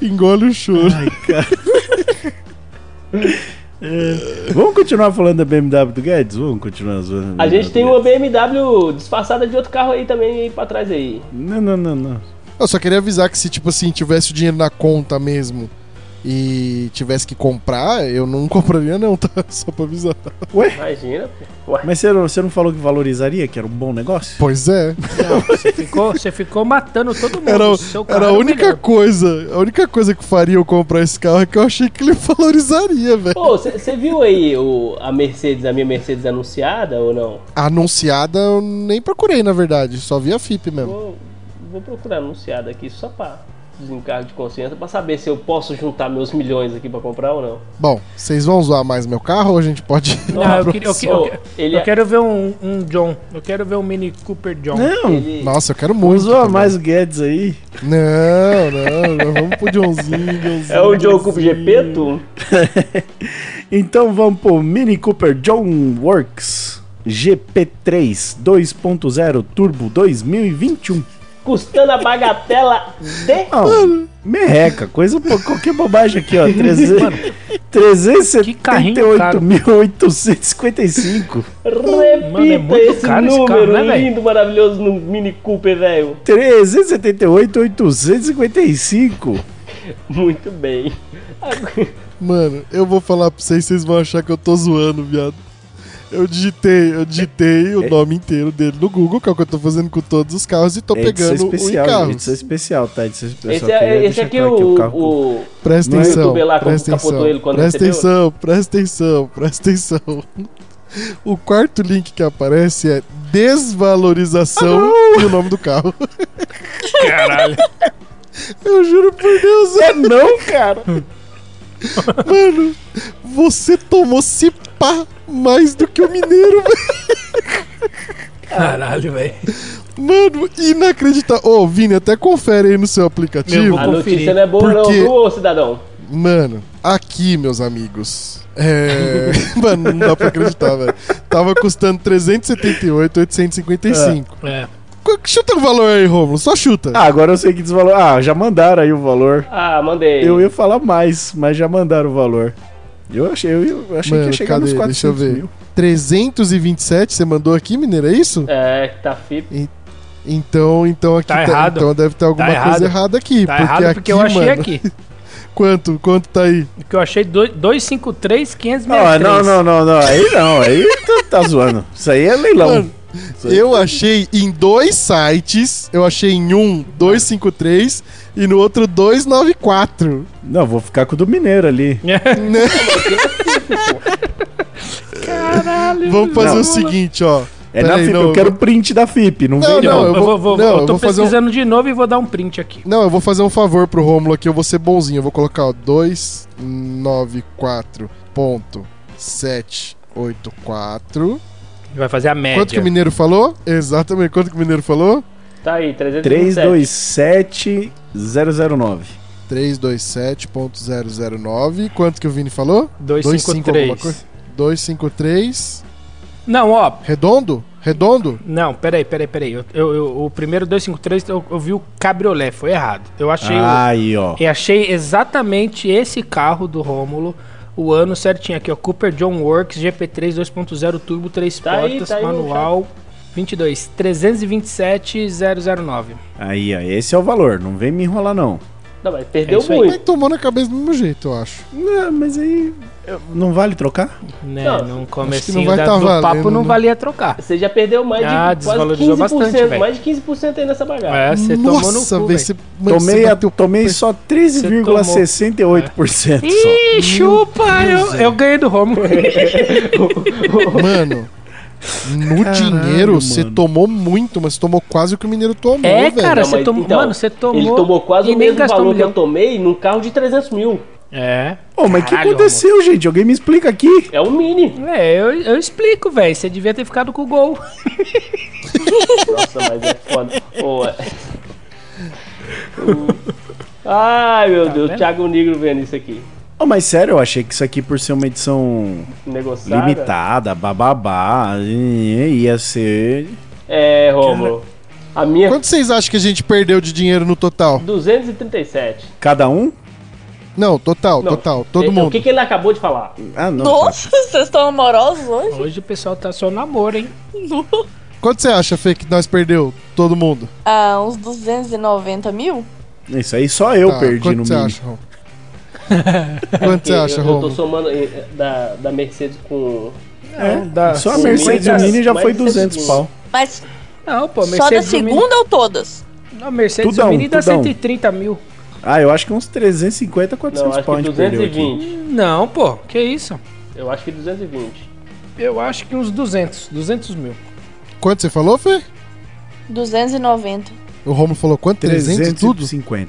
S1: Engole o choro.
S2: Vamos continuar falando da BMW do Guedes? Vamos continuar zoando.
S4: A gente tem uma
S2: BMW.
S4: BMW disfarçada de outro carro aí também aí pra trás aí.
S2: Não, não, não, não.
S1: Eu só queria avisar que se, tipo assim, tivesse o dinheiro na conta mesmo e tivesse que comprar, eu não compraria não, tá? [laughs] Só pra avisar.
S2: Ué?
S4: Imagina, pô. Ué.
S2: Mas você não, você não falou que valorizaria, que era um bom negócio?
S1: Pois é.
S3: Não, você ficou, você ficou matando todo mundo.
S1: Era,
S3: O seu carro
S1: era a
S3: é o
S1: única
S3: melhor.
S1: coisa, a única coisa que faria eu comprar esse carro é que eu achei que ele [laughs] valorizaria, velho.
S4: Pô, você viu aí o, a Mercedes, a minha Mercedes anunciada ou não?
S1: Anunciada eu nem procurei, na verdade, só vi a FIP mesmo.
S4: Vou, vou procurar anunciada aqui só pra desencargo de consciência, pra saber se eu posso juntar meus milhões aqui pra comprar ou não.
S1: Bom, vocês vão zoar mais meu carro ou a gente pode... ir
S3: Não,
S1: pra
S3: eu, queria- eu que- eu que-
S4: Ô, ele
S3: eu
S4: é-
S3: quero ver um, um John. Eu quero ver um Mini Cooper John.
S1: É,
S2: Não.
S4: Ele-
S1: Nossa, eu quero muito.
S2: Zoa
S1: também.
S2: mais o Guedes aí.
S1: Não, não, não, vamos pro Johnzinho, Johnzinho.
S4: É o Joe Cup
S1: Johnzinho.
S4: Gepeto?
S2: Então vamos pro Mini Cooper John Works GP3 2.0 Turbo 2021.
S4: Custando a bagatela de.
S2: Ah, merreca, coisa pô, qualquer bobagem aqui, ó. 378.855.
S3: [laughs] Mano, é
S4: Repita
S3: muito
S4: esse
S3: caro esse
S4: número
S3: carro, né, velho?
S4: lindo, maravilhoso no Mini Cooper, velho.
S2: 378.855.
S4: Muito bem. Agora-
S1: Mano, eu vou falar pra vocês, vocês vão achar que eu tô zoando, viado. Eu digitei, eu digitei
S4: É.
S1: o nome inteiro dele no Google, que é o que eu tô fazendo com todos os carros, e tô
S2: É edição
S1: pegando um o
S2: especial,
S1: carro.
S2: edição especial, tá? Edição especial.
S4: Esse,
S2: Só queria
S4: é, esse
S2: deixar
S4: aqui é
S2: claro
S4: o,
S2: que carro-
S4: o-
S1: Presta
S4: No
S1: atenção,
S4: YouTube é lá, como
S1: presta
S4: capotou
S1: atenção,
S4: ele quando
S1: presta
S4: recebeu?
S1: atenção, presta atenção, presta atenção. O quarto link que aparece é
S4: Ah,
S1: desvalorização e o nome do carro.
S3: Caralho.
S1: Eu juro por Deus,
S2: É não, cara.
S1: Mano, você tomou cipá mais do que o mineiro, velho.
S3: Caralho, velho.
S1: Mano, inacreditável. Ô, Vini, até confere aí no seu aplicativo.
S3: Meu,
S4: a
S3: Vou
S4: notícia
S3: conferir.
S4: não é boa, não,
S1: Porque-
S4: viu, ô, cidadão?
S1: Mano, aqui, meus amigos. É. [laughs] Mano, não dá pra acreditar, velho. Tava custando 378,855.
S3: É.
S1: Qu- Chuta o valor aí, Romulo. Só chuta.
S2: Ah, agora eu sei que desvalor. Ah, já mandaram aí o valor.
S4: Ah, mandei.
S2: Eu ia falar mais, mas já mandaram o valor. Eu achei, eu, eu achei que
S1: Mano,
S2: ia chegar nos
S1: cadê?
S2: 400
S1: Deixa eu ver.
S2: mil.
S1: 327, você mandou aqui, mineiro, é isso?
S4: É, que tá FIP.
S1: Então, então aqui
S3: Tá errado.
S1: então deve ter alguma
S3: Tá
S1: coisa
S3: errado.
S1: errada aqui.
S3: Tá errado porque eu
S1: é aqui,
S3: achei
S1: mano,
S3: aqui.
S1: Quanto? Quanto tá aí?
S3: Porque eu achei dois- 253,
S2: Não,
S3: 563.
S2: não, não, não, não. Aí não, aí tá, tá zoando. Isso aí é leilão.
S1: Mano, Eu achei em dois sites, eu achei em um 253 e no outro 294.
S2: Não, vou ficar com o do Mineiro ali.
S3: Caralho.
S1: Vamos fazer
S2: Não.
S1: o seguinte, ó.
S2: É
S1: Peraí,
S2: na FIP,
S1: não,
S2: eu quero print da FIP, não,
S1: Não,
S2: vem
S1: não,
S2: não.
S1: eu
S3: eu,
S1: vou-
S3: vou, vou-
S1: não,
S3: eu
S1: eu
S3: tô
S1: vou fazer um-
S3: pesquisando de novo e vou dar um print aqui.
S1: Não, eu vou fazer um favor pro Rômulo aqui, eu vou ser bonzinho. Eu vou colocar, ó, 294.784.
S3: Vai fazer a média.
S1: Quanto que o Mineiro falou? Exatamente, quanto que o Mineiro falou?
S4: Tá aí, 327.
S2: 327009.
S1: 327.009. Quanto que o Vini falou?
S3: 253.
S1: 253.
S3: Não, ó.
S1: Redondo? Redondo?
S3: Não, peraí, peraí, peraí. Eu, eu- eu- o primeiro 253 eu, eu vi o cabriolé, foi errado. Eu achei o-
S1: Ah,
S2: Aí, ó.
S1: é.
S3: Eu achei exatamente esse carro do Rômulo, o ano certinho aqui, ó. Cooper John Works GP3 2.0 Turbo, 3
S4: Tá aí,
S3: portas,
S4: tá aí no
S3: manual, 22, 327,009.
S2: Aí, ó. Esse é o valor. Não vem me enrolar, não.
S4: Não, mas perdeu
S3: É isso aí.
S1: Mas
S4: muito.
S1: tomou na cabeça do mesmo jeito, eu acho.
S2: Não, mas aí. eu- Não vale trocar?
S3: Né,
S4: Não,
S3: num
S1: não
S3: comecinho
S1: vai
S3: da-
S1: tá
S3: do papo
S1: valendo,
S3: não
S1: né?
S3: valia trocar.
S4: Você já perdeu mais de
S3: Ah,
S4: quase
S3: desvalorizou
S4: 15%.
S3: bastante, velho.
S4: mais de 15% aí nessa bagagem.
S3: É, você tomou no
S1: Nossa,
S3: cu,
S1: velho,
S3: velho.
S1: você mano,
S2: Tomei,
S1: você
S2: a- [laughs]
S1: bateu-
S2: tomei só 13,68% só.
S3: Ih, chupa! Eu, eu ganhei do Romulo.
S1: Mano, no
S2: Caralho,
S1: dinheiro você
S2: mano.
S1: tomou muito, mas tomou quase o que o Mineiro tomou,
S3: é,
S1: velho.
S3: cara,
S4: Não,
S3: você
S4: mas
S3: tomou.
S4: então,
S3: mano, você tomou.
S4: Ele tomou quase
S3: e
S4: o
S3: nem
S4: mesmo
S3: gastou um
S4: valor que
S3: milhão.
S4: eu tomei num carro de 300 mil.
S3: [laughs] É.
S2: Ô, mas o que
S3: Caralho,
S2: aconteceu, gente? Alguém me explica aqui.
S4: É um mini.
S3: É, eu, eu explico, velho. Você devia ter ficado com o gol.
S4: Nossa, mas é foda. Ô, é. O- Ai, meu Deus.
S3: Tá vendo?
S4: Thiago Negro vendo isso aqui.
S2: Ô, mas sério, eu achei que isso aqui, por ser uma edição
S4: Negociada.
S2: limitada, bababá, e- ia ser.
S4: É, Romulo. A minha...
S1: Quanto vocês acham que a gente perdeu de dinheiro no total?
S4: 237.
S2: Cada um?
S1: Não, total,
S4: Não,
S1: total, todo
S4: Então,
S1: mundo.
S4: O que, que ele acabou de falar?
S2: Ah, não.
S5: Nossa, vocês estão amorosos hoje?
S3: Hoje o pessoal tá só no amor, hein?
S1: Quanto você acha, Fê, que nós perdeu todo mundo?
S5: Ah, uns 290 mil?
S2: Isso aí só eu
S1: Tá,
S2: perdi
S1: quanto
S2: no
S1: você
S2: mínimo.
S1: acha, Romulo? Quanto você
S4: Eu-
S1: acha,
S4: eu, tô
S1: Romulo?
S4: somando eh, da, da Mercedes com.
S2: É,
S3: dá-
S2: só a
S4: com
S2: Mercedes
S4: muitas-
S2: Mini já foi
S4: muitas
S2: 200
S4: segundas.
S2: pau.
S5: Mas
S3: Não, pô,
S5: só da
S3: Mercedes
S5: segunda
S3: Mini,
S5: ou todas?
S3: não, Mercedes
S2: Tudão,
S3: Mini dá
S2: tudão.
S3: 130 mil.
S2: Ah, eu acho que uns 350, 400
S4: Não, acho
S2: pau a
S4: que
S2: gente perdeu aqui.
S4: 220.
S3: Não, pô, que isso?
S4: Eu acho que 220.
S3: Eu acho que uns 200, 200 mil.
S1: Quanto você falou, Fê?
S5: 290.
S1: O Romulo falou quanto? 300 e tudo?
S2: 350.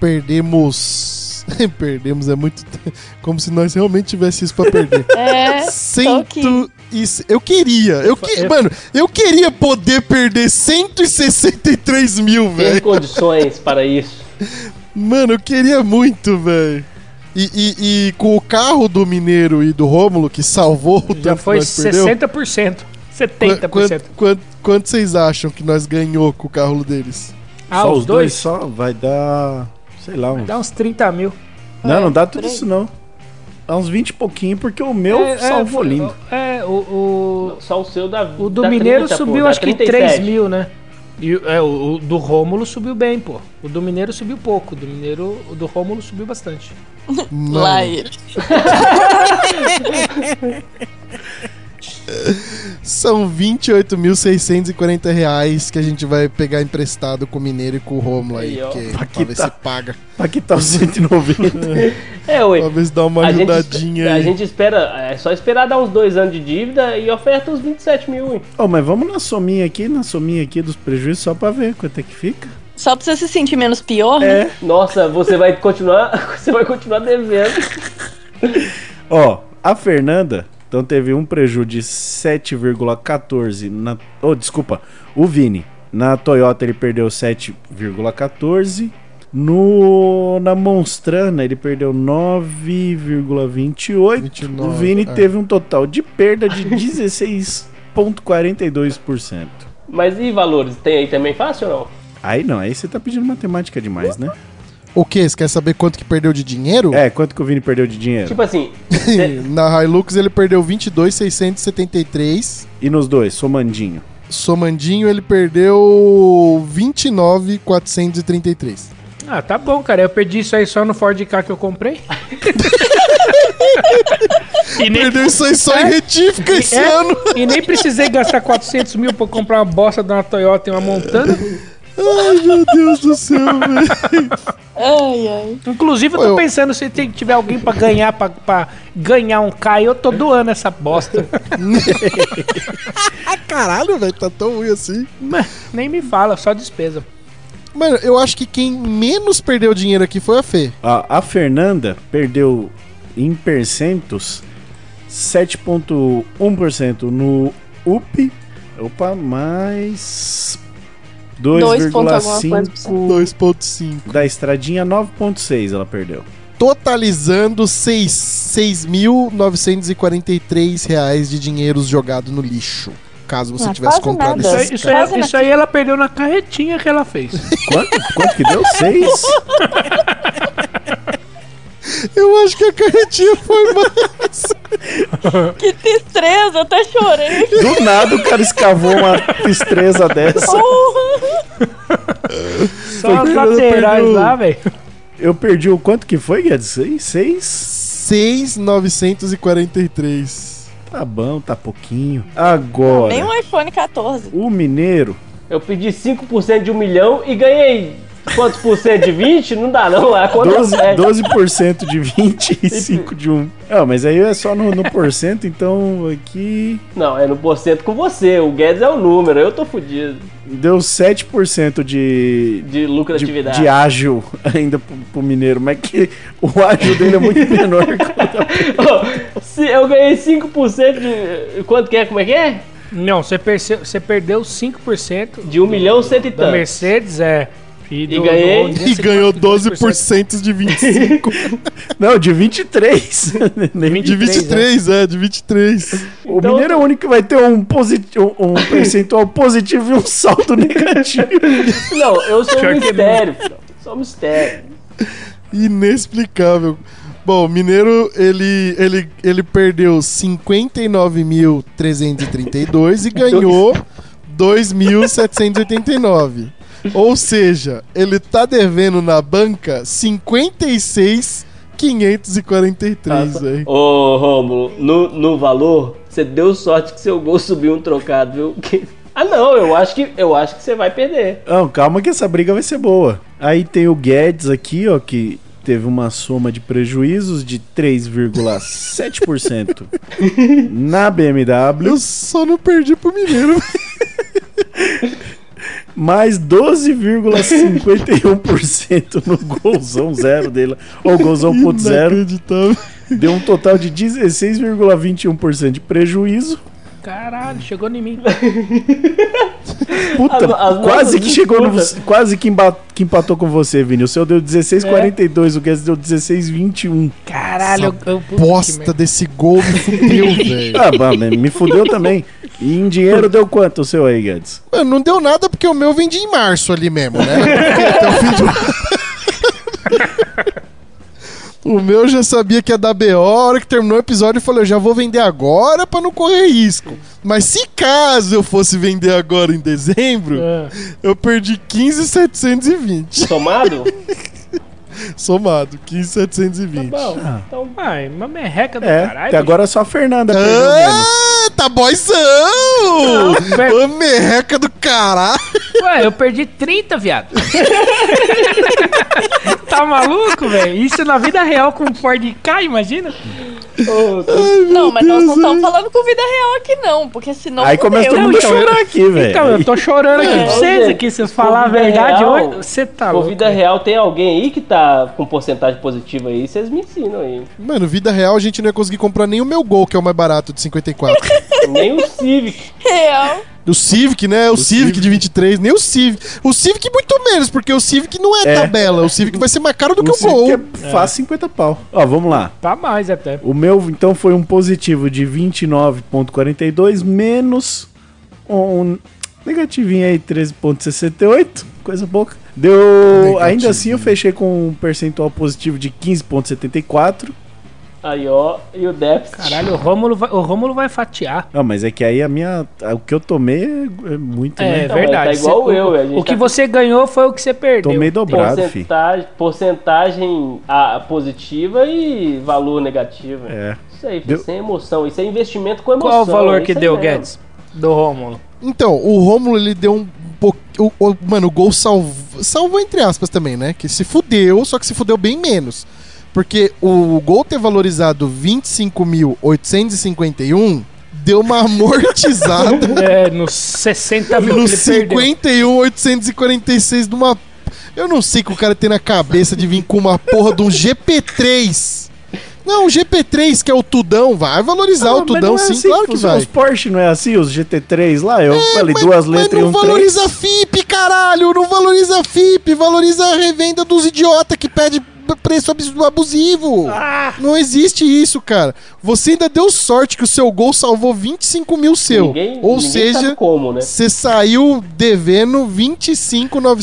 S1: Perdemos... [laughs] Perdemos, é muito... [laughs] Como se nós realmente tivéssemos isso pra perder.
S5: É.
S1: Cento e... c- Eu queria, eu que...
S3: eu-
S1: mano, eu queria poder perder 163 mil,
S4: Tem
S1: velho.
S4: condições para isso.
S1: Mano, eu queria muito, velho. E, e- e com o carro do Mineiro e do Rômulo, que salvou o
S3: Já
S1: tanto
S3: foi
S1: que nós perdeu,
S3: 60%,
S1: qu-
S3: 70%.
S1: quanto, quanto, quanto vocês acham que nós ganhou com o carro deles?
S3: ah,
S2: só
S3: os dois?
S2: Só vai dar. Sei lá, uns.
S3: Dá um- é, uns 30 mil.
S2: Não, não dá
S5: por
S2: tudo
S5: aí.
S2: isso não. Dá uns 20 e pouquinho, porque o meu salvou
S3: É, foi-
S2: lindo.
S3: É, o,
S4: Só o seu da.
S3: o, o do
S4: da
S3: Mineiro
S4: 30, pô,
S3: subiu
S4: da
S3: acho que 3
S4: 37.
S3: mil, né? E, é, o, o do Rômulo subiu bem, pô. O do Mineiro subiu pouco. O do Mineiro, o do Rômulo subiu bastante.
S1: [laughs] Mano,
S5: Lá ele.
S1: São 28.640 reais que a gente vai pegar emprestado com o Mineiro e com o Rômulo aí,
S4: Aí, ó.
S1: porque,
S2: Aqui
S1: pra ver
S2: tá.
S1: se paga.
S2: Aqui tá os 190.
S4: É, oi.
S1: Pra ver se dá uma
S4: A gente,
S1: ajudadinha
S4: a
S1: aí.
S4: gente espera. É só esperar dar uns dois anos de dívida e oferta uns 27 mil, hein?
S2: Ô, mas vamos na sominha aqui, na sominha aqui dos prejuízos, só pra ver quanto é que fica.
S5: Só pra você se sentir menos pior, né?
S2: É.
S4: Nossa, você vai continuar. [laughs] Você vai continuar devendo.
S2: Ó, a Fernanda, então teve um prejuízo de 7,14 na. Oh, desculpa. O Vini. Na Toyota ele perdeu 7,14. No na Monstrana ele perdeu 9,28.
S1: 29,
S2: O Vini
S1: é.
S2: teve um total de perda de 16,42%.
S4: Mas e valores? Tem aí também fácil ou não?
S2: Aí não, aí você tá pedindo matemática demais, né?
S1: O quê? Você quer saber quanto que perdeu de dinheiro?
S2: É, quanto que o Vini perdeu de dinheiro?
S4: Tipo assim. cê-
S1: Na Hilux ele perdeu 22,673.
S2: E nos dois, somandinho.
S1: Somandinho, ele perdeu 29,433.
S3: Ah, tá bom, cara. Eu perdi isso aí só no Ford K que eu comprei. E nem,
S1: Perdeu isenção em retífica [laughs] esse
S3: é,
S1: ano.
S3: e nem precisei gastar 400 mil pra comprar uma bosta de uma Toyota e uma Montana.
S1: Ai, meu Deus do céu,
S3: [laughs]
S1: velho.
S5: Ai, ai.
S3: Inclusive, eu
S1: Pô,
S3: tô
S1: eu-
S3: pensando se tem, tiver alguém pra ganhar, pra, pra ganhar um Kai, eu tô doando
S1: [laughs]
S3: essa bosta.
S1: Ah, caralho, velho, tá tão ruim assim.
S3: Mas nem me fala, só despesa.
S1: Mano, eu acho que quem menos perdeu dinheiro aqui foi a Fê.
S2: A, a Fernanda perdeu em percentos 7,1% no UP. Opa, mais
S5: 2 ponto alguma coisa por [laughs]
S2: 2,5%
S1: 2.5.
S2: da estradinha, 9,6% ela perdeu.
S1: Totalizando seis- 6.943 reais de dinheiros jogado no lixo. Caso você
S5: Ah,
S1: tivesse
S5: quase
S1: comprado
S5: nada.
S3: Isso,
S1: esses
S3: aí- isso aí, isso aí ela perdeu na carretinha que ela fez.
S2: Quanto, quanto que deu? 6?
S1: Eu acho que a carretinha foi [laughs] mais.
S5: Que tristeza, eu até chorei.
S2: Do nada o cara escavou uma destreza dessa.
S5: Porra.
S3: Só as
S2: que ela
S3: laterais
S2: perdeu.
S3: lá, velho.
S2: Eu perdi o quanto que foi, Guedes? 6?
S1: 6.943.
S2: Tá bom, tá pouquinho. Agora,
S5: Nem um iPhone 14.
S2: o mineiro
S4: Eu pedi 5% de um milhão e ganhei quantos por cento de 20? Não dá não, a conta
S2: 12,
S4: é
S2: 12% de 20 e 5 de 1. Ah, mas aí é só no, no porcento, então aqui
S4: Não, é no porcento com você, o Guedes é o número, eu tô fudido
S2: deu 7% de,
S4: de
S2: de,
S4: lucratividade.
S2: de ágil ainda pro, pro mineiro, mas que o ágil dele é muito menor. que
S4: Ô, [laughs] Se eu ganhei 5% de. Quanto que é? Como é que é?
S3: Não, você, perce- você perdeu 5%
S4: De 1 milhão e cento e
S3: da
S4: tanto.
S3: Mercedes, é. E,
S4: Tá. ganhei-
S1: E ganhou 12% de [laughs] 25.
S2: o- Não, de 23. Nem
S1: De 23, é, de 23.
S2: O
S4: Então-
S2: mineiro é o único que vai ter um, posit- um- um percentual positivo e um saldo negativo.
S4: Não, eu sou um
S3: Pior que é
S4: mistério, filho. Sou um mistério.
S1: Inexplicável. Bom, o Mineiro, ele, ele, ele perdeu 59.332 e ganhou 2.789. Ou seja, ele tá devendo na banca 56.543, velho.
S4: Ô, Rômulo, no, no valor, você deu sorte que seu gol subiu um trocado, viu? Que- Ah não, eu acho que eu acho que você vai perder.
S2: Não, calma que essa briga vai ser boa. Aí tem o Guedes aqui, ó, que teve uma soma de prejuízos de 3,7% na BMW,
S1: Eu só não perdi pro Mineiro.
S2: mais 12,51% no Golzão zero dele, ou Golzão ponto zero,
S1: Inacreditável.
S2: deu um total de 16,21% de prejuízo.
S3: Caralho, chegou em mim.
S2: Puta,
S4: As- as
S2: quase
S4: nossas
S2: que chegou no,
S4: disputas.
S2: quase que, emba- que empatou com você, Vini. O seu deu 16,42, o Guedes deu 16,21.
S3: Caralho, eu, eu puta que
S1: Bosta
S3: merda.
S1: desse gol me [laughs] fudeu, velho.
S3: [laughs]
S2: Ah, bah, mas me fudeu também. E em dinheiro deu quanto o seu aí, Guedes?
S1: Mano, não deu nada porque o meu vendi em março ali mesmo, né? Porque até o fim do ano- [laughs] O meu já sabia que ia dar BO, a hora que terminou o episódio eu falei, eu já vou vender agora pra não correr risco. Mas se caso eu fosse vender agora em dezembro,
S3: Ah.
S1: eu perdi 15,720.
S3: [laughs]
S4: Somado?
S1: Somado, 15,720.
S4: Bom,
S3: Então, vai, uma merreca do
S2: É,
S3: caralho.
S2: até agora é só a Fernanda perdeu menos.
S1: Ah, tá boizão!
S3: velho.
S1: Ô, merreca do caralho!
S3: bicho. Ué, eu perdi 30, viado. tá maluco, velho? Isso na vida real com um Ford K, imagina?
S4: ô, tô-
S5: Não, mas nós não
S1: Deus,
S5: estamos falando com vida real aqui, não. Porque senão.
S2: Aí começa todo
S5: fudeu.
S2: mundo a
S3: Então,
S2: chorar aqui, velho.
S3: Então, eu tô chorando aqui
S5: É.
S3: pra vocês aqui. Se eu
S4: Se
S3: falar a
S4: for vida
S3: verdade
S4: real,
S3: hoje, você tá
S4: Pô,
S3: louco.
S4: vida real, tem alguém aí que tá com porcentagem positiva aí, vocês me ensinam aí.
S1: Mano, vida real a gente não ia conseguir comprar nem o meu gol, que é o mais barato de 54.
S4: Nem o Civic.
S5: [laughs] Real.
S1: O Civic, né? O, Civic, de 23, nem o Civic. O Civic muito menos, porque o Civic não é,
S2: É.
S1: tabela. O Civic vai ser mais caro do que
S2: O
S1: o
S2: Civic
S1: Gol.
S2: é- faz 50 pau. Ó, vamos lá.
S3: Tá mais até.
S2: O meu, então, foi um positivo de 29,42 menos um negativinho aí, 13,68. Coisa pouca. Deu. Ainda
S1: Negativinho.
S2: assim, eu fechei com um percentual positivo de 15,74.
S4: Aí, ó, e o déficit.
S3: Caralho, o Rômulo vai, o Rômulo vai fatiar.
S2: Não, mas é que aí a minha. O que eu tomei é é muito,
S3: É,
S2: né?
S4: Não,
S3: verdade.
S4: tá igual
S3: Você-
S4: eu,
S3: o,
S4: a gente
S3: o que
S4: tá-
S3: você ganhou foi o que você perdeu.
S2: Tomei dobrado, fi.
S4: porcentagem, porcentagem ah, positiva e valor negativo.
S2: É.
S4: Isso aí, filho,
S2: Deu-
S4: sem emoção. Isso é investimento com emoção.
S3: Qual o valor
S4: é
S3: que
S4: isso aí
S3: deu,
S4: mesmo.
S3: Guedes? Do Rômulo.
S1: Então, o Rômulo ele deu um pouquinho. o- o- Mano, o gol salvou. Salvou entre aspas também, né? Que se fudeu, só que se fudeu bem menos. Porque o gol ter valorizado 25.851 deu uma amortizada
S3: É, nos 60 mil
S1: no
S3: que ele perdeu.
S1: 51.846 de uma. Eu não sei o que o cara tem na cabeça de vir com uma porra de um GP3. Não, o GP3, que é o Tudão, vai valorizar o
S2: Ah, mas não
S1: Tudão,
S2: é
S1: sim,
S2: assim
S1: claro que
S2: funciona.
S1: vai. É,
S2: Os Porsche não é assim, os GT3 lá, eu falei duas
S1: Mas
S2: letras e
S1: não
S2: um
S1: valoriza a
S2: três.
S1: FIP, caralho! Não valoriza a FIP, valoriza a revenda dos idiotas que pede p- preço abs- abusivo.
S2: Ah!
S1: Não existe isso, cara. Você ainda deu sorte que o seu gol salvou 25 mil seu.
S4: Ninguém,
S1: Ou
S2: tá
S4: ninguém
S1: seja,
S4: sabe como, né?
S1: você saiu devendo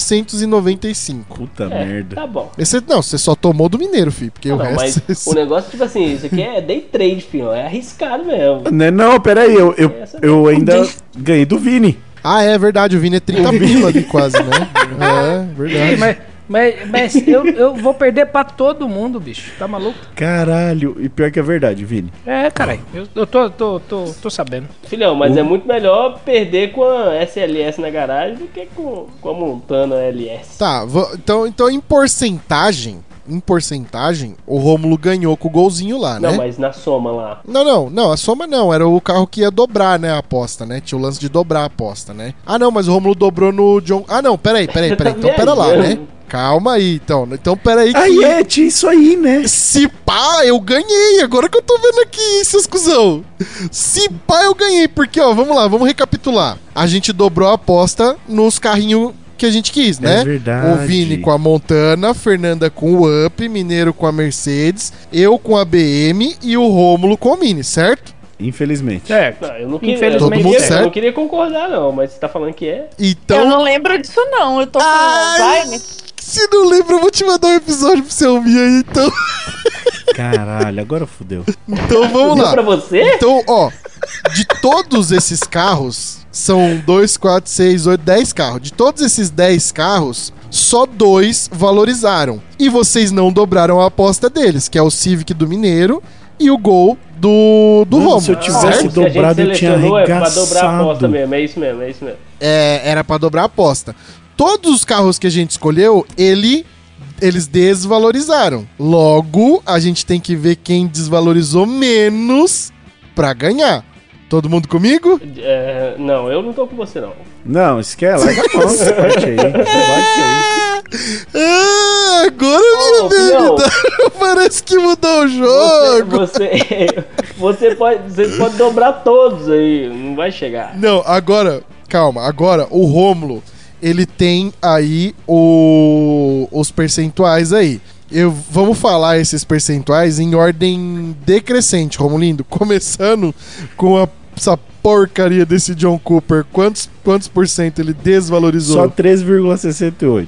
S1: 25,995.
S2: Puta
S4: É,
S2: merda.
S4: Tá bom.
S1: Esse, não, você só tomou do mineiro, fi, porque
S4: Ah, Não,
S1: o
S4: mas
S1: resto...
S4: o negócio, tipo assim, isso aqui é day trade, filho. É arriscado mesmo.
S2: Né, não, peraí, eu, eu,
S4: Essa
S2: eu ainda ganhei do Vini.
S1: Ah, é verdade, o Vini é 30 pila ali quase,
S4: [laughs]
S1: né? É, verdade.
S3: Ih, Mas, mas, mas eu, eu vou perder pra todo mundo, bicho. Tá maluco?
S2: Caralho, e pior que é verdade, Vini.
S3: É, caralho. Eu, eu tô, tô, tô, tô sabendo.
S4: Filhão, mas é muito melhor perder com a SLS na garagem do que com, um com a Montana LS.
S1: Tá, vo- então, então em porcentagem, em porcentagem, o Rômulo ganhou com o golzinho lá,
S4: Não,
S1: né?
S4: mas na soma lá.
S1: Não, não, não, a soma não, era o carro que ia dobrar, né, a aposta, né? Tinha o lance de dobrar a aposta, né? Ah, não, mas o Rômulo dobrou no John... Ah, não, peraí, peraí,
S4: Você
S1: peraí,
S4: tá [laughs]
S1: então pera lá, né?
S4: viajando.
S1: Calma aí, então. Então peraí que...
S2: Aí é, tinha isso aí, né?
S1: Se pá, eu ganhei. Agora que eu tô vendo aqui, seus cuzão. Se pá, eu ganhei. Porque, ó, vamos lá, vamos recapitular. A gente dobrou a aposta nos carrinhos que a gente quis, né?
S2: verdade.
S1: O Vini com a Montana, a Fernanda com o Up, Mineiro com a Mercedes, eu com a BM e o Rômulo com a Mini, certo?
S2: Infelizmente.
S3: Certo.
S4: Não, eu não queria, eu
S3: Infelizmente,
S4: não queria-
S1: Todo mundo
S4: eu não queria concordar, não, mas você tá falando que é.
S5: Eu
S1: Então,
S5: não lembro disso, não. Eu tô com
S1: Ai.
S5: Alzheimer.
S1: se não lembra, eu vou te mandar um episódio pra você ouvir aí, então.
S2: Caralho, agora fudeu.
S1: Então
S4: [laughs]
S1: vamos
S4: Deu
S1: lá.
S4: pra você?
S1: Então, ó, de todos esses carros, são 2, 4, 6, 8, 10 carros. De todos esses 10 carros, só dois valorizaram. E vocês não dobraram a aposta deles, que é o Civic do Mineiro e o Gol do, do
S2: Mano,
S1: Romulo.
S2: Hum, se eu
S4: Ah,
S2: tivesse-
S1: certo?
S4: se a gente
S2: dobrado, eu tinha
S4: selecionou, é pra dobrar a
S2: arregaçado.
S4: aposta mesmo, é isso mesmo, é isso mesmo.
S1: É, era pra dobrar a aposta. Todos os carros que a gente escolheu, ele eles desvalorizaram. Logo, a gente tem que ver quem desvalorizou menos pra ganhar. Todo mundo comigo?
S4: É, não, eu não tô com você, não.
S2: Não, esquece, larga
S1: [laughs]
S2: a mão essa parte aí.
S1: É.
S2: Bate
S1: Ah, agora
S4: Ô,
S1: minha
S4: filhão.
S1: habilidade tá? [laughs] parece que mudou o
S4: Você,
S1: jogo.
S4: você, [laughs] você pode, você pode dobrar todos aí, não vai chegar.
S1: Não, agora, calma, agora o Rômulo, ele tem aí o- os percentuais aí. Eu, vamos falar esses percentuais em ordem decrescente, Romulindo. Começando com a- essa porcaria desse John Cooper. Quantos, quantos por cento ele desvalorizou?
S2: Só 3,68.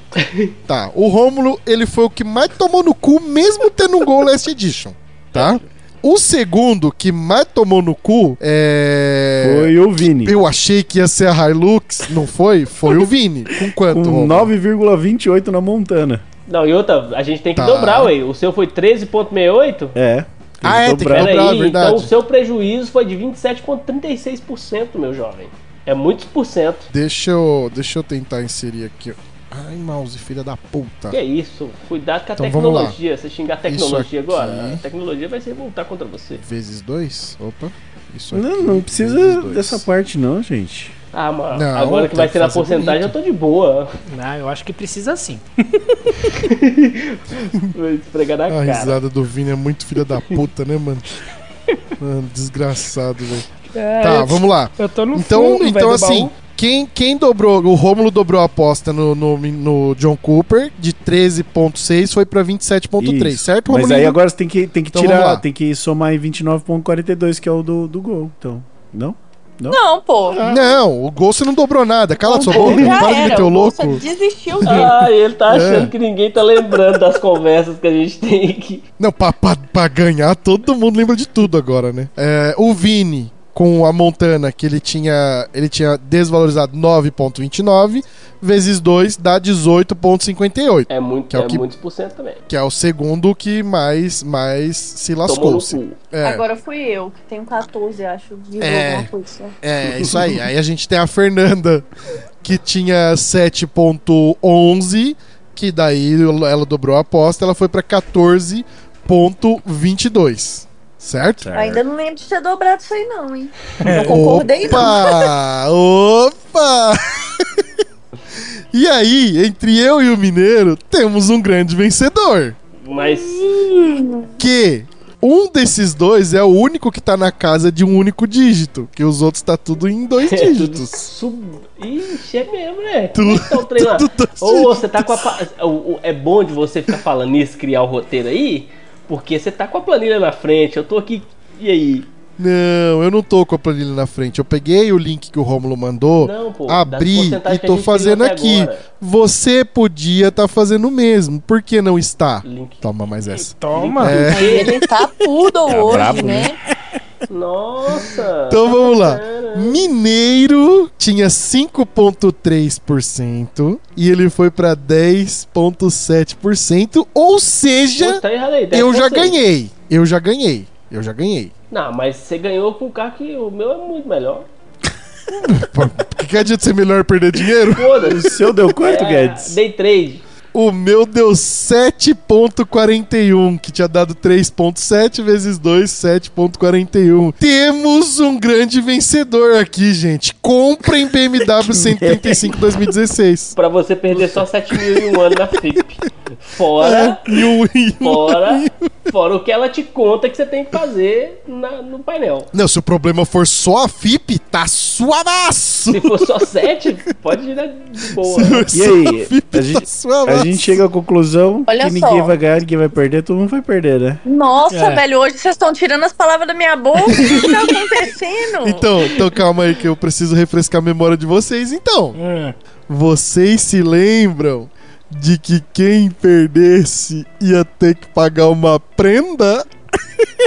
S1: Tá, o Rômulo, ele foi o que mais tomou no cu, mesmo tendo um gol Last Edition, tá? O segundo que mais tomou no cu é.
S2: Foi o Vini.
S1: Eu achei que ia ser a Hilux, não foi? Foi o
S2: [laughs]
S1: Vini. Com quanto?
S2: Com
S1: Rômulo?
S2: 9,28 na Montana.
S4: Não, e outra, a gente tem que
S1: Tá.
S4: dobrar, ué. O seu foi 13,68?
S2: É.
S1: Ah, é, tem que
S2: dobrar.
S1: dobrar.
S4: Peraí,
S1: verdade.
S4: então o seu prejuízo foi de 27,36%, meu jovem. É muitos por cento.
S1: Deixa eu, deixa eu tentar inserir aqui. ó. Ai, mouse, filha da puta.
S4: Que é isso? Cuidado com a
S1: Então, vamos lá.
S4: tecnologia. Você xingar a tecnologia
S1: aqui.
S4: agora, a tecnologia vai se voltar contra você.
S1: Vezes dois? Opa. Isso aqui.
S2: Não, não precisa
S1: vezes dois.
S2: dessa parte não, gente.
S4: Ah, mano,
S1: Não, é
S4: agora que
S1: tem
S4: vai
S1: que
S4: ser na
S1: fazer
S4: porcentagem,
S1: bonito.
S4: eu tô de boa.
S3: Ah, eu acho que precisa sim.
S4: Vou esfregar na
S1: A
S4: cara.
S1: risada do Vini é muito filha da puta, né,
S2: [laughs]
S1: mano? Mano, desgraçado, velho.
S3: É,
S1: Tá,
S3: eu,
S1: vamos lá.
S3: eu tô no
S1: Então,
S3: fundo, velho,
S1: então
S3: do
S1: assim,
S3: baú.
S1: quem, quem dobrou, o Rômulo dobrou a aposta no, no, no John Cooper de 13.6 foi pra 27.3,
S2: Isso.
S1: certo,
S2: Mas
S1: Rômulo?
S2: aí agora você tem que, tem que
S1: Então vamos lá.
S2: tirar, tem que somar em 29,42, que é o do, do gol. Então, não?
S5: Não, pô.
S1: Não, o gol você não dobrou nada. Cala sua boca,
S5: Já
S1: para de
S5: era. é
S1: meter o louco.
S5: Você desistiu dele.
S4: Ah, ele tá achando
S1: É.
S4: que ninguém tá lembrando das conversas que a gente tem aqui.
S1: Não, pra, pra, pra ganhar, todo mundo lembra de tudo agora, né? É, o Vini com a Montana, que ele tinha, ele tinha desvalorizado 9,29, vezes 2 dá 18,58.
S4: É muito,
S1: Que
S4: é,
S1: é o que-
S4: muitos por cento também.
S1: Que é o segundo que mais, mais se
S4: Tomou no
S1: lascou-se.
S4: cu.
S1: É.
S5: Agora fui eu, que tenho 14, acho. Virou
S1: É.
S5: alguma coisa.
S1: É, isso aí. Aí a gente tem a Fernanda, que tinha 7.11, que daí ela dobrou a aposta, ela foi pra 14.22, certo?
S5: Ainda não lembro de ter dobrado isso aí, não, hein? Não concordei, não.
S1: Opa! Opa! E aí, entre eu e o Mineiro, temos um grande vencedor.
S4: Mas
S1: Que um desses dois é o único que tá na casa de um único dígito, que os outros tá tudo em dois
S4: é tudo
S1: dígitos.
S4: sub... Ixi, é mesmo, né?
S1: Tu-
S4: Como é que tá o trem lá?
S1: tudo dois
S4: Ou você tá com a. pa- o- o- É bom de você ficar falando isso, criar o roteiro aí, porque você tá com a planilha na frente. Eu tô aqui. E aí?
S1: Não, eu não tô com a planilha na frente. Eu peguei o link que o Rômulo mandou,
S4: Não, pô, das
S1: abri
S4: porcentagens
S1: e
S4: que a
S1: tô
S4: gente
S1: fazendo
S4: criou até
S1: aqui.
S4: agora.
S1: Você podia estar fazendo o mesmo. Por que não está?
S4: Link.
S1: Toma mais essa.
S3: Toma.
S5: Aí ele tá tudo hoje,
S2: brabo,
S5: né?
S4: Nossa!
S1: Então vamos lá. Mineiro tinha 5.3% e ele foi pra 10.7%, ou seja,
S4: Pô, tá errado aí,
S1: eu já
S4: 10%.
S1: ganhei. Eu já ganhei. Eu já ganhei. [laughs]
S4: Não, mas você ganhou com o carro que o meu é muito melhor.
S1: O que, que adianta ser melhor perder dinheiro?
S2: O
S4: Foda-se.
S2: seu deu
S1: [laughs]
S2: quanto,
S4: É,
S2: Guedes?
S4: day trade.
S1: O meu deu 7.41, que tinha dado 3.7 vezes 2, 7.41. Temos um grande vencedor aqui, gente. Comprem
S2: [laughs]
S1: BMW 135 2016.
S4: Pra você perder só 7 mil em um ano na FIP.
S2: [laughs]
S4: Fora,
S1: É, e o, e o-
S4: fora, fora o que ela te conta que você tem que fazer na- no painel.
S1: Não, se o problema for só a FIP, tá suavaço!
S4: Se for só 7, pode girar de boa.
S2: E aí?
S1: tá
S2: A gente,
S1: suavaço.
S2: a gente chega à conclusão
S5: Olha
S2: que ninguém
S5: só.
S2: vai ganhar, ninguém vai perder, todo mundo vai perder, né?
S5: Nossa,
S3: É.
S5: velho, hoje vocês estão tirando as palavras da minha boca. O que tá acontecendo?
S1: [laughs] Então, então calma aí que eu preciso refrescar a memória de vocês, então.
S3: Hum.
S1: Vocês se lembram de que quem perdesse ia ter que pagar uma prenda?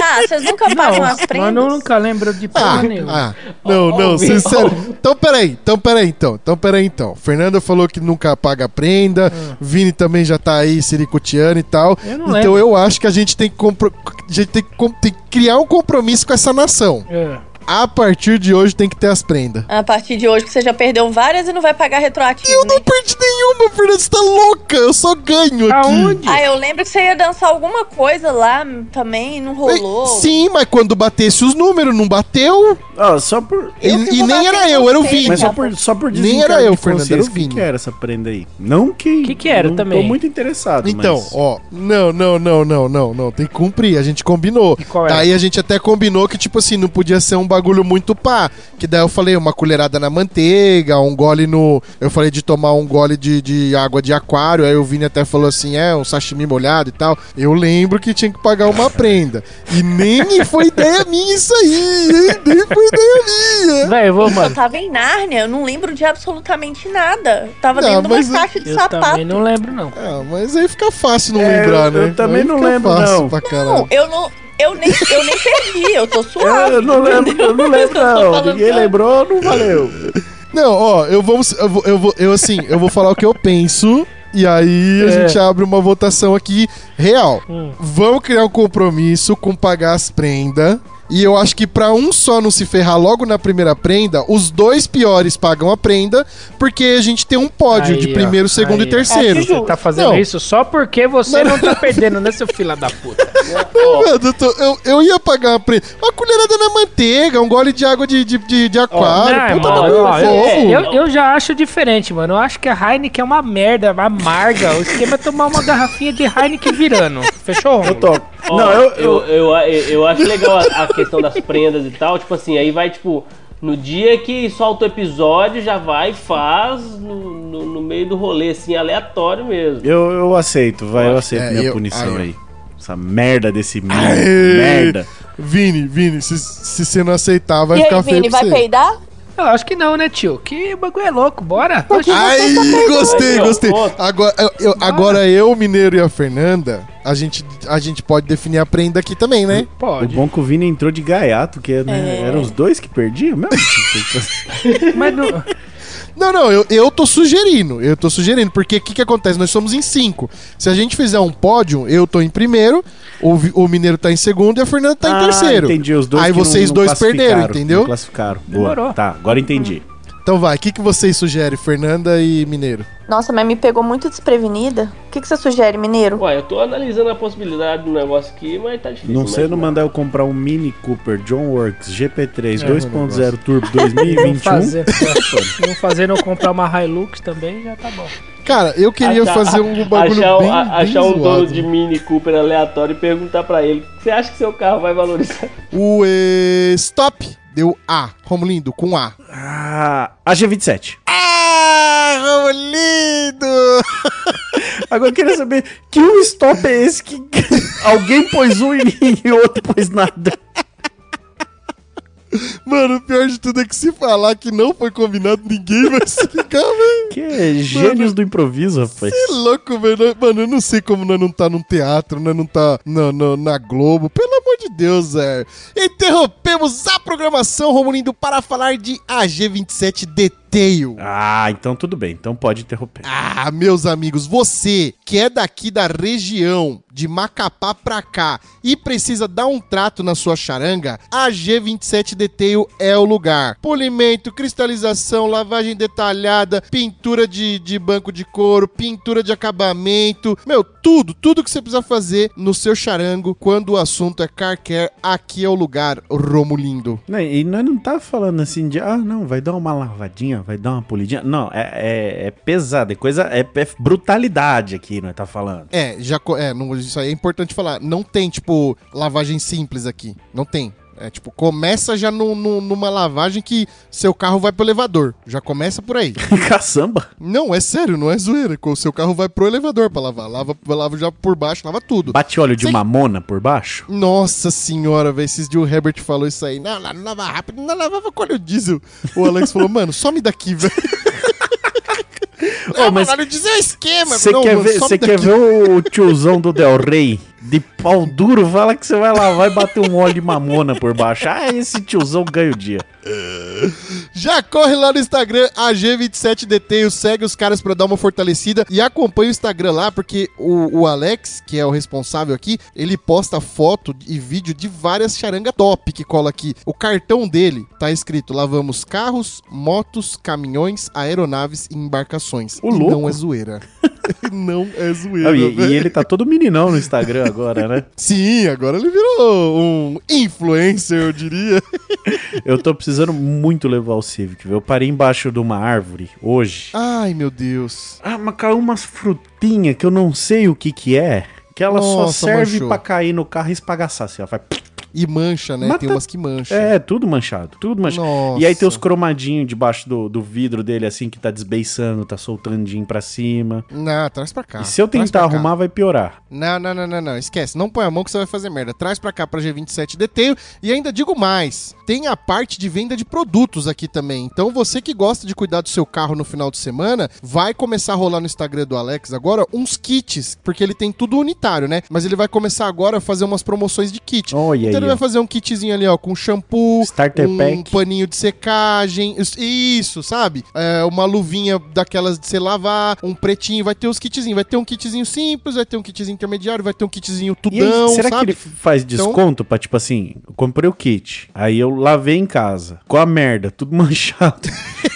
S5: Ah, vocês nunca pagam as
S3: Não,
S5: prendas?
S3: eu nunca lembro de
S1: Ah,
S3: porra nenhuma.
S1: ah, não,
S4: Ó,
S1: não,
S4: ó,
S1: vocês
S4: ó.
S1: sério. Então peraí, então peraí então, então peraí então. Fernanda falou que nunca paga prenda, Vini também já tá aí siricoteando e tal.
S3: Eu não
S1: então
S3: lembro.
S1: eu acho que a gente tem que, compro- a gente tem que com- tem que criar um compromisso com essa nação.
S3: É.
S1: A partir de hoje tem que ter as prendas.
S5: A partir de hoje que você já perdeu várias e não vai pagar retroativo.
S1: Eu
S5: né?
S1: não perdi nenhuma, Fernanda, você tá louca, eu só ganho aqui.
S3: Aonde?
S5: Ah, eu lembro que você ia dançar alguma coisa lá também, não rolou.
S1: Sim, mas quando batesse os números, não bateu.
S2: Ó, só por.
S1: E,
S5: Eu que
S1: e nem
S5: vou bater
S1: era
S5: em
S1: eu, era o
S5: você,
S1: Vini.
S2: Mas só
S5: Tá.
S2: por, só por
S1: Nem
S2: desencargo
S1: era eu,
S2: de
S1: Fernando,
S2: consciência,
S1: era o
S2: O que
S1: Vini.
S2: que era essa prenda aí? Não que.
S3: Que que era
S2: não
S3: também?
S2: Tô muito interessado.
S1: Então,
S2: mas...
S1: ó, não, não, não, não, não, não, tem que cumprir, a gente combinou.
S3: qual era?
S1: Daí a gente até combinou que, tipo assim, não podia ser um bagulho muito pá. Que daí eu falei uma colherada na manteiga, um gole no. Eu falei de tomar um gole de, de água de aquário, aí o Vini até falou assim: é, um sashimi molhado e tal. Eu lembro que tinha que pagar uma prenda. E nem foi ideia minha isso aí, hein? nem foi ideia minha.
S3: Véi, eu vou,
S5: Eu
S3: mano.
S5: tava em Nárnia, eu não lembro de absolutamente nada. Eu Tava
S1: Não,
S5: dentro de
S1: mas eu-
S5: uma caixa de
S3: Eu
S5: Um sapato.
S3: também não lembro, não.
S1: Ah, mas aí fica fácil não
S2: É,
S1: lembrar,
S2: eu-
S1: né?
S2: eu também
S1: Aí
S2: não
S1: fica
S2: lembro,
S1: fácil
S2: não.
S1: Pra
S5: Não,
S1: caralho.
S5: eu não. Eu nem, eu nem perdi,
S1: [laughs]
S5: eu
S1: É,
S5: tô suave.
S2: Ah, Eu não lembro, eu não lembro, não. Ninguém lembrou, não valeu.
S1: Não, ó, eu vamos, eu vou, eu vou, eu assim, eu vou falar o que eu penso e aí a
S3: É.
S1: gente abre uma votação aqui real.
S3: Hum.
S1: Vamos criar um compromisso com pagar as prendas. E eu acho que pra um só não se ferrar logo na primeira prenda, os dois piores pagam a prenda, porque a gente tem um pódio
S3: Aí,
S1: de
S3: ó,
S1: primeiro, segundo
S3: aí.
S1: e terceiro.
S5: Você
S3: Tá fazendo
S1: Não.
S3: isso só porque você não tá perdendo, né, seu filho da [laughs] puta?
S4: Ó,
S1: Mano, eu, tô- eu- eu ia pagar uma prenda. Uma colherada na manteiga, um gole de água de, de, de, de aquário.
S3: Não,
S1: puta
S3: irmão,
S1: bagulho
S4: ó, eu-
S1: fofo.
S4: é,
S3: Eu, eu já acho diferente, mano. Eu acho que a Heineken é uma merda, uma amarga. O esquema é tomar uma garrafinha de Heineken virando. Fechou?
S2: Eu topo.
S4: Ó,
S2: não, eu.
S4: eu, eu, eu, acho legal a, a questão das prendas e tal. Tipo assim, aí vai, tipo, no dia que solta o episódio, já vai e faz no, no, no meio do rolê, assim, aleatório mesmo.
S2: Eu, eu aceito, vai, eu aceito
S1: É,
S2: minha
S1: eu-
S2: punição
S1: aí,
S2: aí. Essa merda desse mimo,
S1: Aê!
S2: merda.
S1: Vini, Vini, se, se você não aceitar, vai
S5: e aí,
S1: ficar feio
S5: Vini,
S1: pra
S5: vai
S1: você.
S5: peidar?
S3: Eu acho que não, né, tio? Que bagulho é louco, bora. Oxi.
S1: Ai, gostei,
S4: ó,
S1: gostei.
S4: outro.
S1: Agora eu, eu- agora eu, o Mineiro e a Fernanda, a gente, a gente pode definir a prenda aqui também, né?
S2: O
S3: Pode.
S2: bom é que o Vini entrou de gaiato, que né, eram os dois que perdiam
S1: [laughs]
S2: mesmo.
S3: Mas não.
S1: Não, não, eu, eu tô sugerindo, eu tô sugerindo, porque o que, que acontece? Nós somos em cinco. Se a gente fizer um pódio, eu tô em primeiro, o, Vi- o Mineiro tá em segundo e a Fernanda tá em
S2: Ah,
S1: terceiro.
S2: Entendi, os dois
S1: Aí
S2: que não-
S1: vocês
S2: não
S1: dois perderam,
S2: classificaram,
S1: entendeu?
S2: não classificaram. Boa.
S3: Demorou.
S2: Tá, agora entendi.
S1: Então vai, o que, que vocês sugerem, Fernanda e Mineiro?
S5: Nossa, mas me pegou muito desprevenida. O que, que você sugere, mineiro?
S4: Ué, eu tô analisando a possibilidade do negócio aqui, mas tá difícil.
S2: Não sei, não
S4: imaginar.
S2: mandar eu comprar um Mini Cooper John Works GP3
S1: É,
S2: 2.0 Turbo [laughs]
S3: Vamos
S2: 2021.
S3: fazer, vamos fazer não comprar uma Hilux também, já tá bom.
S1: Cara, eu queria
S4: Achar-
S1: fazer um bagulho
S4: achar,
S1: bem,
S4: a-
S1: bem
S4: achar um dono
S1: zoado.
S4: de Mini Cooper aleatório e perguntar pra ele: você acha que seu carro vai valorizar?
S1: O eh, Stop deu A. Romulindo, com A.
S2: Ah, a G27.
S1: Ah, Romulindo!
S2: Agora eu queria saber que um stop é esse que [laughs] alguém pôs um e e outro pôs nada.
S1: Mano, o pior de tudo é que se falar que não foi combinado, ninguém vai se ligar, [laughs] velho.
S2: Que é gênios do improviso, rapaz.
S1: Que louco, velho. né? Mano, eu não sei como nós não tá num teatro, nós não tá na, na, na Globo. Pelo amor de Deus, velho. Interrompemos a programação, Romulindo, para falar de AG27 Detail.
S2: Ah, então tudo bem. Então pode interromper.
S1: Ah, meus amigos, você que é daqui da região de Macapá pra cá e precisa dar um trato na sua charanga, a G27 Detail é o lugar. Polimento, cristalização, lavagem detalhada, pintura de, de banco de couro, pintura de acabamento, meu, tudo, tudo que você precisa fazer no seu charango quando o assunto é car care, aqui é o lugar, Romulindo.
S2: Né, E nós não tá falando assim de, ah, não, vai dar uma lavadinha, vai dar uma polidinha. Não, é, é, é pesado, é coisa, é, é brutalidade aqui, nós tá falando.
S1: É, já co- é, não- isso aí é importante falar. Não tem, tipo, lavagem simples aqui. Não tem. É, tipo, começa já num- num- numa lavagem que seu carro vai pro elevador. Já começa por
S2: [laughs]
S1: aí.
S2: [laughs] Caçamba.
S1: não, é sério, não é zoeira. O seu carro vai pro elevador pra lavar. Lava, lava já por baixo, lava tudo.
S2: Bate óleo de
S1: Sim.
S2: mamona por baixo.
S1: Nossa senhora, velho. Esses dias o Herbert falou isso aí. Não, lá, não lava rápido, não lavava com óleo diesel. O Alex falou, mano, some daqui, velho.
S2: [laughs] Ô, mas
S1: Óleo diesel é esquema,
S2: você
S1: Não,
S2: quer,
S1: mano,
S2: ver,
S1: some
S2: você quer
S1: daqui.
S2: ver o tiozão do Del Rey de pau duro? Fala que você vai lavar e bater um óleo de mamona por baixo. Ah, esse tiozão ganha o dia.
S1: Já corre lá no Instagram, AG27DT, segue os caras pra dar uma fortalecida e acompanha o Instagram lá, porque o, o Alex, que é o responsável aqui, ele posta foto e vídeo de várias charanga top que cola aqui. O cartão dele tá escrito: lavamos carros, motos, caminhões, aeronaves e embarcações.
S2: Ô,
S1: e
S2: louco.
S1: não é
S2: [laughs]
S1: zoeira. não é zoeira.
S2: Ah, e,
S1: velho.
S2: e ele tá todo meninão no Instagram agora, né?
S1: Sim, agora ele virou um influencer, eu diria.
S2: Eu tô precisando muito levar o Civic, viu? Eu parei embaixo de uma árvore hoje.
S1: Ai, meu Deus.
S2: Ah, mas caiu umas frutinhas que eu não sei o que que é. Que ela só
S1: Nossa,
S2: serve
S1: manchou.
S2: pra cair no carro e espagaçar, assim, ó. Vai...
S1: E mancha, né?
S2: Mas
S1: Tem
S2: tá-
S1: umas que mancha.
S2: É, tudo manchado, tudo manchado.
S1: Nossa.
S2: E aí tem os cromadinhos debaixo do, do vidro dele, assim, que tá desbeiçando, tá soltandinho pra cima.
S1: Não, traz pra cá.
S2: e se eu
S1: Ah, Traz
S2: tentar
S1: pra cá.
S2: arrumar, vai piorar.
S1: Não, não, não, não, não. Esquece. Não põe a mão que você vai fazer merda. Traz pra cá pra G27 Detail. E ainda digo mais: tem a parte de venda de produtos aqui também. Então você que gosta de cuidar do seu carro no final de semana, vai começar a rolar no Instagram do Alex agora uns kits. Porque ele tem tudo unitário, né? Mas ele vai começar agora a fazer umas promoções de kit.
S2: Olha
S1: Então
S2: aí,
S1: ele vai
S2: ó.
S1: fazer um kitzinho ali, ó, com shampoo,
S2: Starter
S1: um
S2: pack.
S1: paninho de secagem, is- isso, sabe? É, uma luvinha daquelas de você lavar, um pretinho, vai ter os kitzinhos, vai ter um kitzinho simples, vai ter um kitzinho intermediário, vai ter um kitzinho
S2: E aí,
S1: tudão,
S2: será
S1: sabe? Então
S2: que ele faz desconto pra, tipo assim, eu comprei o kit, aí eu lavei em casa, com a merda, tudo [laughs] manchado.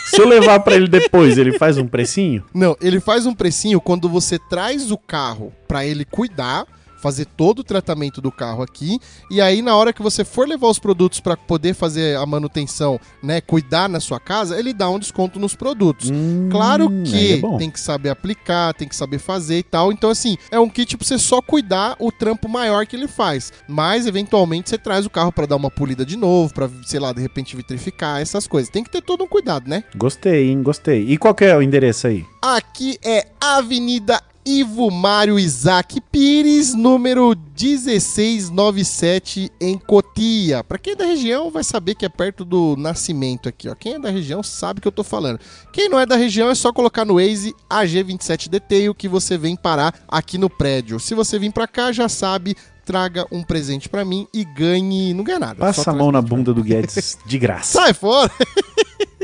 S2: Se eu levar pra ele depois, ele faz um precinho?
S1: Não, ele faz um precinho quando você traz o carro pra ele cuidar, fazer todo o tratamento do carro aqui, e aí na hora que você for levar os produtos pra poder fazer a manutenção, né, cuidar na sua casa, ele dá um desconto nos produtos.
S2: Hum,
S1: Claro
S2: aí
S1: que
S2: é bom.
S1: tem que saber aplicar, tem que saber fazer e tal. Então, assim, é um kit pra você só cuidar o trampo maior que ele faz. Mas, eventualmente, você traz o carro pra dar uma polida de novo, pra, sei lá, de repente vitrificar, essas coisas. Tem que ter todo um cuidado, né?
S2: Gostei, hein? Gostei. E qual que é o endereço aí?
S1: Aqui é Avenida Ivo Mário Isaac Pires, número 1697 em Cotia. Pra quem é da região vai saber que é perto do Nascimento aqui, ó. Quem é da região sabe o que eu tô falando. Quem não é da região é só colocar no Waze AG27DT que você vem parar aqui no prédio. Se você vir pra cá, já sabe, traga um presente pra mim e ganhe, não ganha nada.
S2: Passa
S1: só
S2: a mão na bunda
S1: [laughs]
S2: do Guedes de graça.
S1: Sai fora.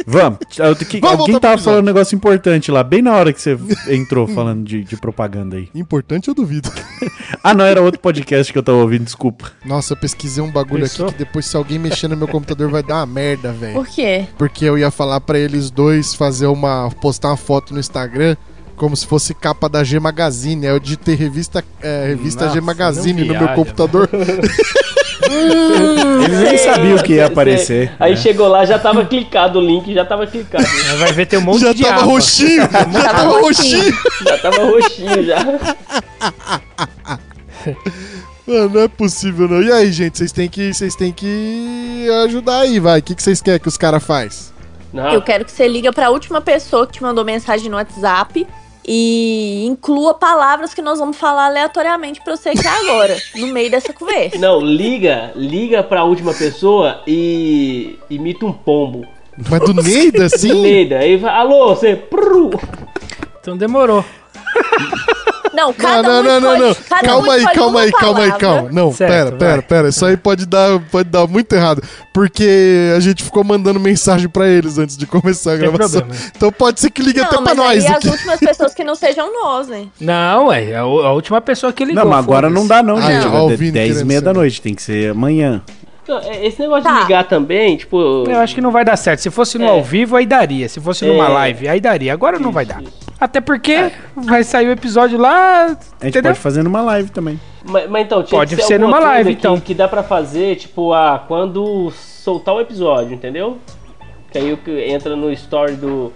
S2: Vamos. Eu te- que-
S1: Vamos voltar
S2: alguém
S1: pro
S2: tava
S1: episódio.
S2: falando um negócio importante lá, bem na hora que você entrou falando de, de propaganda aí.
S1: Importante eu duvido.
S2: Ah, não, era outro podcast que eu tava ouvindo, desculpa.
S1: Nossa, eu pesquisei um bagulho
S3: Pensou?
S1: aqui que depois se alguém mexer no meu computador vai dar uma merda, velho.
S5: Por quê?
S1: Porque eu ia falar pra eles dois fazer uma postar uma foto no Instagram como se fosse capa da G Magazine. Aí eu digitei revista é, revista
S2: Nossa,
S1: G Magazine
S2: não
S1: no meu
S2: viaja, né?
S1: computador.
S2: [laughs] Ele nem sabia o que ia aparecer. né?
S4: Aí chegou lá, já tava clicado o link, já tava clicado.
S3: Aí Vai ver, tem um monte
S1: já
S3: de
S1: tava
S3: aba.
S2: [laughs]
S1: roxinho, já tava
S5: um
S1: roxinho.
S4: Já tava roxinho já.
S1: Mano, não é possível não. E aí, gente, vocês têm que vocês têm que ajudar aí, vai. O que que vocês querem que os caras faz?
S4: Não,
S5: Eu quero que você liga pra última pessoa que te mandou mensagem no WhatsApp e inclua palavras que nós vamos falar aleatoriamente pra você aqui agora, no meio dessa conversa.
S4: não, liga, liga pra última pessoa e imita um pombo.
S1: Mas do Neida assim?
S4: Neida, aí vai, alô, você. prru.
S3: Então demorou.
S5: Não,
S1: Não,
S5: cada
S1: não,
S5: um
S1: não, não,
S5: escolhe-
S1: não.
S5: cada um
S1: Calma aí,
S5: escolhe
S1: calma
S5: uma
S1: aí, calma aí,
S5: palavra.
S1: calma. Não,
S3: Certo,
S1: pera,
S3: vai.
S1: pera, pera. Isso aí pode dar, pode dar muito errado. Porque a gente ficou mandando mensagem pra eles antes de começar a
S3: Tem
S1: gravação.
S3: problema.
S1: Então pode ser que ligue até
S5: Não,
S1: pra
S5: mas
S1: nós
S5: aí as
S1: aqui.
S5: últimas pessoas que não sejam nós, né?
S3: Não, é a, a última pessoa que ligou.
S2: Não, mas agora
S3: foda-se.
S2: não dá não,
S1: Ah,
S2: gente.
S1: não, ó, o
S2: Agora é
S1: Vini
S2: 10 e
S1: querendo
S2: meia da
S1: saber.
S2: noite, tem que ser amanhã.
S4: Não, é- Esse negócio
S5: Tá.
S4: de ligar também, tipo.
S3: Eu acho que não vai dar certo. Se fosse no
S4: É.
S3: ao vivo, aí daria. Se fosse numa
S4: É.
S3: live, aí daria. Agora não vai dar. Até porque vai sair o episódio lá,
S2: A gente
S3: entendeu?
S2: pode fazer numa live também.
S4: Mas, mas então, tinha
S3: Pode
S4: que ser,
S3: ser
S4: alguma
S3: numa
S4: coisa
S3: live,
S4: que,
S3: então.
S4: que dá pra fazer, tipo, ah, quando soltar o episódio, entendeu? Que aí o que entra no story do,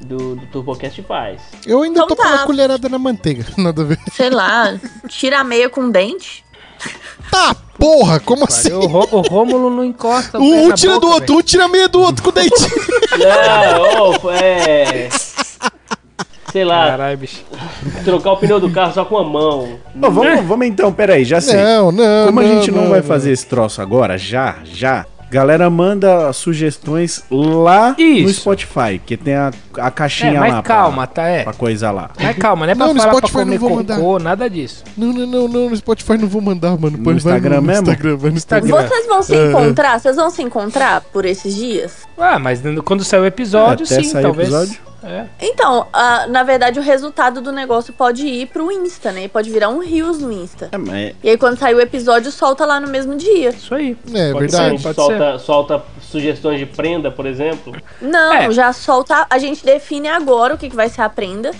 S4: do, do TurboCast e faz.
S1: Eu ainda
S5: Então
S1: tô com
S5: tá.
S1: uma colherada na manteiga. [laughs] Nada a ver.
S5: Sei lá, tira a meia com um dente.
S1: Tá, porra, como assim?
S3: Cara, o, Rô- o Rômulo não encosta. o é pé
S1: Um, um
S3: na
S1: tira
S3: boca,
S1: do outro,
S3: velho.
S1: um tira a meia do outro com o dente.
S4: Não, ô, é. Sei lá,
S3: Caralho, bicho.
S4: trocar o pneu do carro só com a mão.
S2: Ô,
S1: É.
S2: vamos, vamos então, peraí, já sei.
S1: Não, não.
S2: Como a gente não, vai fazer esse troço agora, já, já, galera manda sugestões lá no
S3: Isso.
S2: Spotify, que tem a, a caixinha
S3: É,
S2: lá.
S3: mas
S2: pra-
S3: calma, tá? É.
S2: Pra coisa lá.
S3: Mas calma, não é pra
S1: Não, no
S3: falar pra
S1: Spotify
S3: comer
S1: não vou
S3: cocô,
S1: mandar.
S3: nada disso.
S1: Não, não, não, não. No Spotify não vou mandar, mano.
S2: No
S1: Põe- vai
S2: Instagram mesmo?
S1: Instagram, vai no Instagram.
S3: Instagram.
S5: Vocês vão se encontrar? Vocês vão se encontrar por esses dias?
S3: Ah, mas n- quando sair o episódio,
S2: Até
S3: sim,
S2: sair o
S3: talvez.
S2: episódio.
S3: É.
S5: Então, ah, na verdade, o resultado do negócio pode ir pro Insta, né? Pode virar um Reels no Insta.
S2: É, mas-
S5: E aí, quando sair o episódio, solta lá no mesmo dia.
S3: Isso aí.
S1: É
S3: Pode
S4: A
S1: verdade.
S4: gente
S3: pode
S4: solta, solta sugestões de prenda, por exemplo.
S5: Não,
S3: É.
S5: já solta. A gente define agora o que, que vai ser a prenda.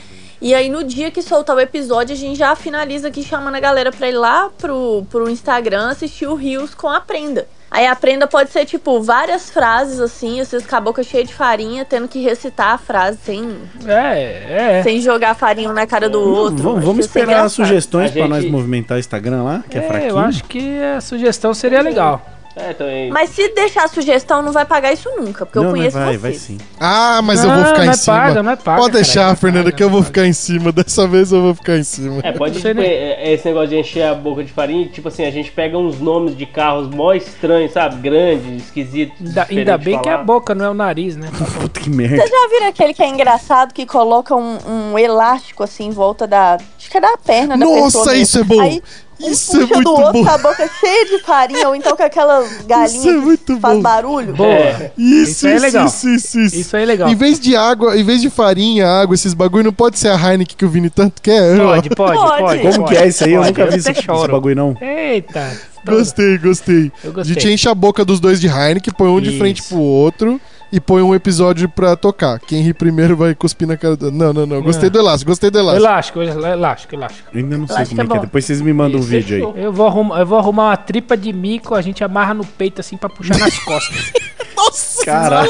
S5: E aí, no dia que soltar o episódio, a gente já finaliza aqui chamando a galera pra ir lá pro, pro Instagram assistir o Rios com a prenda. Aí a prenda pode ser, tipo, várias frases assim, esses caboclos cheios de farinha, tendo que recitar a frase sem,
S3: É, é.
S5: sem jogar farinha um na cara do outro.
S2: vamos
S5: Acho que
S2: vamos
S5: isso é
S2: esperar as
S5: engraçado.
S2: sugestões
S4: A
S2: pra nós
S4: gente-
S2: movimentar o Instagram lá, que é,
S3: É,
S2: fraquinho.
S3: eu acho que a sugestão seria legal.
S4: É, também.
S5: Mas se deixar a sugestão, não vai pagar isso nunca, porque eu
S2: Não, não
S5: conheço
S2: vai,
S5: vocês.
S2: vai sim.
S1: Ah, mas eu
S3: Não,
S1: vou ficar
S3: não
S1: em
S3: é
S1: cima.
S3: paga, não é paga,
S1: Pode deixar,
S3: caralho.
S1: Fernanda, que eu vou ficar em cima. Dessa vez eu vou ficar em cima.
S4: É, pode
S3: Não sei
S4: tipo, é, é esse negócio de encher a boca de farinha, tipo assim, a gente pega uns nomes de carros mó estranhos, sabe? Grandes, esquisitos.
S3: Ainda,
S4: diferente
S3: ainda
S4: de
S3: bem que é a
S4: falar.
S3: boca, não é o nariz, né?
S2: Puta que merda.
S5: Vocês já viram aquele que é engraçado que coloca um, um elástico assim em volta da. Acho que é da perna da pessoa.
S1: Nossa,
S5: mesmo.
S1: isso é bom.
S5: Aí, um
S1: isso é
S5: puxa do
S1: muito
S5: outro
S1: bom.
S5: com a boca é cheia de farinha, ou então com aquelas galinhas
S1: Isso é muito
S5: que faz
S1: bom.
S5: barulho.
S3: Boa.
S4: É.
S1: Isso,
S3: Isso aí é
S1: isso,
S3: legal.
S1: isso, isso, isso.
S3: Isso aí é legal.
S1: Em vez de água, em vez de farinha, água, esses bagulho, não pode ser a Heineken que o Vini tanto quer.
S3: Pode, pode, pode.
S5: Pode.
S3: pode,
S2: Como que é isso aí? Eu
S3: pode.
S2: nunca vi
S3: até
S2: esse, esse
S3: choro.
S2: bagulho, não.
S3: Eita.
S1: Gostei, gostei.
S3: Eu
S1: A
S3: gostei.
S1: gente enche a boca dos dois de Heineken, põe um de
S3: Isso.
S1: frente pro outro e põe um episódio pra tocar. Quem ri primeiro vai cuspir na cara do. Não, não, não.
S3: Ah.
S1: Gostei do elástico, gostei do elástico.
S3: Elástico, elástico, elástico.
S2: Eu ainda não sei
S5: Acho
S2: como
S5: que
S2: é
S5: é
S2: que é.
S5: bom.
S2: Depois vocês me mandam um
S4: Isso é
S2: vídeo aí.
S4: show.
S3: Eu vou, arrumar, eu vou arrumar uma tripa de mico, a gente amarra no peito assim pra puxar nas costas.
S1: Nossa!
S2: Caralho.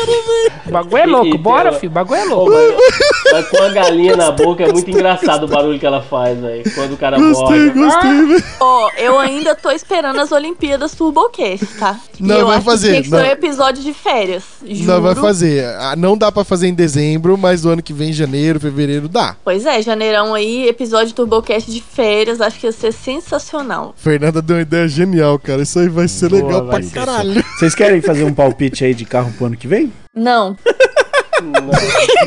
S3: O bagulho é
S4: E- e
S3: louco,
S4: tem [laughs]
S3: bora,
S4: ela-
S3: filho. O bagulho é
S4: Pô,
S3: louco.
S4: mas Mas com a galinha na boca é muito engraçado o barulho que ela faz, velho. Quando o cara
S1: Gostei,
S4: morre.
S1: gostei, velho.
S5: Ó, eu ainda tô esperando as Olimpíadas Turbocast, tá?
S1: Não,
S5: E eu
S1: vai
S5: acho
S1: fazer,
S5: Que tinha que
S1: não.
S5: ser um episódio de férias. Juro.
S1: Não, vai fazer. Ah, Não dá pra fazer em dezembro, mas no ano que vem, janeiro, fevereiro, dá.
S5: Pois é, janeirão aí, episódio Turbocast de férias, acho que ia ser sensacional.
S1: Fernanda deu uma ideia genial, cara. Isso aí vai ser
S2: Boa,
S1: legal
S2: vai
S1: pra
S2: ser
S1: caralho.
S2: Vocês querem fazer um palpite aí de carro pro ano que vem?
S5: Não.
S1: [laughs]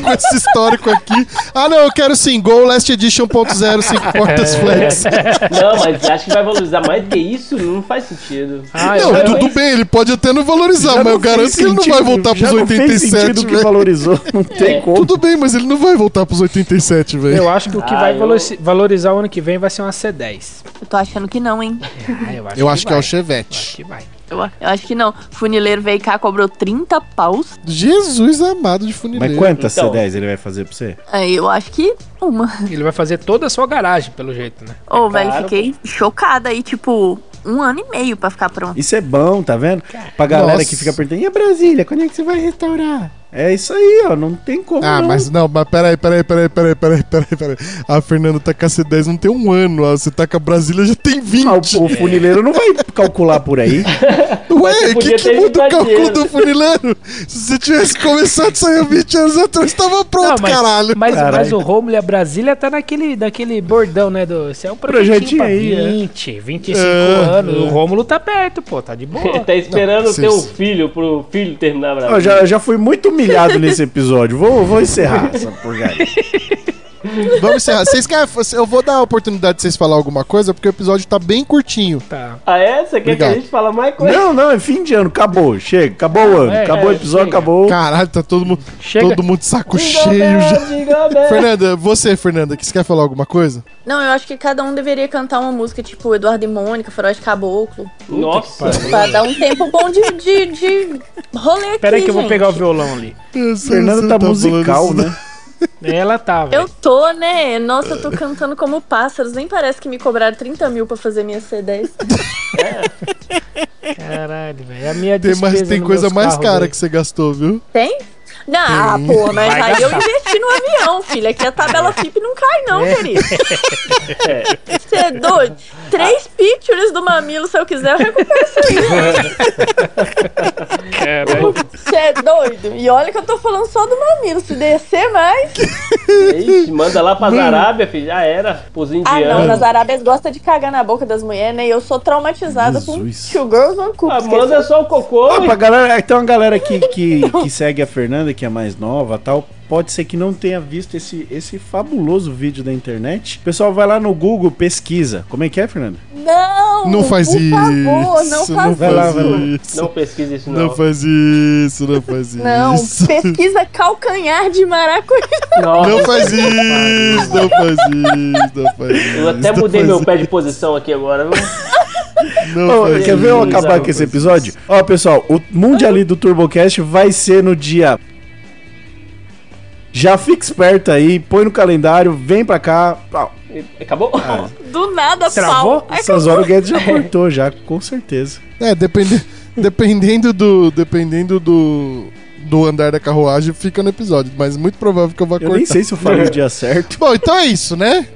S1: Com esse histórico aqui. Ah, não, eu quero sim. Gol Last Edition 1.0, 5
S2: É.
S1: portas flex.
S4: Não, mas acho que vai valorizar mais do que isso, não faz sentido.
S3: Ah, eu-
S1: Não,
S4: eu-
S1: Então, tudo bem, ele pode até não valorizar,
S2: Já
S1: mas eu
S2: não fez
S1: garanto que ele não
S2: sentido,
S1: vai voltar
S2: já
S1: pros
S2: não fez sentido
S1: 87,
S2: que
S1: velho.
S2: valorizou, não tem
S4: É.
S2: como.
S1: Tudo bem, mas ele não vai voltar pros 87, velho.
S3: Eu acho que o que
S4: Ah,
S3: vai
S4: eu-
S3: valori- valorizar o ano que vem vai ser uma C10.
S5: Eu tô achando que não, hein?
S3: Ah,
S1: Eu acho que é
S3: vai.
S1: o Chevette.
S3: Acho que vai.
S5: Eu, eu acho que não. Funileiro veio cá, cobrou 30 paus.
S1: Jesus amado de
S2: Mas
S1: funileiro.
S2: quantas
S4: Então.
S2: C10 ele vai fazer pra você?
S5: Aí eu acho que uma.
S3: Ele vai fazer toda a sua garagem, pelo jeito, né?
S5: Ô, velho,
S4: claro,
S5: fiquei chocada aí, tipo, um ano e meio pra ficar pronto.
S2: Isso é bom, tá vendo? Pra galera
S1: Nossa.
S2: que fica perguntando, e a Brasília, quando é que você vai restaurar? É isso aí, ó, não tem como
S1: Ah,
S2: não.
S1: mas não, mas peraí, peraí, peraí, peraí, peraí, peraí, peraí. A Fernanda tá com a C10 não tem um ano, ó. você tá com a Brasília já tem 20.
S2: Ah, o, o funileiro não vai calcular por aí.
S1: Ué,
S4: você
S1: o que,
S4: podia
S1: que
S4: ter
S1: muda o
S4: invadido.
S1: cálculo do funileiro? Se você tivesse começado isso aí há 20 anos atrás, tava pronto,
S3: mas,
S1: caralho.
S3: Mas,
S2: Caralho.
S3: mas o Romulo e a Brasília tá naquele daquele bordão, né? Do, esse é um
S2: Projetinho
S3: projetinho pra
S2: aí, é.
S3: 20, 25
S1: É,
S3: anos.
S1: é.
S3: O Rômulo tá perto, pô, tá de
S1: [laughs]
S4: Ele
S3: boa.
S4: tá esperando
S1: Não,
S4: ter um
S1: vocês-
S4: filho pro filho terminar a
S2: Eu
S4: Brasília.
S2: já, já fui muito humilhado nesse episódio. Vou, vou encerrar essa porcaria.
S4: [laughs]
S1: Vamos encerrar. Vocês querem, eu vou dar a oportunidade de vocês falar alguma coisa, porque o episódio tá bem curtinho.
S3: Tá.
S4: Ah, é? Você quer
S1: Obrigado.
S4: que a gente fala mais coisa?
S2: Não, não, é fim de ano, acabou, chega, acabou o ano,
S3: É,
S2: acabou o
S4: é,
S2: episódio,
S4: chega.
S2: acabou.
S1: Caralho, tá todo mundo,
S3: Chega.
S1: todo mundo de saco
S4: Jingle
S1: cheio
S4: bell,
S1: já.
S4: jingle bell.
S1: Fernanda, você, Fernanda, que você quer falar alguma coisa?
S5: Não, eu acho que cada um deveria cantar uma música, tipo Eduardo e Mônica, Farol de Caboclo.
S4: Nossa.
S3: Tá
S5: Pra dar um tempo bom de, de, de rolê aqui,
S3: Pera aí que eu vou
S5: gente.
S3: pegar o violão ali.
S2: Fernanda tá musical, né?
S3: Ela tá, velho.
S5: Eu tô, né? Nossa, eu tô cantando como pássaros. Nem parece que me cobraram 30 mil pra fazer minha C10.
S3: Caralho, velho. É a minha
S1: Tem,
S3: despesa
S1: mais, tem
S3: nos
S1: coisa
S3: meus
S1: mais
S3: carros,
S1: cara
S3: velho.
S1: que você gastou, viu?
S5: Tem? Ah, porra, mas
S3: Vai
S5: aí eu
S3: gastar. É.
S5: investi no avião, filha. Aqui a tabela FIP não cai, não, querido.
S3: [laughs]
S5: Você é doido?
S3: Ah.
S5: Três pictures do mamilo, se eu quiser, eu recupero.
S3: Caralho.
S5: Você é doido? E olha que eu tô falando só do mamilo. Se descer mais.
S4: Ixi, manda lá pra Arábia, filho. Já era. Pros
S5: Ah, não.
S4: indianos.
S5: Nas Arábias gosta de cagar na boca das mulheres, né? E eu sou traumatizada
S2: Jesus.
S5: com Two Girls One Cup.
S4: Ah, manda só o cocô.
S2: Ó,
S1: Ah,
S4: e-
S2: pra galera, tem uma galera que, que, que segue a Fernanda, que é mais nova tal, pode ser que não tenha visto esse, esse fabuloso vídeo da internet. O pessoal vai lá no Google, pesquisa. Como é que é, Fernanda?
S5: Não!
S1: Não faz
S5: por
S1: isso.
S5: favor, não faz
S2: Vai lá,
S1: faz
S2: vai lá.
S1: isso.
S4: Não pesquisa isso,
S1: Não
S4: não.
S1: faz isso, não faz
S5: Não,
S1: isso.
S5: pesquisa calcanhar de maracuja.
S4: Nossa.
S1: Não faz isso, não faz isso, não faz isso.
S4: Eu até
S1: não
S4: mudei
S1: faz
S4: meu
S1: isso,
S4: pé de posição aqui agora, viu?
S1: Não
S2: Ô,
S1: faz
S2: quer ver eu
S1: isso.
S2: acabar com esse episódio? Ó, pessoal, o Mundiali do TurboCast vai ser no dia. Já fica esperto aí, põe no calendário, vem pra cá. Ah,
S4: Acabou?
S1: Ah.
S5: Do nada,
S3: Travou?
S5: pau. É
S2: Essas horas o Guedes já cortou, já, com certeza.
S1: É, depende- dependendo do. Dependendo do. Do andar da carruagem fica no episódio, mas muito provável que eu vá
S2: Eu
S1: cortar.
S2: nem sei se eu falei o dia certo.
S1: Bom, então é isso, né?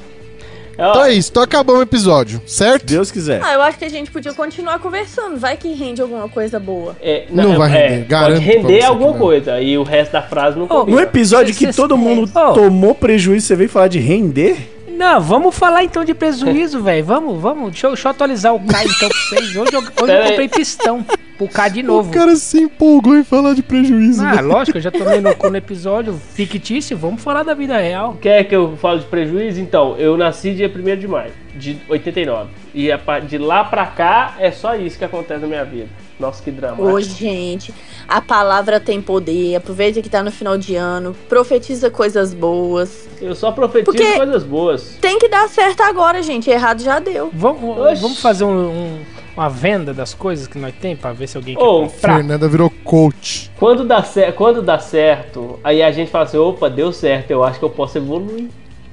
S4: Ó,
S1: Então é isso, então acabou o episódio, certo?
S2: Deus quiser.
S5: Ah, eu acho que a gente podia continuar conversando. Vai que rende alguma coisa boa.
S4: é,
S1: Não vai render, garanto
S4: Pode
S1: pra você
S4: render
S1: que
S4: alguma
S1: não.
S4: coisa. E o resto da frase não
S2: No
S3: Ó,
S4: combina.
S2: episódio que
S3: Vocês-
S2: todo mundo
S3: Ô.
S2: tomou prejuízo, você veio falar de render?
S3: Não, vamos falar então de prejuízo, velho. Vamos, vamos. Deixa eu, deixa eu atualizar o K então pra vocês. Hoje eu, hoje eu
S4: Pera aí.
S3: comprei pistão pro K de novo.
S1: O cara se empolgou em falar de prejuízo. né?
S3: Ah,
S1: velho.
S3: lógico, eu já tomei no cu no episódio fictício. Vamos falar da vida real.
S4: Quer que eu fale de prejuízo? Então, eu nasci dia 1 de maio de 89. E a pa- de lá pra cá é só isso que acontece na minha vida. Nossa, que drama.
S5: Ô, gente, a palavra tem poder. Aproveita que tá no final de ano. Profetiza coisas boas.
S4: Eu só profetizo
S5: Porque-
S4: coisas boas.
S5: Tem que dar certo agora, gente. Errado já deu.
S3: Vamos,
S4: Oxi.
S3: vamos fazer um- um- uma venda das coisas que nós temos pra ver se alguém quer
S4: Ô,
S3: comprar.
S1: Fernanda virou coach.
S4: Quando dá, cer- quando dá certo, aí a gente fala assim: opa, deu certo, eu acho que eu posso evoluir.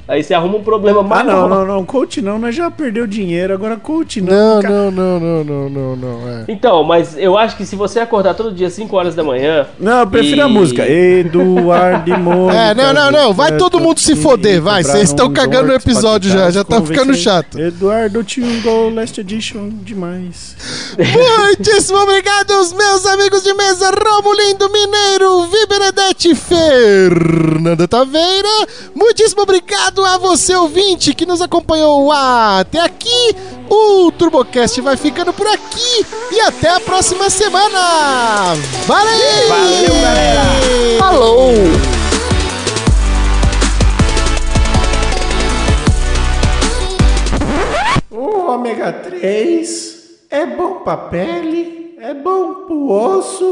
S4: Aí você arruma um problema
S2: Ah,
S4: maior.
S2: não, não, não. Coach não, nós já perdeu dinheiro, agora coach não.
S1: Não,
S2: ca-
S1: não, não, não, não, não, não. É.
S4: Então, mas eu acho que se você acordar todo dia 5 horas da manhã,
S2: Não, eu prefiro a
S4: E-
S1: [laughs]
S2: música. Eduardo e Mônica.
S1: É, não, não, não, vai todo mundo se foder, vai,
S2: compraram
S1: vocês estão
S2: um
S1: cagando o
S2: Dorks,
S1: episódio já, já tá
S2: convencer-
S1: ficando chato.
S2: Eduardo Tio Go Last Edition demais.
S1: Muitíssimo obrigado, aos meus amigos de mesa, Romulindo Mineiro, Vi Benedetti, Fernanda Taveira. Muitíssimo obrigado a você, ouvinte, que nos acompanhou até aqui. O TurboCast vai ficando por aqui e até a próxima semana. Valeu! Valeu, galera! Falou!
S2: O ômega 3 é bom pra pele, é bom pro osso.